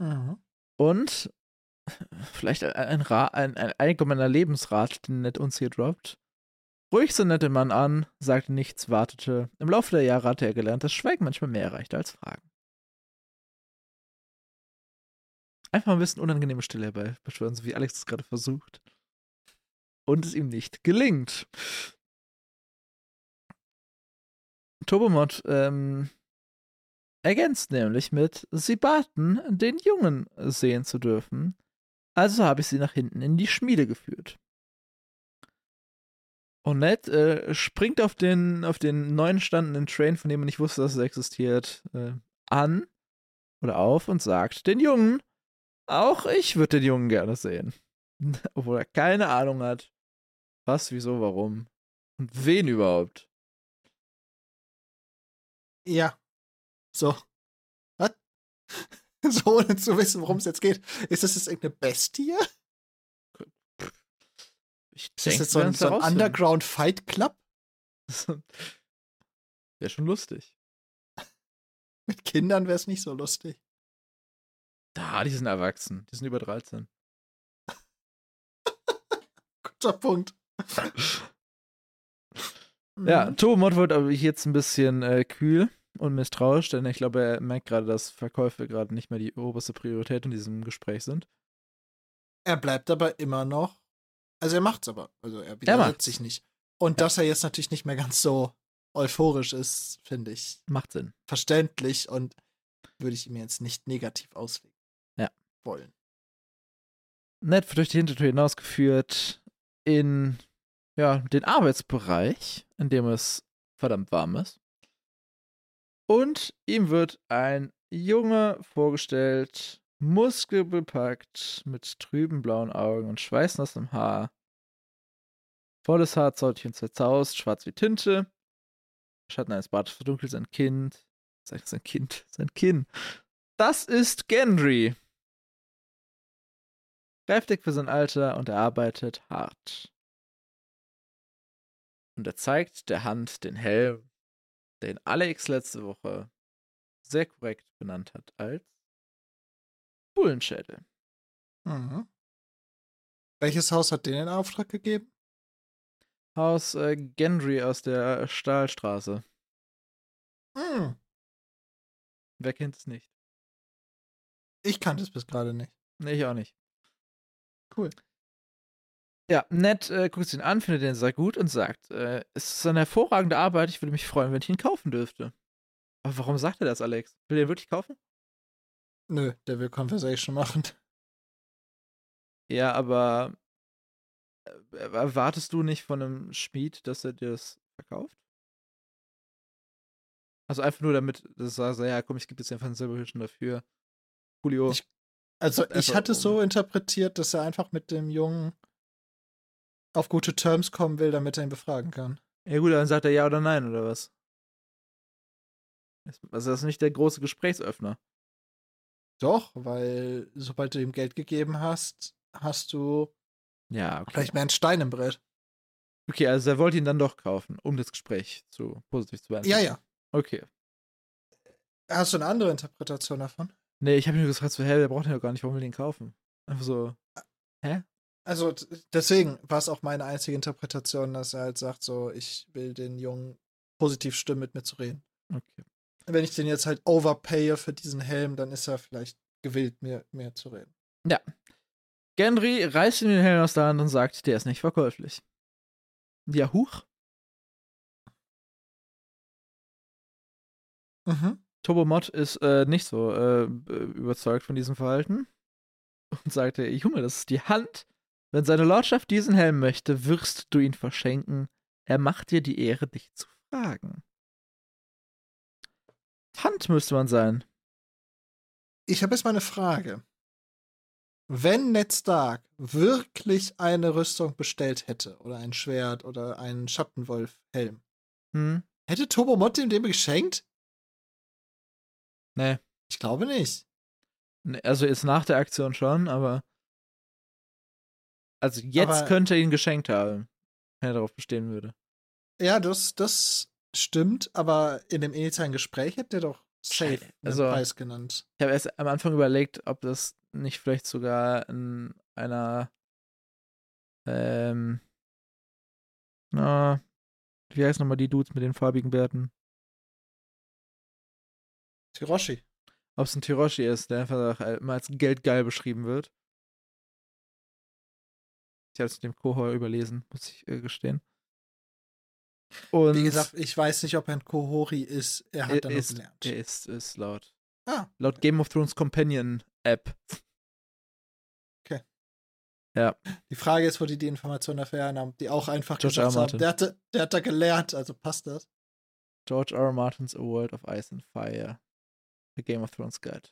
[SPEAKER 1] Mhm.
[SPEAKER 2] Und vielleicht ein, ein, Ra- ein, ein allgemeiner Lebensrat, den Ned uns hier droppt. Ruhig so nett den Mann an, sagte nichts, wartete. Im Laufe der Jahre hatte er gelernt, dass Schweigen manchmal mehr reicht als Fragen. Einfach ein bisschen unangenehme Stille herbei, beschwören, so wie Alex es gerade versucht. Und es ihm nicht gelingt. Turbomod ähm, ergänzt nämlich mit, sie baten, den Jungen sehen zu dürfen, also habe ich sie nach hinten in die Schmiede geführt. Und Ned äh, springt auf den, auf den neu entstandenen Train, von dem er nicht wusste, dass es existiert, äh, an oder auf und sagt, den Jungen, auch ich würde den Jungen gerne sehen. Obwohl er keine Ahnung hat, was, wieso, warum und wen überhaupt.
[SPEAKER 1] Ja. So. Was? So, ohne zu wissen, worum es jetzt geht. Ist das jetzt irgendeine Bestie?
[SPEAKER 2] Ich
[SPEAKER 1] Ist das
[SPEAKER 2] denk,
[SPEAKER 1] jetzt so
[SPEAKER 2] wir
[SPEAKER 1] ein,
[SPEAKER 2] werden's
[SPEAKER 1] so ein
[SPEAKER 2] herausfinden.
[SPEAKER 1] Underground Fight Club
[SPEAKER 2] Wäre schon lustig.
[SPEAKER 1] mit Kindern? Wäre es nicht so lustig.
[SPEAKER 2] Da, die sind erwachsen. Die sind über 13.
[SPEAKER 1] Guter Punkt.
[SPEAKER 2] Ja,
[SPEAKER 1] Mhm.
[SPEAKER 2] Tobomod wird aber jetzt ein bisschen äh, kühl und misstrauisch, denn ich glaube, er merkt gerade, dass Verkäufe gerade nicht mehr die oberste Priorität in diesem Gespräch sind.
[SPEAKER 1] Er bleibt aber immer noch. Also er macht's aber. Also er widersetzt
[SPEAKER 2] macht's.
[SPEAKER 1] sich nicht. Und dass er jetzt natürlich nicht mehr ganz so euphorisch ist, finde ich
[SPEAKER 2] Macht Sinn.
[SPEAKER 1] verständlich und würde ich ihm jetzt nicht negativ auslegen.
[SPEAKER 2] Ja.
[SPEAKER 1] Wollen.
[SPEAKER 2] Ned wird durch die Hintertür hinausgeführt in ja, den Arbeitsbereich, in dem es verdammt warm ist. Und ihm wird ein Junge vorgestellt, muskelbepackt, mit trüben blauen Augen und schweißnassem Haar. Volles Haar, Zäutchen zerzaust, schwarz wie Tinte. Schatten eines Bartes verdunkelt sein Kind. Sein sein Kind, sein Kinn. Das ist Gendry. Kräftig für sein Alter und er arbeitet hart. Und er zeigt der Hand den Helm, den Alex letzte Woche sehr korrekt benannt hat als Bullenschädel.
[SPEAKER 1] Mhm. Welches Haus hat den in Auftrag gegeben?
[SPEAKER 2] Haus äh, Gendry aus der Stahlstraße.
[SPEAKER 1] Hm,
[SPEAKER 2] Wer kennt es nicht?
[SPEAKER 1] ich kannte es bis gerade nicht.
[SPEAKER 2] Nee, ich auch nicht.
[SPEAKER 1] Cool.
[SPEAKER 2] Ja, Ned äh, guckt sich ihn an, findet den sehr gut und sagt, äh, es ist eine hervorragende Arbeit, ich würde mich freuen, wenn ich ihn kaufen dürfte. Aber warum sagt er das, Alex? Will er ihn wirklich kaufen?
[SPEAKER 1] Nö, der will Conversation machen.
[SPEAKER 2] Ja, aber äh, erwartest du nicht von einem Schmied, dass er dir das verkauft? Also einfach nur damit, dass er sagt, ja komm, ich gebe jetzt einfach einen Silberhirschen dafür. Julio.
[SPEAKER 1] Ich- Also
[SPEAKER 2] Einfach
[SPEAKER 1] ich hatte es so interpretiert, dass er einfach mit dem Jungen auf gute Terms kommen will, damit er ihn befragen kann.
[SPEAKER 2] Ja gut, dann sagt er ja oder nein oder was? Das- Also das ist nicht der große Gesprächsöffner.
[SPEAKER 1] Doch, weil sobald du ihm Geld gegeben hast, hast du
[SPEAKER 2] Ja, okay.
[SPEAKER 1] vielleicht mehr einen Stein im Brett.
[SPEAKER 2] Okay, also er wollte ihn dann doch kaufen, um das Gespräch zu positiv zu beenden.
[SPEAKER 1] Ja, ja.
[SPEAKER 2] Okay.
[SPEAKER 1] Hast du eine andere Interpretation davon?
[SPEAKER 2] Nee, ich habe nur gefragt, so, hä, der braucht den doch gar nicht, warum will den kaufen? Einfach so.
[SPEAKER 1] Also d- deswegen war es auch meine einzige Interpretation, dass er halt sagt, so, ich will den Jungen positiv stimmen, mit mir zu reden.
[SPEAKER 2] Okay.
[SPEAKER 1] Wenn ich den jetzt halt overpaye für diesen Helm, dann ist er vielleicht gewillt, mir mehr zu reden.
[SPEAKER 2] Gendry reißt ihm den Helm aus der Hand und sagt, der ist nicht verkäuflich. Ja, huch.
[SPEAKER 1] Mhm.
[SPEAKER 2] Turbomod ist äh, nicht so äh, b- überzeugt von diesem Verhalten und sagte, Junge, das ist die Hand. Wenn seine Lordschaft diesen Helm möchte, wirst du ihn verschenken. Er macht dir die Ehre, dich zu fragen. Hand müsste man sein.
[SPEAKER 1] Ich habe jetzt mal eine Frage. Wenn Ned Stark wirklich eine Rüstung bestellt hätte, oder ein Schwert oder einen Schattenwolf-Helm,
[SPEAKER 2] Hm?
[SPEAKER 1] hätte Turbomod dem dem geschenkt?
[SPEAKER 2] Nee.
[SPEAKER 1] Ich glaube nicht.
[SPEAKER 2] Nee, Also jetzt nach der Aktion schon, aber. Also jetzt
[SPEAKER 1] Aber-
[SPEAKER 2] könnte er ihn geschenkt haben, wenn er darauf bestehen würde.
[SPEAKER 1] Ja, das, das stimmt, aber in dem initialen Gespräch hätte er doch safe
[SPEAKER 2] Scheiße.
[SPEAKER 1] einen
[SPEAKER 2] Also-
[SPEAKER 1] Preis genannt.
[SPEAKER 2] Ich habe erst am Anfang überlegt, ob das nicht vielleicht sogar in einer. Ähm. Na. Wie heißen nochmal die Dudes mit den farbigen Bärten?
[SPEAKER 1] Hiroshi.
[SPEAKER 2] Ob es ein Tiroshi ist, der einfach äh, immer als geldgeil beschrieben wird. Ich habe es dem Kohor überlesen, muss ich äh, gestehen. Und
[SPEAKER 1] Wie gesagt, ich weiß nicht, ob er ein Kohori ist. Er
[SPEAKER 2] Er
[SPEAKER 1] hat da noch
[SPEAKER 2] ist-
[SPEAKER 1] gelernt.
[SPEAKER 2] Er ist es laut.
[SPEAKER 1] Ah,
[SPEAKER 2] Laut Game of Thrones Companion App.
[SPEAKER 1] die Frage ist, wo die die Information dafür hernahmen, die auch einfach
[SPEAKER 2] George
[SPEAKER 1] gesagt
[SPEAKER 2] R.
[SPEAKER 1] haben,
[SPEAKER 2] Martin.
[SPEAKER 1] der, hatte, der hat da gelernt, also passt das.
[SPEAKER 2] George R. R. Martins A World of Ice and Fire. The Game of Thrones Guide.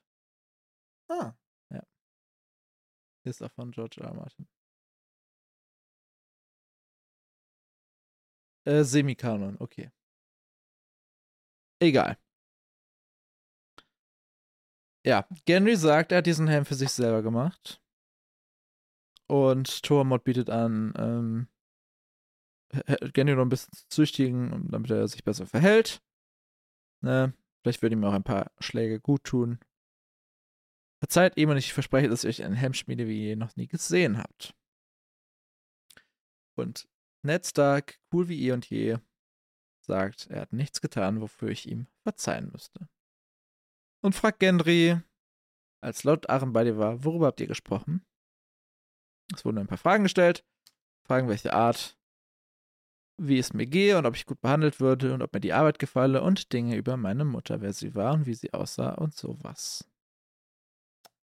[SPEAKER 1] Ah,
[SPEAKER 2] Ist auch von George R. R. Martin. Äh, Semikanon, okay. Egal. Ja, Genry sagt, er hat diesen Helm für sich selber gemacht. Und Tormod bietet an, ähm, H- Genry noch ein bisschen zu züchtigen, um- damit er sich besser verhält. Ne? Vielleicht würde ihm auch ein paar Schläge gut tun. Verzeiht ihm und ich verspreche, dass ich euch einen Helm schmiede, wie ihr noch nie gesehen habt. Und Ned Stark, cool wie eh und je, sagt, er hat nichts getan, wofür ich ihm verzeihen müsste. Und fragt Gendry, als Lord Aaron bei dir war, worüber habt ihr gesprochen? Es wurden ein paar Fragen gestellt. Fragen, welche Art, wie es mir gehe und ob ich gut behandelt würde und ob mir die Arbeit gefalle und Dinge über meine Mutter, wer sie war und wie sie aussah und sowas.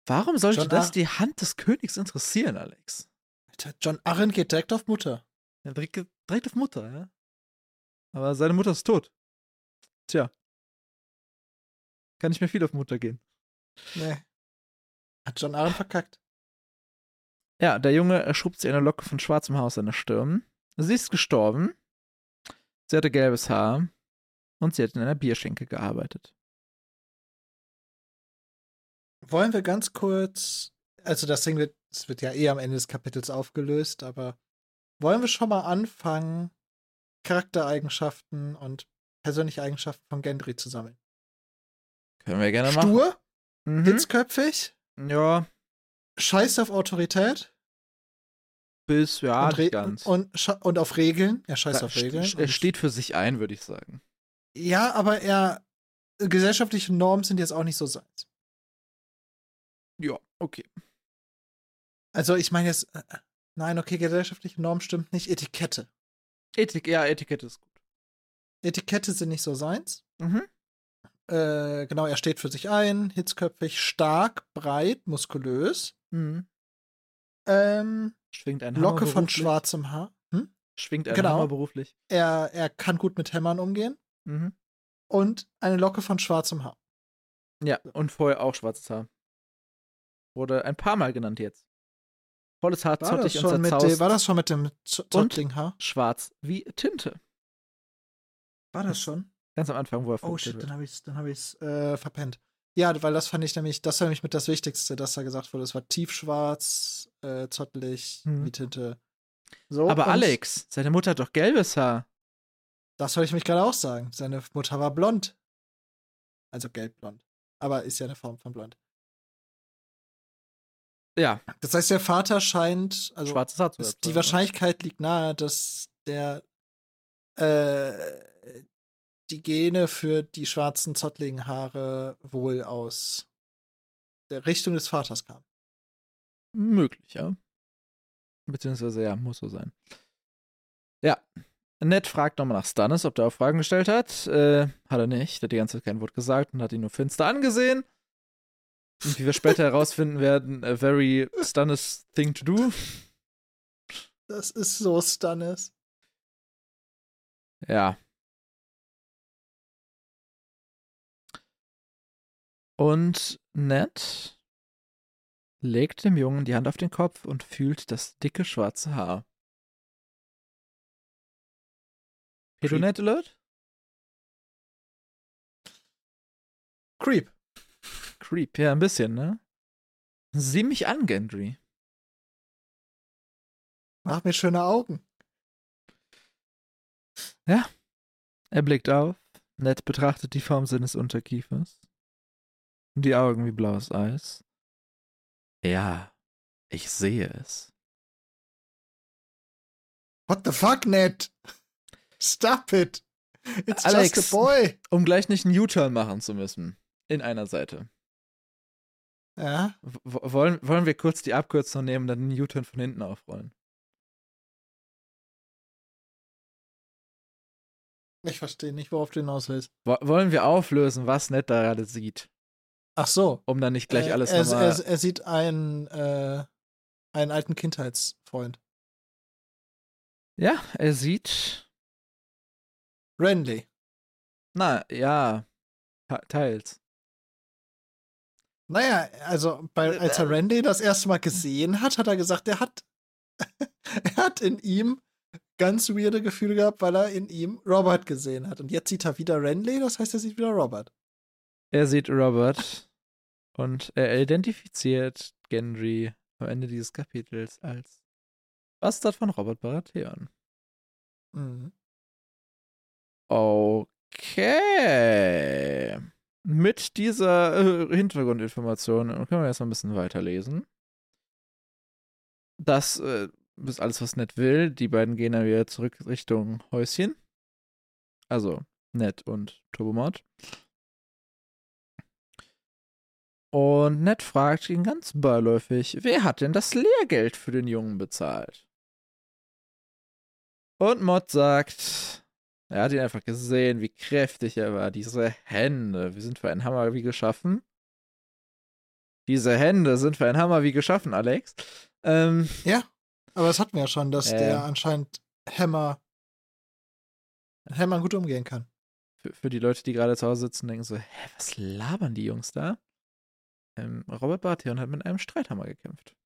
[SPEAKER 2] Warum sollte
[SPEAKER 1] John
[SPEAKER 2] das
[SPEAKER 1] Ar-
[SPEAKER 2] die Hand des Königs interessieren, Alex?
[SPEAKER 1] Alter, John Arryn geht direkt auf Mutter.
[SPEAKER 2] Ja, direkt, direkt auf Mutter, ja. Aber seine Mutter ist tot. Tja. Kann nicht mehr viel auf Mutter gehen.
[SPEAKER 1] Nee. Hat John Arryn verkackt.
[SPEAKER 2] Ja, der Junge äh, schrubbt sich eine Locke von schwarzem Haus an der Stirn. Sie ist gestorben. Sie hatte gelbes Haar. Und sie hat in einer Bierschenke gearbeitet.
[SPEAKER 1] Wollen wir ganz kurz, also das Ding wird, es wird ja eh am Ende des Kapitels aufgelöst, aber wollen wir schon mal anfangen, Charaktereigenschaften und persönliche Eigenschaften von Gendry zu sammeln?
[SPEAKER 2] Können wir gerne machen.
[SPEAKER 1] Stur,
[SPEAKER 2] Mhm.
[SPEAKER 1] hitzköpfig,
[SPEAKER 2] Ja,
[SPEAKER 1] scheiß auf Autorität,
[SPEAKER 2] bis, ja,
[SPEAKER 1] und,
[SPEAKER 2] nicht
[SPEAKER 1] Re-
[SPEAKER 2] Ah, ganz.
[SPEAKER 1] und, scha- und auf Regeln. Er scheißt
[SPEAKER 2] Ja,
[SPEAKER 1] auf
[SPEAKER 2] st-
[SPEAKER 1] Regeln.
[SPEAKER 2] st- Er steht für sich ein, würde ich sagen.
[SPEAKER 1] Ja, aber er. Gesellschaftliche Normen sind jetzt auch nicht so seins.
[SPEAKER 2] Ja, okay.
[SPEAKER 1] Also, ich meine jetzt. äh, Nein, okay, gesellschaftliche Normen stimmt nicht. Etikette.
[SPEAKER 2] Ethik, ja, Etikette ist gut.
[SPEAKER 1] Etikette sind nicht so seins.
[SPEAKER 2] Mhm.
[SPEAKER 1] Äh, genau, er steht für sich ein, hitzköpfig, stark, breit, muskulös.
[SPEAKER 2] Mhm.
[SPEAKER 1] Ähm,
[SPEAKER 2] Schwingt ein
[SPEAKER 1] Locke
[SPEAKER 2] Hammer
[SPEAKER 1] von
[SPEAKER 2] beruflich.
[SPEAKER 1] schwarzem Haar. Hm?
[SPEAKER 2] Schwingt ein
[SPEAKER 1] Genau.
[SPEAKER 2] Hammer beruflich.
[SPEAKER 1] Er, er kann gut mit Hämmern umgehen.
[SPEAKER 2] Mhm.
[SPEAKER 1] Und eine Locke von schwarzem Haar.
[SPEAKER 2] Ja, und vorher auch schwarzes Haar. Wurde ein paar Mal genannt jetzt. Volles Haar,
[SPEAKER 1] War das,
[SPEAKER 2] zottig und
[SPEAKER 1] schon mit dem,
[SPEAKER 2] zerzaust.
[SPEAKER 1] war das schon mit dem Z- Zottling-Haar?
[SPEAKER 2] Schwarz wie Tinte.
[SPEAKER 1] War das schon?
[SPEAKER 2] Ganz am Anfang, wo er
[SPEAKER 1] Oh
[SPEAKER 2] vorgestellt
[SPEAKER 1] shit, dann
[SPEAKER 2] wird.
[SPEAKER 1] habe ich es hab ich's, äh, verpennt. Ja, weil das fand ich nämlich, das war nämlich mit das Wichtigste, dass da gesagt wurde, es war tiefschwarz, äh, zottelig,
[SPEAKER 2] Mhm.
[SPEAKER 1] wie Tinte. So,
[SPEAKER 2] Aber
[SPEAKER 1] und
[SPEAKER 2] Alex, seine Mutter hat doch gelbes Haar.
[SPEAKER 1] Das wollte ich mich gerade auch sagen. Seine Mutter war blond. Also gelbblond. Aber ist ja eine Form von blond.
[SPEAKER 2] Ja,
[SPEAKER 1] Das heißt, der Vater scheint, also
[SPEAKER 2] schwarzes Haar zu
[SPEAKER 1] es-
[SPEAKER 2] haben.
[SPEAKER 1] die Wahrscheinlichkeit liegt nahe, dass der äh, die Gene für die schwarzen, zottligen Haare wohl aus der Richtung des Vaters kam.
[SPEAKER 2] Möglich, ja. Beziehungsweise, ja, muss so sein. Ja. Ned fragt nochmal nach Stannis, ob der auch Fragen gestellt hat. Äh, hat er nicht. Der hat die ganze Zeit kein Wort gesagt und hat ihn nur finster angesehen. Und wie wir später herausfinden werden, a very Stannis thing to do.
[SPEAKER 1] Das ist so Stannis.
[SPEAKER 2] Ja. Und Ned legt dem Jungen die Hand auf den Kopf und fühlt das dicke schwarze Haar. Pedonet Alert?
[SPEAKER 1] Creep.
[SPEAKER 2] Creep, ja, ein bisschen, ne? Sieh mich an, Gendry.
[SPEAKER 1] Mach mir schöne Augen.
[SPEAKER 2] Er blickt auf. Ned betrachtet die Form seines Unterkiefers. Und die Augen wie blaues Eis. Ja, ich sehe es.
[SPEAKER 1] What the fuck, Ned? Stop it. It's
[SPEAKER 2] Alex.
[SPEAKER 1] just a boy.
[SPEAKER 2] um gleich nicht einen U-Turn machen zu müssen. In einer Seite.
[SPEAKER 1] Ja.
[SPEAKER 2] W w- wollen, wollen wir kurz die Abkürzung nehmen, dann den U-Turn von hinten aufrollen?
[SPEAKER 1] Ich verstehe nicht, worauf du hinaus willst.
[SPEAKER 2] Wo wollen wir auflösen, was Ned da gerade sieht?
[SPEAKER 1] Ach so.
[SPEAKER 2] Um dann nicht gleich
[SPEAKER 1] Äh,
[SPEAKER 2] alles
[SPEAKER 1] er,
[SPEAKER 2] nochmal.
[SPEAKER 1] er, er sieht einen, äh, einen alten Kindheitsfreund.
[SPEAKER 2] ja, er sieht.
[SPEAKER 1] Renly.
[SPEAKER 2] Na, ja. te- Teils.
[SPEAKER 1] Naja, also bei, als er Renly das erste Mal gesehen hat, hat er gesagt, er hat, er hat in ihm ganz weirde Gefühle gehabt, weil er in ihm Robert gesehen hat. Und jetzt sieht er wieder Renly, das heißt, er sieht wieder Robert.
[SPEAKER 2] Er sieht Robert und er identifiziert Gendry am Ende dieses Kapitels als Bastard von Robert Baratheon.
[SPEAKER 1] Mhm.
[SPEAKER 2] Okay. Mit dieser äh, Hintergrundinformation äh, können wir erstmal ein bisschen weiterlesen. Das äh, ist alles, was Ned will. Die beiden gehen dann wieder zurück Richtung Häuschen. Also Ned und Turbomod. Und Ned fragt ihn ganz beiläufig, wer hat denn das Lehrgeld für den Jungen bezahlt? Und Mod sagt, er hat ihn einfach gesehen, wie kräftig er war. Diese Hände, wir sind für einen Hammer wie geschaffen. Diese Hände sind für einen Hammer wie geschaffen, Alex. Ähm,
[SPEAKER 1] Aber das hatten wir ja schon, dass
[SPEAKER 2] Äh.
[SPEAKER 1] der anscheinend Hammer, Hammer gut umgehen kann.
[SPEAKER 2] für, für die Leute, die gerade zu Hause sitzen, denken so, hä, was labern die Jungs da? Ähm, Robert Baratheon hat mit einem Streithammer gekämpft.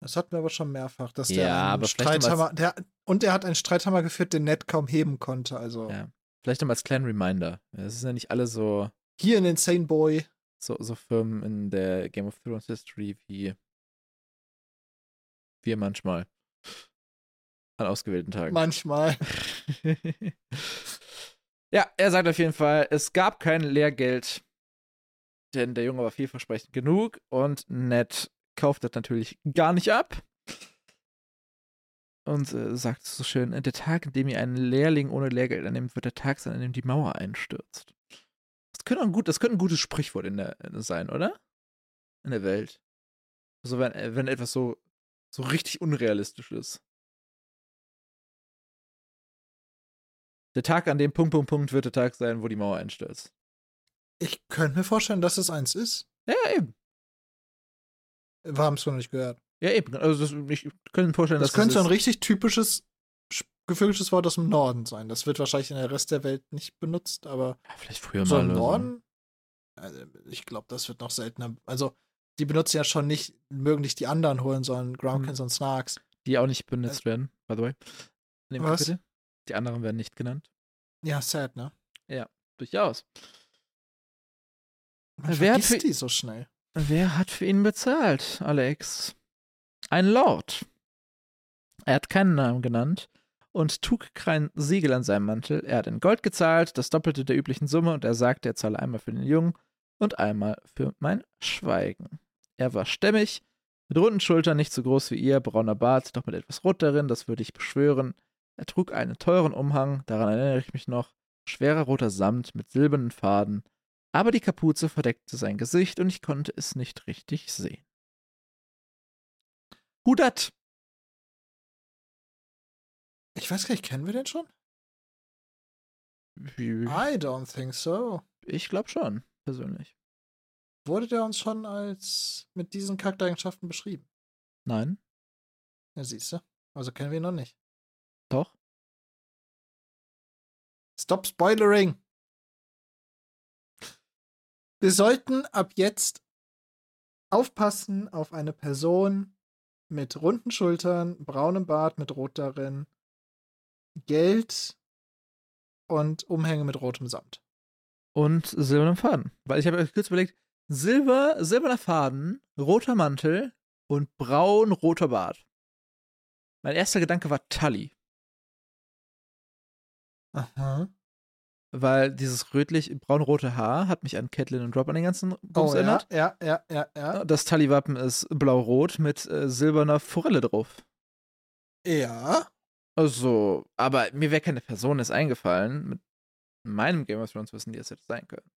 [SPEAKER 1] Das hatten wir aber schon mehrfach, dass
[SPEAKER 2] Ja,
[SPEAKER 1] der einen
[SPEAKER 2] aber vielleicht noch mal-
[SPEAKER 1] Streithammer, der, und er hat einen Streithammer geführt, den Ned kaum heben konnte. Also
[SPEAKER 2] Ja. Vielleicht nochmal als kleinen Reminder. Es sind ja nicht alle so,
[SPEAKER 1] hier ein Insane Boy.
[SPEAKER 2] so, so Firmen in der Game of Thrones History wie wir manchmal. An ausgewählten Tagen.
[SPEAKER 1] Manchmal.
[SPEAKER 2] ja, er sagt auf jeden Fall, es gab kein Lehrgeld, denn der Junge war vielversprechend genug und Ned kauft das natürlich gar nicht ab. und äh, sagt es so schön: Der Tag, an dem ihr einen Lehrling ohne Lehrgeld annimmt, wird der Tag sein, an dem die Mauer einstürzt. Das könnte ein, gut, das könnte ein gutes Sprichwort in der, äh, sein, oder? In der Welt. Also, wenn, äh, wenn etwas so, so richtig unrealistisch ist. Der Tag, an dem Punkt, Punkt, Punkt wird der Tag sein, wo die Mauer einstürzt.
[SPEAKER 1] Ich könnte mir vorstellen, dass es eins ist.
[SPEAKER 2] Ja, eben.
[SPEAKER 1] Wir haben es noch nicht gehört.
[SPEAKER 2] Ja, eben. Also, das, ich könnte mir vorstellen,
[SPEAKER 1] Das,
[SPEAKER 2] dass
[SPEAKER 1] könnte so
[SPEAKER 2] das
[SPEAKER 1] ein
[SPEAKER 2] ist.
[SPEAKER 1] richtig typisches sch- geflügeltes Wort aus dem Norden sein. Das wird wahrscheinlich in der Rest der Welt nicht benutzt, aber
[SPEAKER 2] Ja, vielleicht früher
[SPEAKER 1] so
[SPEAKER 2] mal.
[SPEAKER 1] im
[SPEAKER 2] oder so.
[SPEAKER 1] Norden, also ich glaube, das wird noch seltener. Also, die benutzen ja schon nicht, mögen nicht die anderen holen, sondern Grumpkins
[SPEAKER 2] Hm.
[SPEAKER 1] und Snarks.
[SPEAKER 2] Die auch nicht benutzt werden, by the way. In dem
[SPEAKER 1] Äh, Was?
[SPEAKER 2] Kapitel. Die anderen werden nicht genannt.
[SPEAKER 1] Ja, sad, ne?
[SPEAKER 2] Durchaus.
[SPEAKER 1] Man
[SPEAKER 2] Wer hat
[SPEAKER 1] vergisst
[SPEAKER 2] für-
[SPEAKER 1] die so schnell.
[SPEAKER 2] Wer hat für ihn bezahlt, Alex? Ein Lord. Er hat keinen Namen genannt und trug kein Siegel an seinem Mantel. Er hat in Gold gezahlt, das Doppelte der üblichen Summe, und er sagte, er zahle einmal für den Jungen und einmal für mein Schweigen. Er war stämmig, mit runden Schultern, nicht so groß wie ihr, brauner Bart, doch mit etwas Rot darin, das würde ich beschwören. Er trug einen teuren Umhang, daran erinnere ich mich noch, schwerer roter Samt mit silbernen Faden aber die Kapuze verdeckte sein Gesicht und ich konnte es nicht richtig sehen. Hudat!
[SPEAKER 1] Ich weiß gar nicht, kennen wir den schon? I don't think so.
[SPEAKER 2] Ich glaube schon, persönlich.
[SPEAKER 1] Wurde der uns schon als mit diesen Charaktereigenschaften beschrieben?
[SPEAKER 2] Nein,
[SPEAKER 1] Ja, siehst du. Also kennen wir ihn noch nicht.
[SPEAKER 2] doch.
[SPEAKER 1] Stop spoilering! Wir sollten ab jetzt aufpassen auf eine Person mit runden Schultern, braunem Bart mit Rot darin, Geld und Umhänge mit rotem Samt.
[SPEAKER 2] Und silbernem Faden. Weil ich habe kurz überlegt, Silber, silberner Faden, roter Mantel und braun-roter Bart. Mein erster Gedanke war Tully,
[SPEAKER 1] Aha.
[SPEAKER 2] weil dieses rötlich braun-rote Haar hat mich an Catelyn und Rob an den ganzen Bums
[SPEAKER 1] Oh, ja,
[SPEAKER 2] erinnert.
[SPEAKER 1] ja, ja, ja, ja.
[SPEAKER 2] Das Tully-Wappen ist blau-rot mit äh, silberner Forelle drauf.
[SPEAKER 1] Ja.
[SPEAKER 2] Also, aber mir wäre keine Person jetzt eingefallen mit meinem Game of Thrones Wissen, die es hätte sein können.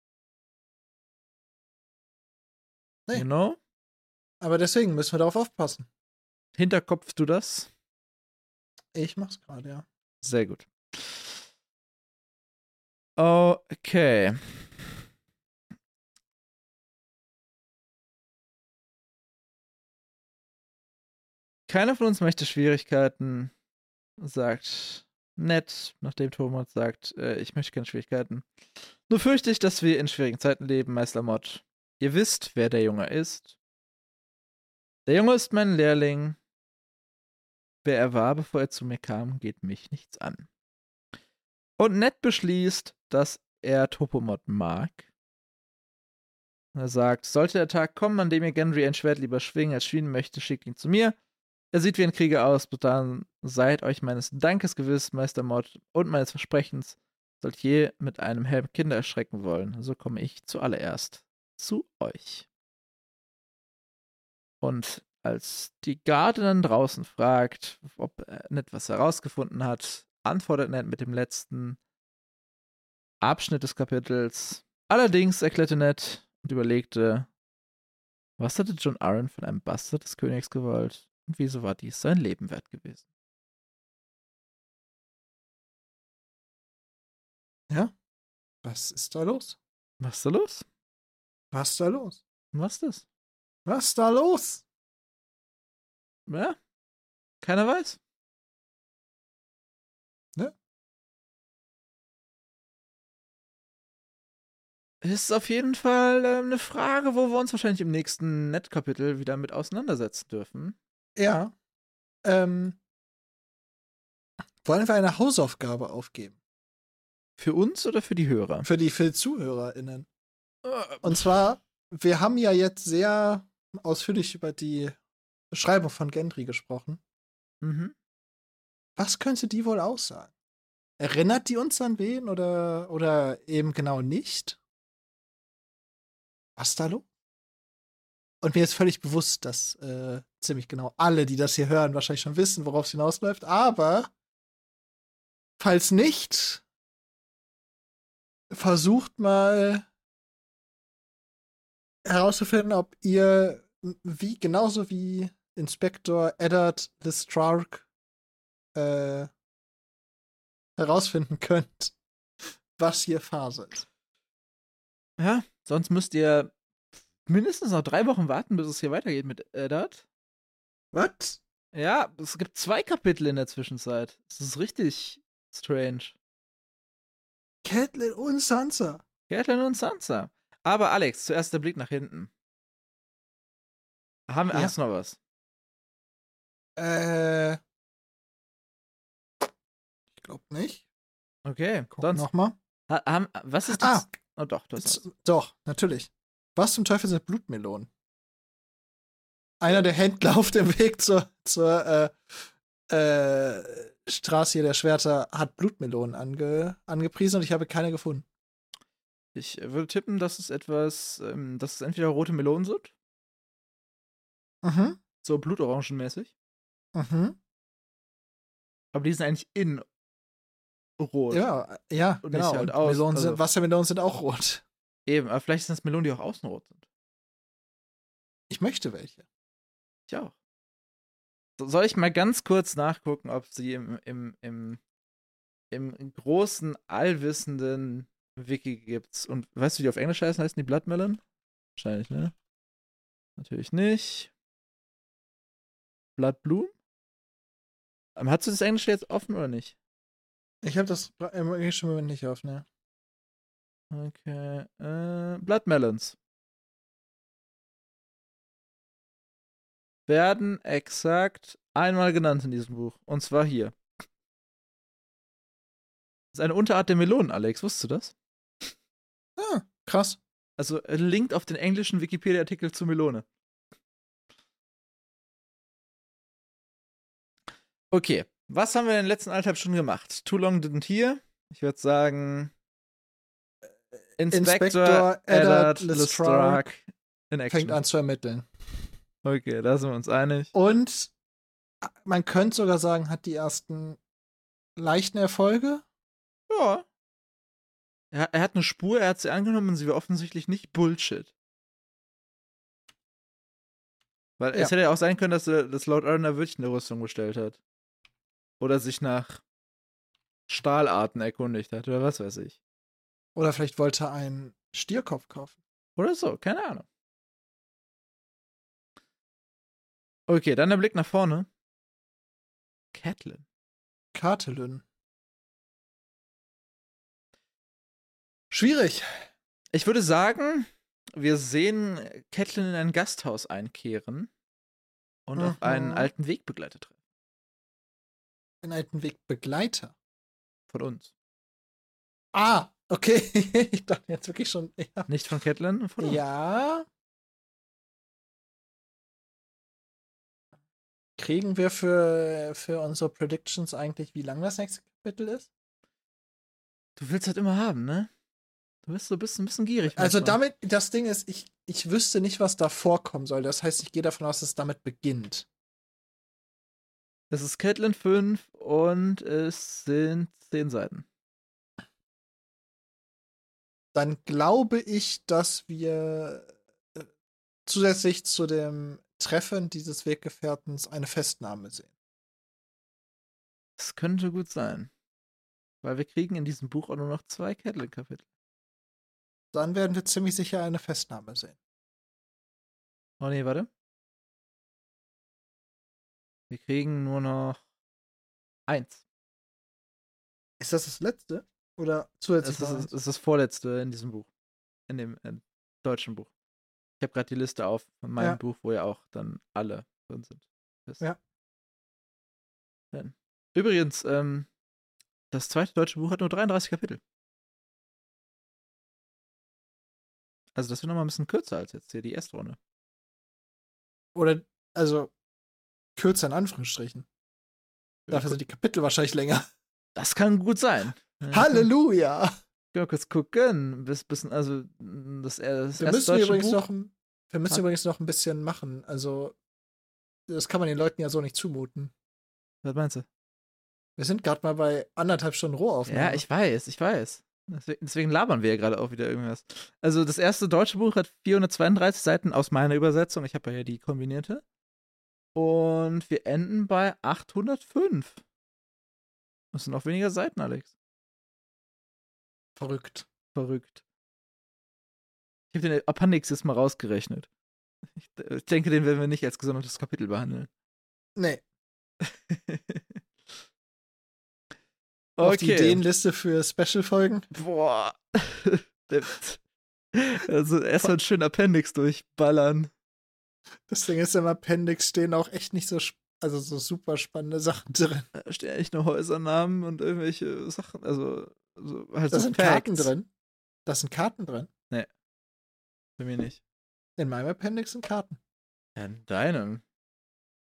[SPEAKER 1] Nee.
[SPEAKER 2] You know?
[SPEAKER 1] Aber deswegen müssen wir darauf aufpassen.
[SPEAKER 2] Hinterkopf du das?
[SPEAKER 1] Ich mach's gerade, ja.
[SPEAKER 2] Sehr gut. Okay. Keiner von uns möchte Schwierigkeiten, sagt nett, nachdem Thomas sagt, äh, ich möchte keine Schwierigkeiten. Nur fürchte ich, dass wir in schwierigen Zeiten leben, Meister Mott. Ihr wisst, wer der Junge ist. Der Junge ist mein Lehrling. Wer er war, bevor er zu mir kam, geht mich nichts an. Und Ned beschließt, dass er Topomod mag. Und Er sagt, sollte der Tag kommen, an dem ihr Gendry ein Schwert lieber schwingen als schwingen möchte, schickt ihn zu mir. Er sieht wie ein Krieger aus, bis dann seid euch meines Dankes gewiss, Meister Mord, und meines Versprechens, sollt je mit einem Helm Kinder erschrecken wollen. So komme ich zuallererst zu euch. Und als die Garde dann draußen fragt, ob äh, Ned was herausgefunden hat, antwortet Ned mit dem letzten Abschnitt des Kapitels. Allerdings erklärte Ned und überlegte, was hatte John Arryn von einem Bastard des Königs gewollt und wieso war dies sein Leben wert gewesen?
[SPEAKER 1] Was ist da los?
[SPEAKER 2] Was ist da los?
[SPEAKER 1] Was ist da los?
[SPEAKER 2] Was ist das?
[SPEAKER 1] Was ist da los?
[SPEAKER 2] Ja, keiner weiß.
[SPEAKER 1] Ne?
[SPEAKER 2] Ist auf jeden Fall ähm, eine Frage, wo wir uns wahrscheinlich im nächsten Net-Kapitel wieder mit auseinandersetzen dürfen.
[SPEAKER 1] Ja. Ähm. Wollen wir eine Hausaufgabe aufgeben?
[SPEAKER 2] Für uns oder für die Hörer?
[SPEAKER 1] Für die für die ZuhörerInnen.
[SPEAKER 2] Äh,
[SPEAKER 1] Und zwar, wir haben ja jetzt sehr ausführlich über die Beschreibung von Gendry gesprochen.
[SPEAKER 2] Mhm.
[SPEAKER 1] Was könnte die wohl aussagen? Erinnert die uns an wen oder, oder eben genau nicht? Was ist da los? Und mir ist völlig bewusst, dass äh, ziemlich genau alle, die das hier hören, wahrscheinlich schon wissen, worauf es hinausläuft. Aber falls nicht, versucht mal herauszufinden, ob ihr wie genauso wie Inspektor Eddard Lestrark äh, herausfinden könnt, was hier Phase ist.
[SPEAKER 2] Ja, sonst müsst ihr mindestens noch drei Wochen warten, bis es hier weitergeht mit Eddard.
[SPEAKER 1] Was?
[SPEAKER 2] Ja, es gibt zwei Kapitel in der Zwischenzeit. Das ist richtig strange.
[SPEAKER 1] Catelyn und Sansa.
[SPEAKER 2] Catelyn und Sansa. Aber Alex, zuerst der Blick nach hinten. Haben,
[SPEAKER 1] Ja.
[SPEAKER 2] Hast du noch was?
[SPEAKER 1] Äh. Ich glaube nicht.
[SPEAKER 2] Okay,
[SPEAKER 1] Gucken
[SPEAKER 2] sonst.
[SPEAKER 1] nochmal.
[SPEAKER 2] Ha, haben, was ist
[SPEAKER 1] Ah.
[SPEAKER 2] das? Oh doch, du hast
[SPEAKER 1] Z- Doch, natürlich. Was zum Teufel sind Blutmelonen? Einer der Händler auf dem Weg zur, zur äh, äh, Straße hier der Schwerter hat Blutmelonen ange, angepriesen und ich habe keine gefunden.
[SPEAKER 2] Ich äh, würde tippen, dass es etwas, ähm, dass es entweder rote Melonen sind,
[SPEAKER 1] Mhm.
[SPEAKER 2] so blutorangenmäßig,
[SPEAKER 1] Mhm.
[SPEAKER 2] aber die sind eigentlich in rot.
[SPEAKER 1] Ja, ja,
[SPEAKER 2] Und nicht
[SPEAKER 1] genau.
[SPEAKER 2] halt
[SPEAKER 1] Und
[SPEAKER 2] aus,
[SPEAKER 1] Melonen
[SPEAKER 2] also-
[SPEAKER 1] sind, Wassermelonen sind auch rot.
[SPEAKER 2] Eben, aber vielleicht sind es Melonen, die auch außen rot sind.
[SPEAKER 1] Ich möchte welche.
[SPEAKER 2] Ich auch. So, soll ich mal ganz kurz nachgucken, ob sie im, im, im, im großen, allwissenden Wiki gibt's. Und weißt du, wie die auf Englisch heißen? Heißen die Bloodmelon? Wahrscheinlich, ne? Natürlich nicht. Bloodbloom? Ähm, Hast du das Englische jetzt offen oder nicht?
[SPEAKER 1] Ich habe das im englischen Moment nicht auf, ne?
[SPEAKER 2] Okay. Äh, Bloodmelons. Werden exakt einmal genannt in diesem Buch. Und zwar hier. Das ist eine Unterart der Melonen, Alex. Wusstest du das?
[SPEAKER 1] Ah, krass.
[SPEAKER 2] Also äh, linkt auf den englischen Wikipedia-Artikel zu Melone. Okay. Was haben wir in den letzten anderthalb Stunden gemacht? Too long didn't hear. Ich würde sagen. äh, Inspector,
[SPEAKER 1] Inspektor
[SPEAKER 2] Inspector
[SPEAKER 1] Eddard
[SPEAKER 2] Eddard Lestrark in Action.
[SPEAKER 1] Fängt an zu ermitteln.
[SPEAKER 2] Okay, da sind wir uns einig.
[SPEAKER 1] Und man könnte sogar sagen, hat die ersten leichten Erfolge.
[SPEAKER 2] Ja. Er, er hat eine Spur, er hat sie angenommen und sie war offensichtlich nicht Bullshit. Weil
[SPEAKER 1] Ja.
[SPEAKER 2] es hätte ja auch sein können, dass, er- dass Lord Arner wirklich eine Rüstung bestellt hat. Oder sich nach Stahlarten erkundigt hat oder was weiß ich.
[SPEAKER 1] Oder vielleicht wollte er einen Stierkopf kaufen.
[SPEAKER 2] Oder so, keine Ahnung. Okay, dann der Blick nach vorne. Catelyn.
[SPEAKER 1] Kartelyn. Schwierig.
[SPEAKER 2] Ich würde sagen, wir sehen Catelyn in ein Gasthaus einkehren und auf
[SPEAKER 1] Mhm.
[SPEAKER 2] einen alten Wegbegleiter treffen.
[SPEAKER 1] Einen alten Wegbegleiter.
[SPEAKER 2] Von uns.
[SPEAKER 1] Ah, okay. ich dachte jetzt wirklich schon. Ja.
[SPEAKER 2] Nicht von Catelyn, von uns.
[SPEAKER 1] ja. Kriegen wir für, für unsere Predictions eigentlich, wie lang das nächste Kapitel ist?
[SPEAKER 2] Du willst halt immer haben, ne? Du bist so ein bisschen, ein bisschen gierig.
[SPEAKER 1] Also
[SPEAKER 2] manchmal.
[SPEAKER 1] damit, das Ding ist, ich, ich wüsste nicht, was da vorkommen soll. Das heißt, ich gehe davon aus, dass es damit beginnt.
[SPEAKER 2] Das ist Catelyn 5 und es sind 10 Seiten.
[SPEAKER 1] Dann glaube ich, dass wir äh, zusätzlich zu dem Treffen dieses Weggefährtens eine Festnahme sehen.
[SPEAKER 2] Das könnte gut sein. Weil wir kriegen in diesem Buch auch nur noch zwei Catelyn-Kapitel.
[SPEAKER 1] Dann werden wir ziemlich sicher eine Festnahme sehen.
[SPEAKER 2] Oh nee, warte. Wir kriegen nur noch eins.
[SPEAKER 1] Ist das das letzte? Oder zusätzlich?
[SPEAKER 2] Es ist, es ist das vorletzte in diesem Buch. In dem äh, deutschen Buch. Ich habe gerade die Liste auf von meinem
[SPEAKER 1] Ja.
[SPEAKER 2] Buch, wo ja auch dann alle drin sind. Das-
[SPEAKER 1] Ja.
[SPEAKER 2] Dann. Übrigens, ähm, das zweite deutsche Buch hat nur 33 Kapitel. Also das wird nochmal ein bisschen kürzer als jetzt hier die erste Runde.
[SPEAKER 1] Oder, also, kürzer in Anführungsstrichen. Dafür sind die Kapitel wahrscheinlich länger.
[SPEAKER 2] Das kann gut sein.
[SPEAKER 1] Halleluja!
[SPEAKER 2] Ja, kurz gucken. Bis, bisschen, also, das, das
[SPEAKER 1] Wir
[SPEAKER 2] erste
[SPEAKER 1] müssen
[SPEAKER 2] deutsche
[SPEAKER 1] übrigens
[SPEAKER 2] Buch.
[SPEAKER 1] noch, ein- Wir müssen
[SPEAKER 2] Mann.
[SPEAKER 1] übrigens noch ein bisschen machen. Also, das kann man den Leuten ja so nicht zumuten.
[SPEAKER 2] Was meinst du?
[SPEAKER 1] Wir sind gerade mal bei anderthalb Stunden Rohaufnahme.
[SPEAKER 2] Ja, ich weiß, ich weiß. Deswegen, deswegen labern wir ja gerade auch wieder irgendwas. Also das erste deutsche Buch hat 432 Seiten aus meiner Übersetzung. Ich habe ja hier die kombinierte. Und wir enden bei 805. Das sind auch weniger Seiten, Alex.
[SPEAKER 1] Verrückt.
[SPEAKER 2] Verrückt. Ich habe den Appendix jetzt mal rausgerechnet. Ich, ich denke, den werden wir nicht als gesondertes Kapitel behandeln.
[SPEAKER 1] Nee, auf die
[SPEAKER 2] okay.
[SPEAKER 1] Ideenliste für Special-Folgen.
[SPEAKER 2] Boah. also erstmal einen schönen Appendix durchballern.
[SPEAKER 1] Das Ding ist, im Appendix stehen auch echt nicht so, sp- also so super spannende Sachen drin.
[SPEAKER 2] Da stehen echt nur Häusernamen und irgendwelche Sachen. Also, so, halt
[SPEAKER 1] Da
[SPEAKER 2] so
[SPEAKER 1] sind
[SPEAKER 2] Facts.
[SPEAKER 1] Karten drin. Da sind Karten drin.
[SPEAKER 2] Bei mir nicht.
[SPEAKER 1] In meinem Appendix sind Karten.
[SPEAKER 2] Ja, in deinem.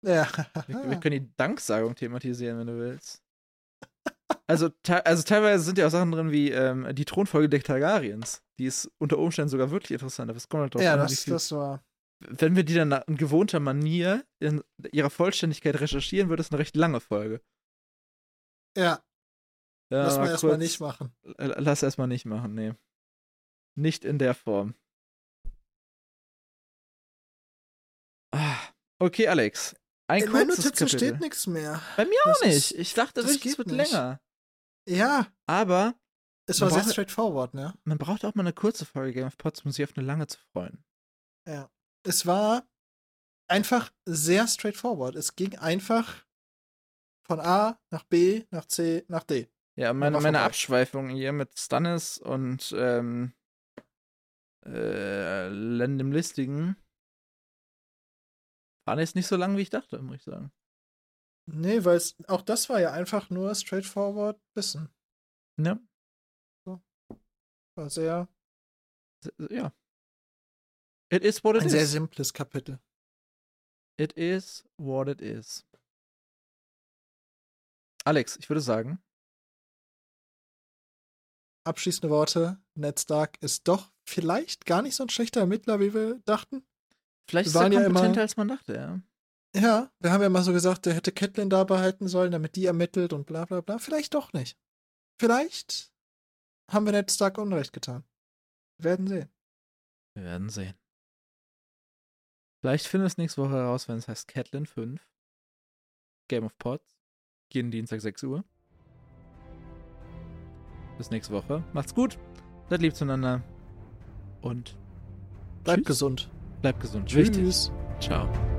[SPEAKER 1] Ja.
[SPEAKER 2] Wir,
[SPEAKER 1] Ah.
[SPEAKER 2] wir können die Danksagung thematisieren, wenn du willst. Also, te also teilweise sind ja auch Sachen drin wie ähm, die Thronfolge der Targaryens. Die ist unter Umständen sogar wirklich interessant, aber es kommt halt drauf
[SPEAKER 1] ja,
[SPEAKER 2] an,
[SPEAKER 1] das, das war.
[SPEAKER 2] Wenn wir die dann in gewohnter Manier in ihrer Vollständigkeit recherchieren, wird es eine recht lange Folge.
[SPEAKER 1] Ja,
[SPEAKER 2] Ja,
[SPEAKER 1] lass mal erstmal
[SPEAKER 2] kurz-
[SPEAKER 1] nicht machen.
[SPEAKER 2] Äh, Lass erstmal nicht machen, nee. Nicht in der Form. Ah, okay, Alex. Ein
[SPEAKER 1] In meinen
[SPEAKER 2] kurzes
[SPEAKER 1] Notizen
[SPEAKER 2] Kapitel.
[SPEAKER 1] steht nichts mehr.
[SPEAKER 2] Bei mir auch
[SPEAKER 1] Das
[SPEAKER 2] nicht.
[SPEAKER 1] ist-
[SPEAKER 2] Ich dachte
[SPEAKER 1] das
[SPEAKER 2] wirklich,
[SPEAKER 1] geht
[SPEAKER 2] es wird
[SPEAKER 1] nicht.
[SPEAKER 2] länger.
[SPEAKER 1] Ja,
[SPEAKER 2] Aber
[SPEAKER 1] es
[SPEAKER 2] Man
[SPEAKER 1] war sehr
[SPEAKER 2] braucht-
[SPEAKER 1] straightforward, ne?
[SPEAKER 2] man braucht auch mal eine kurze Folge Game of Pots, um sich auf eine lange zu freuen.
[SPEAKER 1] Es war einfach sehr straightforward. Es ging einfach von A nach B, nach C, nach D.
[SPEAKER 2] Ja, meine,
[SPEAKER 1] war
[SPEAKER 2] meine
[SPEAKER 1] vorbei.
[SPEAKER 2] Abschweifung hier mit Stannis und ähm, äh, Len dem Listigen waren jetzt nicht so lang, wie ich dachte, muss ich sagen.
[SPEAKER 1] Nee, weil es, auch das war ja einfach nur straightforward Wissen.
[SPEAKER 2] Ja,
[SPEAKER 1] War sehr,
[SPEAKER 2] ja. It is what it
[SPEAKER 1] ein
[SPEAKER 2] is.
[SPEAKER 1] sehr simples Kapitel.
[SPEAKER 2] It is what it is. Alex, ich würde sagen,
[SPEAKER 1] Abschließende Worte. Ned Stark ist doch vielleicht gar nicht so ein schlechter Ermittler, wie wir dachten.
[SPEAKER 2] vielleicht ist
[SPEAKER 1] Wir
[SPEAKER 2] er
[SPEAKER 1] waren ja
[SPEAKER 2] kompetenter,
[SPEAKER 1] immer-
[SPEAKER 2] als man dachte, ja.
[SPEAKER 1] Ja, wir haben ja mal so gesagt, der hätte Catelyn da behalten sollen, damit die ermittelt und bla bla bla. Vielleicht doch nicht. Vielleicht haben wir Ned Stark Unrecht getan. Wir werden sehen.
[SPEAKER 2] Wir werden sehen. Vielleicht finden wir es nächste Woche heraus, wenn es heißt Catlin 5. Game of Pods. Jeden Dienstag 6 Uhr. Bis nächste Woche. Macht's gut. Seid lieb zueinander. Und
[SPEAKER 1] Bleibt
[SPEAKER 2] Tschüss.
[SPEAKER 1] gesund.
[SPEAKER 2] bleibt gesund.
[SPEAKER 1] Tschüss.
[SPEAKER 2] Wichtig. Ciao.